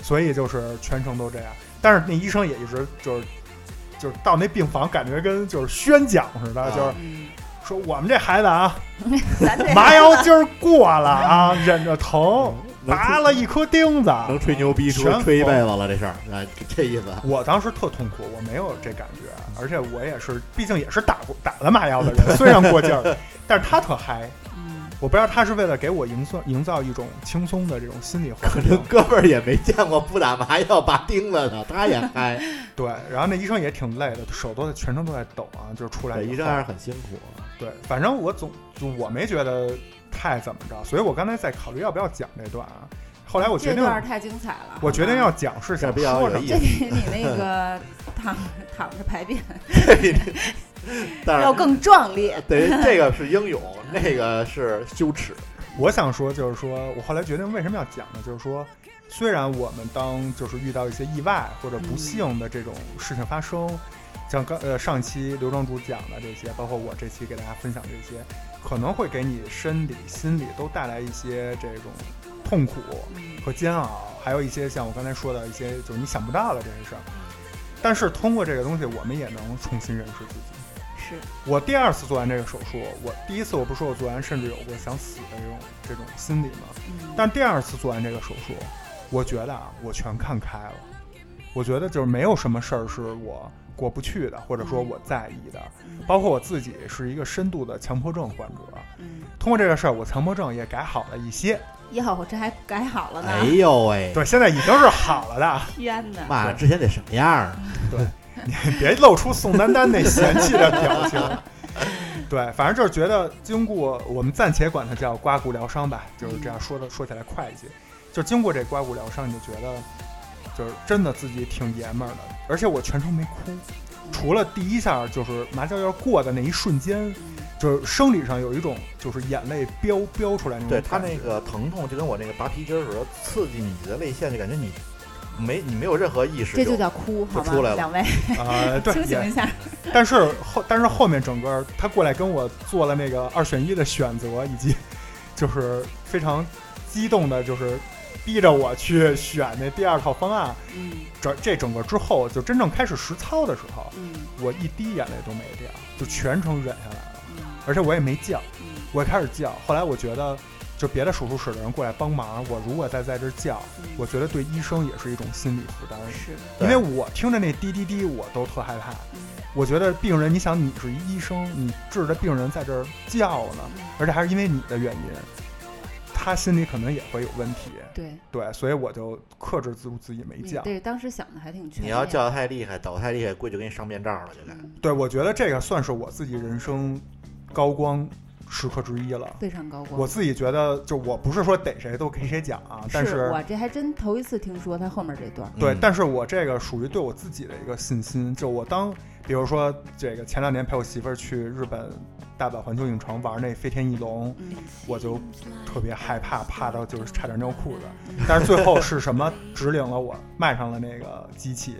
所以就是全程都这样。但是那医生也一直就是就是到那病房，感觉跟就是宣讲似的，就是说我们这孩子啊， [LAUGHS] 麻药劲儿过了啊，忍着疼，哦拔了一颗钉子，啊能吹牛逼说全吹一辈疯子了这事儿，啊，这意思。我当时特痛苦，我没有这感觉，而且我也是，毕竟也是打过打了麻药的人， [LAUGHS] 虽然过劲儿，但是他特嗨。嗯我不知道他是为了给我营造营造一种轻松的这种心理环境，哥们儿也没见过不打麻药拔钉子的，他也嗨。对，然后那医生也挺累的，手都在全程都在抖啊，就是出来以 [LAUGHS] 后。对，医生还是很辛苦。对，反正我总就我没觉得太怎么着，所以我刚才在考虑要不要讲这段啊。后来我决这定，段儿太精彩了。我决定要讲是想这比较说有什意么思这。比你那个躺躺着排便但是要 [LAUGHS] 更壮烈。等于这个是英勇，那个是羞耻。我想说就是说，我后来决定为什么要讲呢？就是说，虽然我们当就是遇到一些意外或者不幸的这种事情发生，像刚呃上期刘庄主讲的这些，包括我这期给大家分享这些，可能会给你身体、心理都带来一些这种痛苦嗯和煎熬，还有一些像我刚才说的一些就是你想不到的这些事儿。但是通过这个东西，我们也能重新认识自己。是，我第二次做完这个手术，我第一次我不是说我做完甚至有过想死的这种这种心理嗯吗？但第二次做完这个手术，我觉得啊，我全看开了。我觉得就是没有什么事儿是我过不去的，或者说我在意的。包括我自己是一个深度的强迫症患者，通过这个事儿，我强迫症也改好了一些。哟，这还改嗯好了呢！哎呦喂，对，现在已经是好了的。天哪！妈，之前得什么样儿啊？别露出宋丹丹那嫌弃的表情。 [LAUGHS] 对，反正就是觉得经过我们暂且管它叫刮骨疗伤吧，就是这样说的，说起来快一些。就经过这刮骨疗伤，你就觉得就是真的自己挺爷们儿的，而且我全程没哭，除了第一下就是麻药要过的那一瞬间，嗯就是生理上有一种就是眼泪飙飙出来那种对感觉。他那个疼痛就跟我那个拔皮筋儿似的，刺激你的泪腺，就感觉你没你没有任何意识，这就叫哭，好就出吗？来了两位啊，对， [LAUGHS] 清醒一下。但是后，但是后面整个他过来跟我做了那个二选一的选择，以及就是非常激动的，就是逼着我去选那第二套方案。嗯这这整个之后，就真正开始实操的时候，嗯我一滴眼泪都没掉，就全程忍下来了，嗯而且我也没叫，嗯我也开始叫。后来我觉得，就别的手术室的人过来帮忙，我如果再在这儿叫，我觉得对医生也是一种心理负担。嗯是因为我听着那滴滴滴，我都特害怕。嗯我觉得病人，你想，你是一医生，你治着病人在这儿叫呢，嗯而且还是因为你的原因，他心里可能也会有问题。对，对，所以我就克制住自己没你叫。嗯对，当时想的还挺全你面。要叫得太厉害，抖得太厉害，估计给你上面罩了，就嗯该。对，我觉得这个算是我自己人生高光时刻之一了。非常高光。我自己觉得，就我不是说逮谁都给谁讲啊，但是我这还真头一次听说他后面这段儿。对嗯，但是我这个属于对我自己的一个信心，就我当，比如说这个前两年陪我媳妇儿去日本大阪环球影城玩那飞天翼龙，嗯我就特别害怕，怕到就是差点尿裤子。但是最后是什么指领了我迈上了那个机器，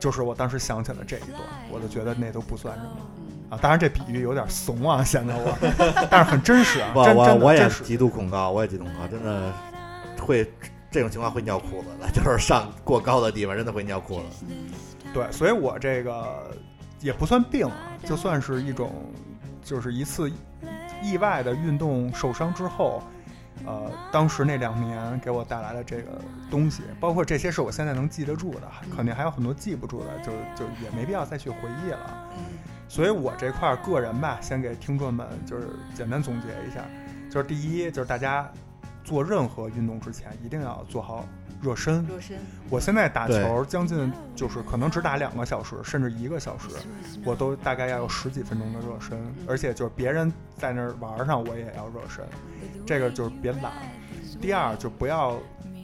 就是我当时想起了这一段，我就觉得那都不算什么。嗯啊，当然这比喻有点怂啊，显得我，但是很真实啊，我真我真嗯我的也真实。极度恐高，我也极度恐高，真的会这种情况会尿裤子的， [LAUGHS] 就是上过高的地方真的会尿裤子。嗯对，所以我这个也不算病啊，就算是一种，就是一次意外的运动受伤之后，呃，当时那两年给我带来的这个东西，包括这些是我现在能记得住的，肯定还有很多记不住的，就就也没必要再去回忆了。所以我这块儿个人吧，先给听众们就是简单总结一下，就是第一，就是大家做任何运动之前一定要做好热身。热身我现在打对球将近就是可能只打两个小时，甚至一个小时，我都大概要有十几分钟的热身，而且就是别人在那儿玩儿上，我也要热身，这个就是别懒。第二就不要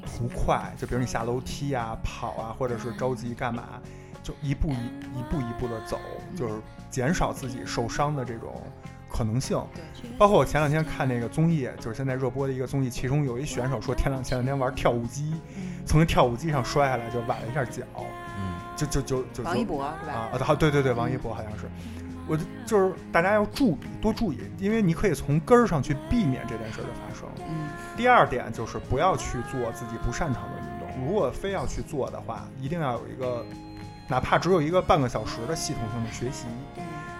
图快，就比如你下楼梯啊、跑啊，或者是着急干嘛，就一步一一步一步的走，就是减少自己受伤的这种可能性。包括我前两天看那个综艺，就是现在热播的一个综艺，其中有一选手说前两前两天玩跳舞机，从那跳舞机上摔下来就崴了一下脚，就就就就嗯王一博是吧嗯啊，好，对对对，王一博好像是。我就就是大家要注意，多注意，因为你可以从根儿上去避免这件事儿的发生。嗯，第二点就是不要去做自己不擅长的运动，如果非要去做的话，一定要有一个，哪怕只有一个半个小时的系统性的学习。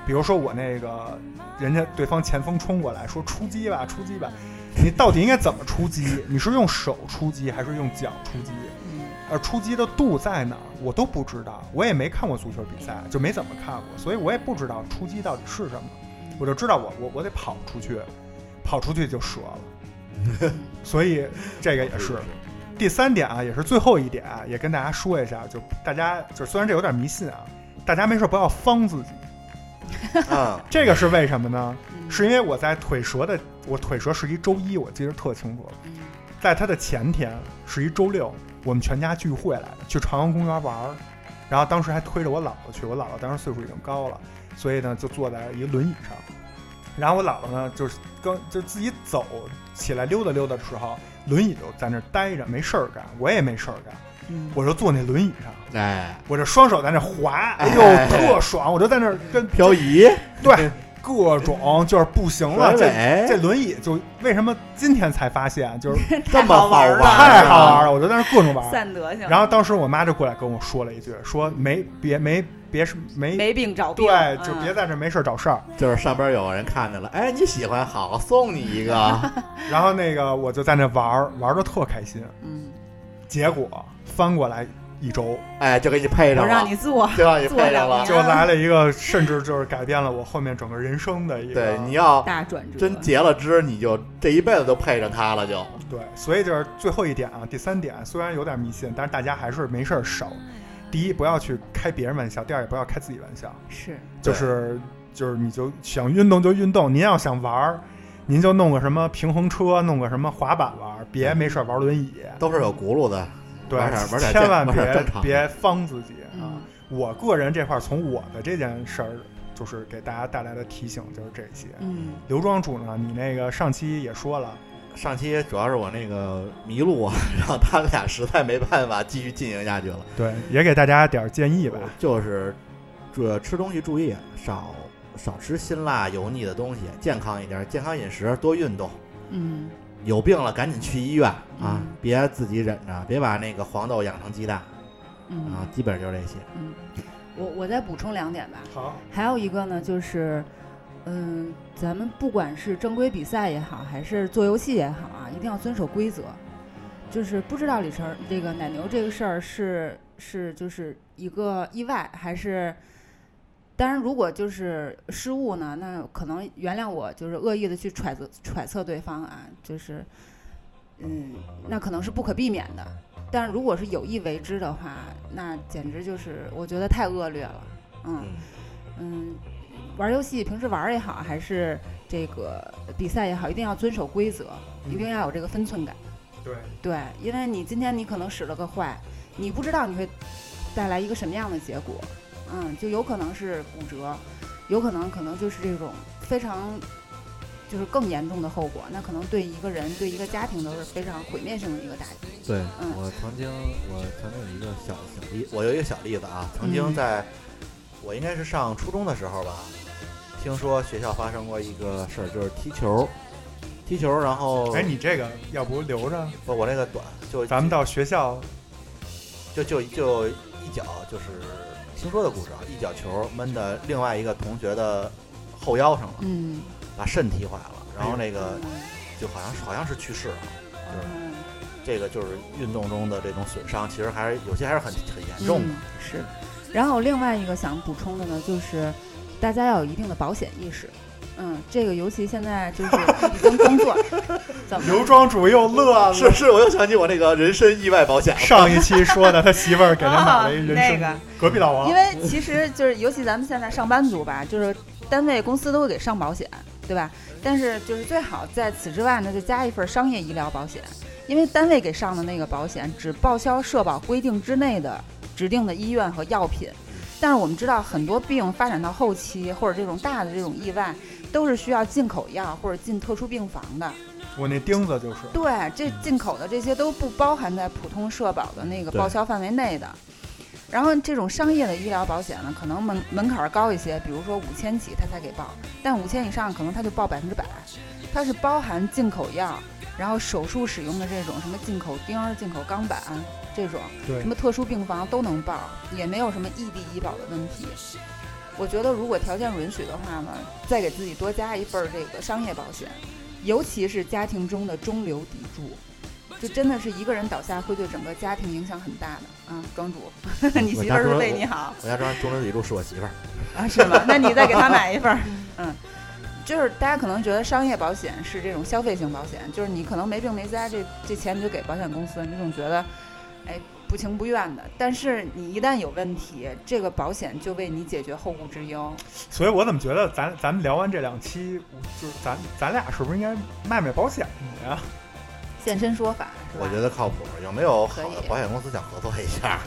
比如说我那个，人家对方前锋冲过来说出击吧，出击吧，你到底应该怎么出击？你是用手出击还是用脚出击？嗯而出击的度在哪儿，我都不知道，我也没看过足球比赛，就没怎么看过，所以我也不知道出击到底是什么。我就知道我我我得跑出去，跑出去就折了。所以这个也是第三点啊，也是最后一点啊，也跟大家说一下，就大家就虽然这有点迷信啊，大家没事不要方自己。啊，这个是为什么呢？嗯 [LAUGHS] 是因为我在腿折的，我腿折是一周一，我记得特清楚。嗯在它的前天是一周六，我们全家聚会来的，去朝阳公园玩儿，然后当时还推着我姥姥去，我姥姥当时岁数已经高了，所以呢就坐在一轮椅上，然后我姥姥呢就是刚 [LAUGHS] 就自己走起来溜达溜达的时候，轮椅就在那儿待着，没事儿干，我也没事儿干，嗯我就坐那轮椅上，哎，我这双手在那滑，哎呦，哎特爽！我就在那儿跟漂移，对，各种就是不行了。甩尾这这轮椅就为什么今天才发现，就是这么好玩儿啊太好玩儿了！我就在那儿各种玩儿。散德性。然后当时我妈就过来跟我说了一句，说没别没别是没没病找病，对，就嗯别在这没事儿找事儿。就是上边有人看见了，哎，你喜欢好，送你一个。然后那个我就在那玩儿，玩的特开心。嗯，结果翻过来一周，哎，就给你配上我了，让你做，就让你做配上两了年。就来了一个，甚至就是改变了我后面整个人生的一个。对，你要大转折，真结了枝，你就这一辈子都配着它了，就。对，所以就是最后一点啊，第三点虽然有点迷信，但是大家还是没事儿少。嗯第一，不要去开别人玩笑；第二，也不要开自己玩笑。是就是就是，你就想运动就运动，您要想玩儿，您就弄个什么平衡车，弄个什么滑板玩儿，别没事儿玩轮椅。都是有轱辘的，对，玩点玩点千万玩点别正常的别方自己啊！嗯我个人这块儿，从我的这件事儿，就是给大家带来的提醒就是这些。嗯，刘庄主呢，你那个上期也说了，上期主要是我那个迷路啊， [LAUGHS] 然后他俩实在没办法继续进行下去了，对，也给大家点儿建议吧。就是这吃东西注意少少吃辛辣油腻的东西，健康一点，健康饮食，多运动。嗯，有病了赶紧去医院啊嗯，别自己忍着，别把那个黄豆养成鸡蛋啊，基本就这些。嗯我我再补充两点吧。好，还有一个呢，就是，嗯，咱们不管是正规比赛也好，还是做游戏也好啊，一定要遵守规则。就是不知道李晨儿这个奶牛这个事儿是是就是一个意外，还是？当然，如果就是失误呢，那可能原谅我，就是恶意的去揣测揣测对方啊，就是，嗯，那可能是不可避免的。但如果是有意为之的话，那简直就是我觉得太恶劣了，嗯嗯，嗯，玩儿游戏，平时玩儿也好，还是这个比赛也好，一定要遵守规则，一嗯定要有这个分寸感。对，对，因为你今天你可能使了个坏，你不知道你会带来一个什么样的结果，嗯，就有可能是骨折，有可能可能就是这种非常就是更严重的后果，那可能对一个人对一个家庭都是非常毁灭性的一个打击。对嗯我曾经，我曾经有一个小小例，我有一个小例子啊，曾经嗯在、我应该是上初中的时候吧，听说学校发生过一个事儿，就是踢球，踢球，然后哎，你这个要不留着，不，我那个短，就咱们到学校就就就一脚就是听说的故事啊，一脚球闷到另外一个同学的后腰上了，嗯，哎啊把肾踢坏了，然后那个就好像是好像是去世了，就是嗯这个就是运动中的这种损伤，其实还是有些还是很很严重的嗯。是，然后另外一个想补充的呢，就是大家要有一定的保险意识。嗯，这个尤其现在就是已经工作，怎么了刘庄主又乐了。 [LAUGHS] 是是，我又想起我那个人身意外保险了。 [LAUGHS] 上一期说的，他媳妇儿给他买了一啊人哦参那个隔壁老王因。为其实就是，尤其咱们现在上班族吧，就是单位公司都会给上保险，对吧？但是就是最好在此之外呢，就加一份商业医疗保险，因为单位给上的那个保险只报销社保规定之内的指定的医院和药品。但是我们知道，很多病发展到后期或者这种大的这种意外，都是需要进口药或者进特殊病房的。我那钉子就是，对，这进口的这些都不包含在普通社保的那个对报销范围内的。然后这种商业的医疗保险呢，可能门门槛儿高一些，比如说五千起它才给报，但五千以上可能它就报百分之百，它是包含进口药，然后手术使用的这种什么进口钉儿、进口钢板这种，对什么特殊病房都能报，也没有什么异地医保的问题。我觉得如果条件允许的话呢，再给自己多加一份儿这个商业保险，尤其是家庭中的中流砥柱，就真的是一个人倒下会对整个家庭影响很大的啊，庄主， [LAUGHS] 你媳我妇家儿是中为你好我家庄中流砥柱是我媳妇儿，啊，是吗？那你再给她买一 [LAUGHS] 份儿，嗯。就是大家可能觉得商业保险是这种消费型保险，就是你可能没病没灾，这这钱你就给保险公司，你总觉得，哎，不情不愿的。但是你一旦有问题，这个保险就为你解决后顾之忧。所以我怎么觉得咱咱们聊完这两期，就是咱咱俩是不是应该卖卖保险去呀？现身说法是吧？我觉得靠谱。有没有好可的以保险公司想合作一下？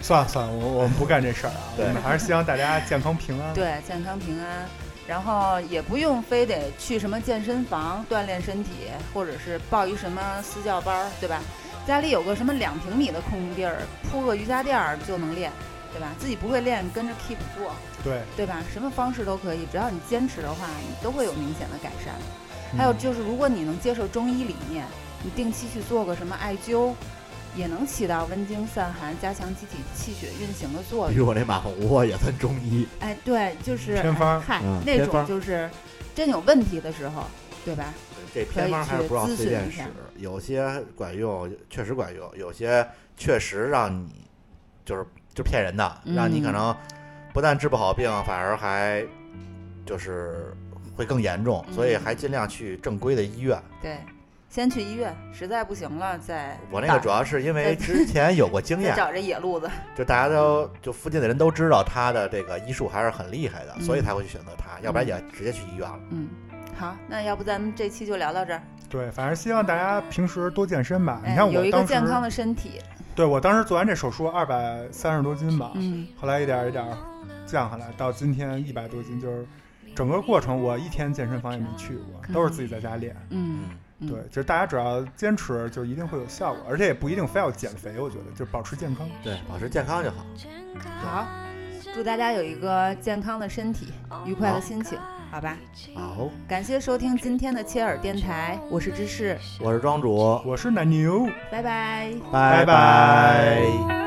算了算了，我我们不干这事儿 [LAUGHS] 啊，我对们还是希望大家健康平安。对，健康平安，然后也不用非得去什么健身房锻炼身体，或者是报一什么私教班儿，对吧？家里有个什么两平米的空地儿，铺个瑜伽垫儿就能练，对吧？自己不会练，跟着 keep 做，对，对吧？什么方式都可以，只要你坚持的话，你都会有明显的改善。嗯还有就是，如果你能接受中医理念，你定期去做个什么艾灸，也能起到温经散寒、加强机体气血运行的作比用。如我那马蜂窝也算中医，哎，对，就是偏方儿嗨嗯，那偏方种儿就是真有问题的时候，对吧？这偏方还是不让随便可以使去咨询，有些管用，确实管用，有些确实让你就是就骗人的，嗯让你可能不但治不好病，反而还就是会更严重，嗯所以还尽量去正规的医院。对，先去医院，实在不行了再我那个主要是因为之前有过经再验，找这野路子。就大家都就附近的人都知道他的这个医术还是很厉害的，嗯所以才会去选择他，要不然也直接去医院了。嗯，好，那要不咱们这期就聊到这儿。对，反正希望大家平时多健身吧。你哎看有我一个当时健，康的身体。对我当时做完这手术二百三十多斤吧，嗯后来一点儿一点儿降下来，到今天一百多斤，就是整个过程我一天健身房也没去过，都是自己在家练。嗯，嗯对，就是大家只要坚持，就一定会有效果，而且也不一定非要减肥，我觉得就保持健康。对，保持健康就好。好，祝大家有一个健康的身体，愉快的好心情，好吧？好，感谢收听今天的切尔电台，我是芝士，我是庄主，我是奶牛。拜拜。拜拜拜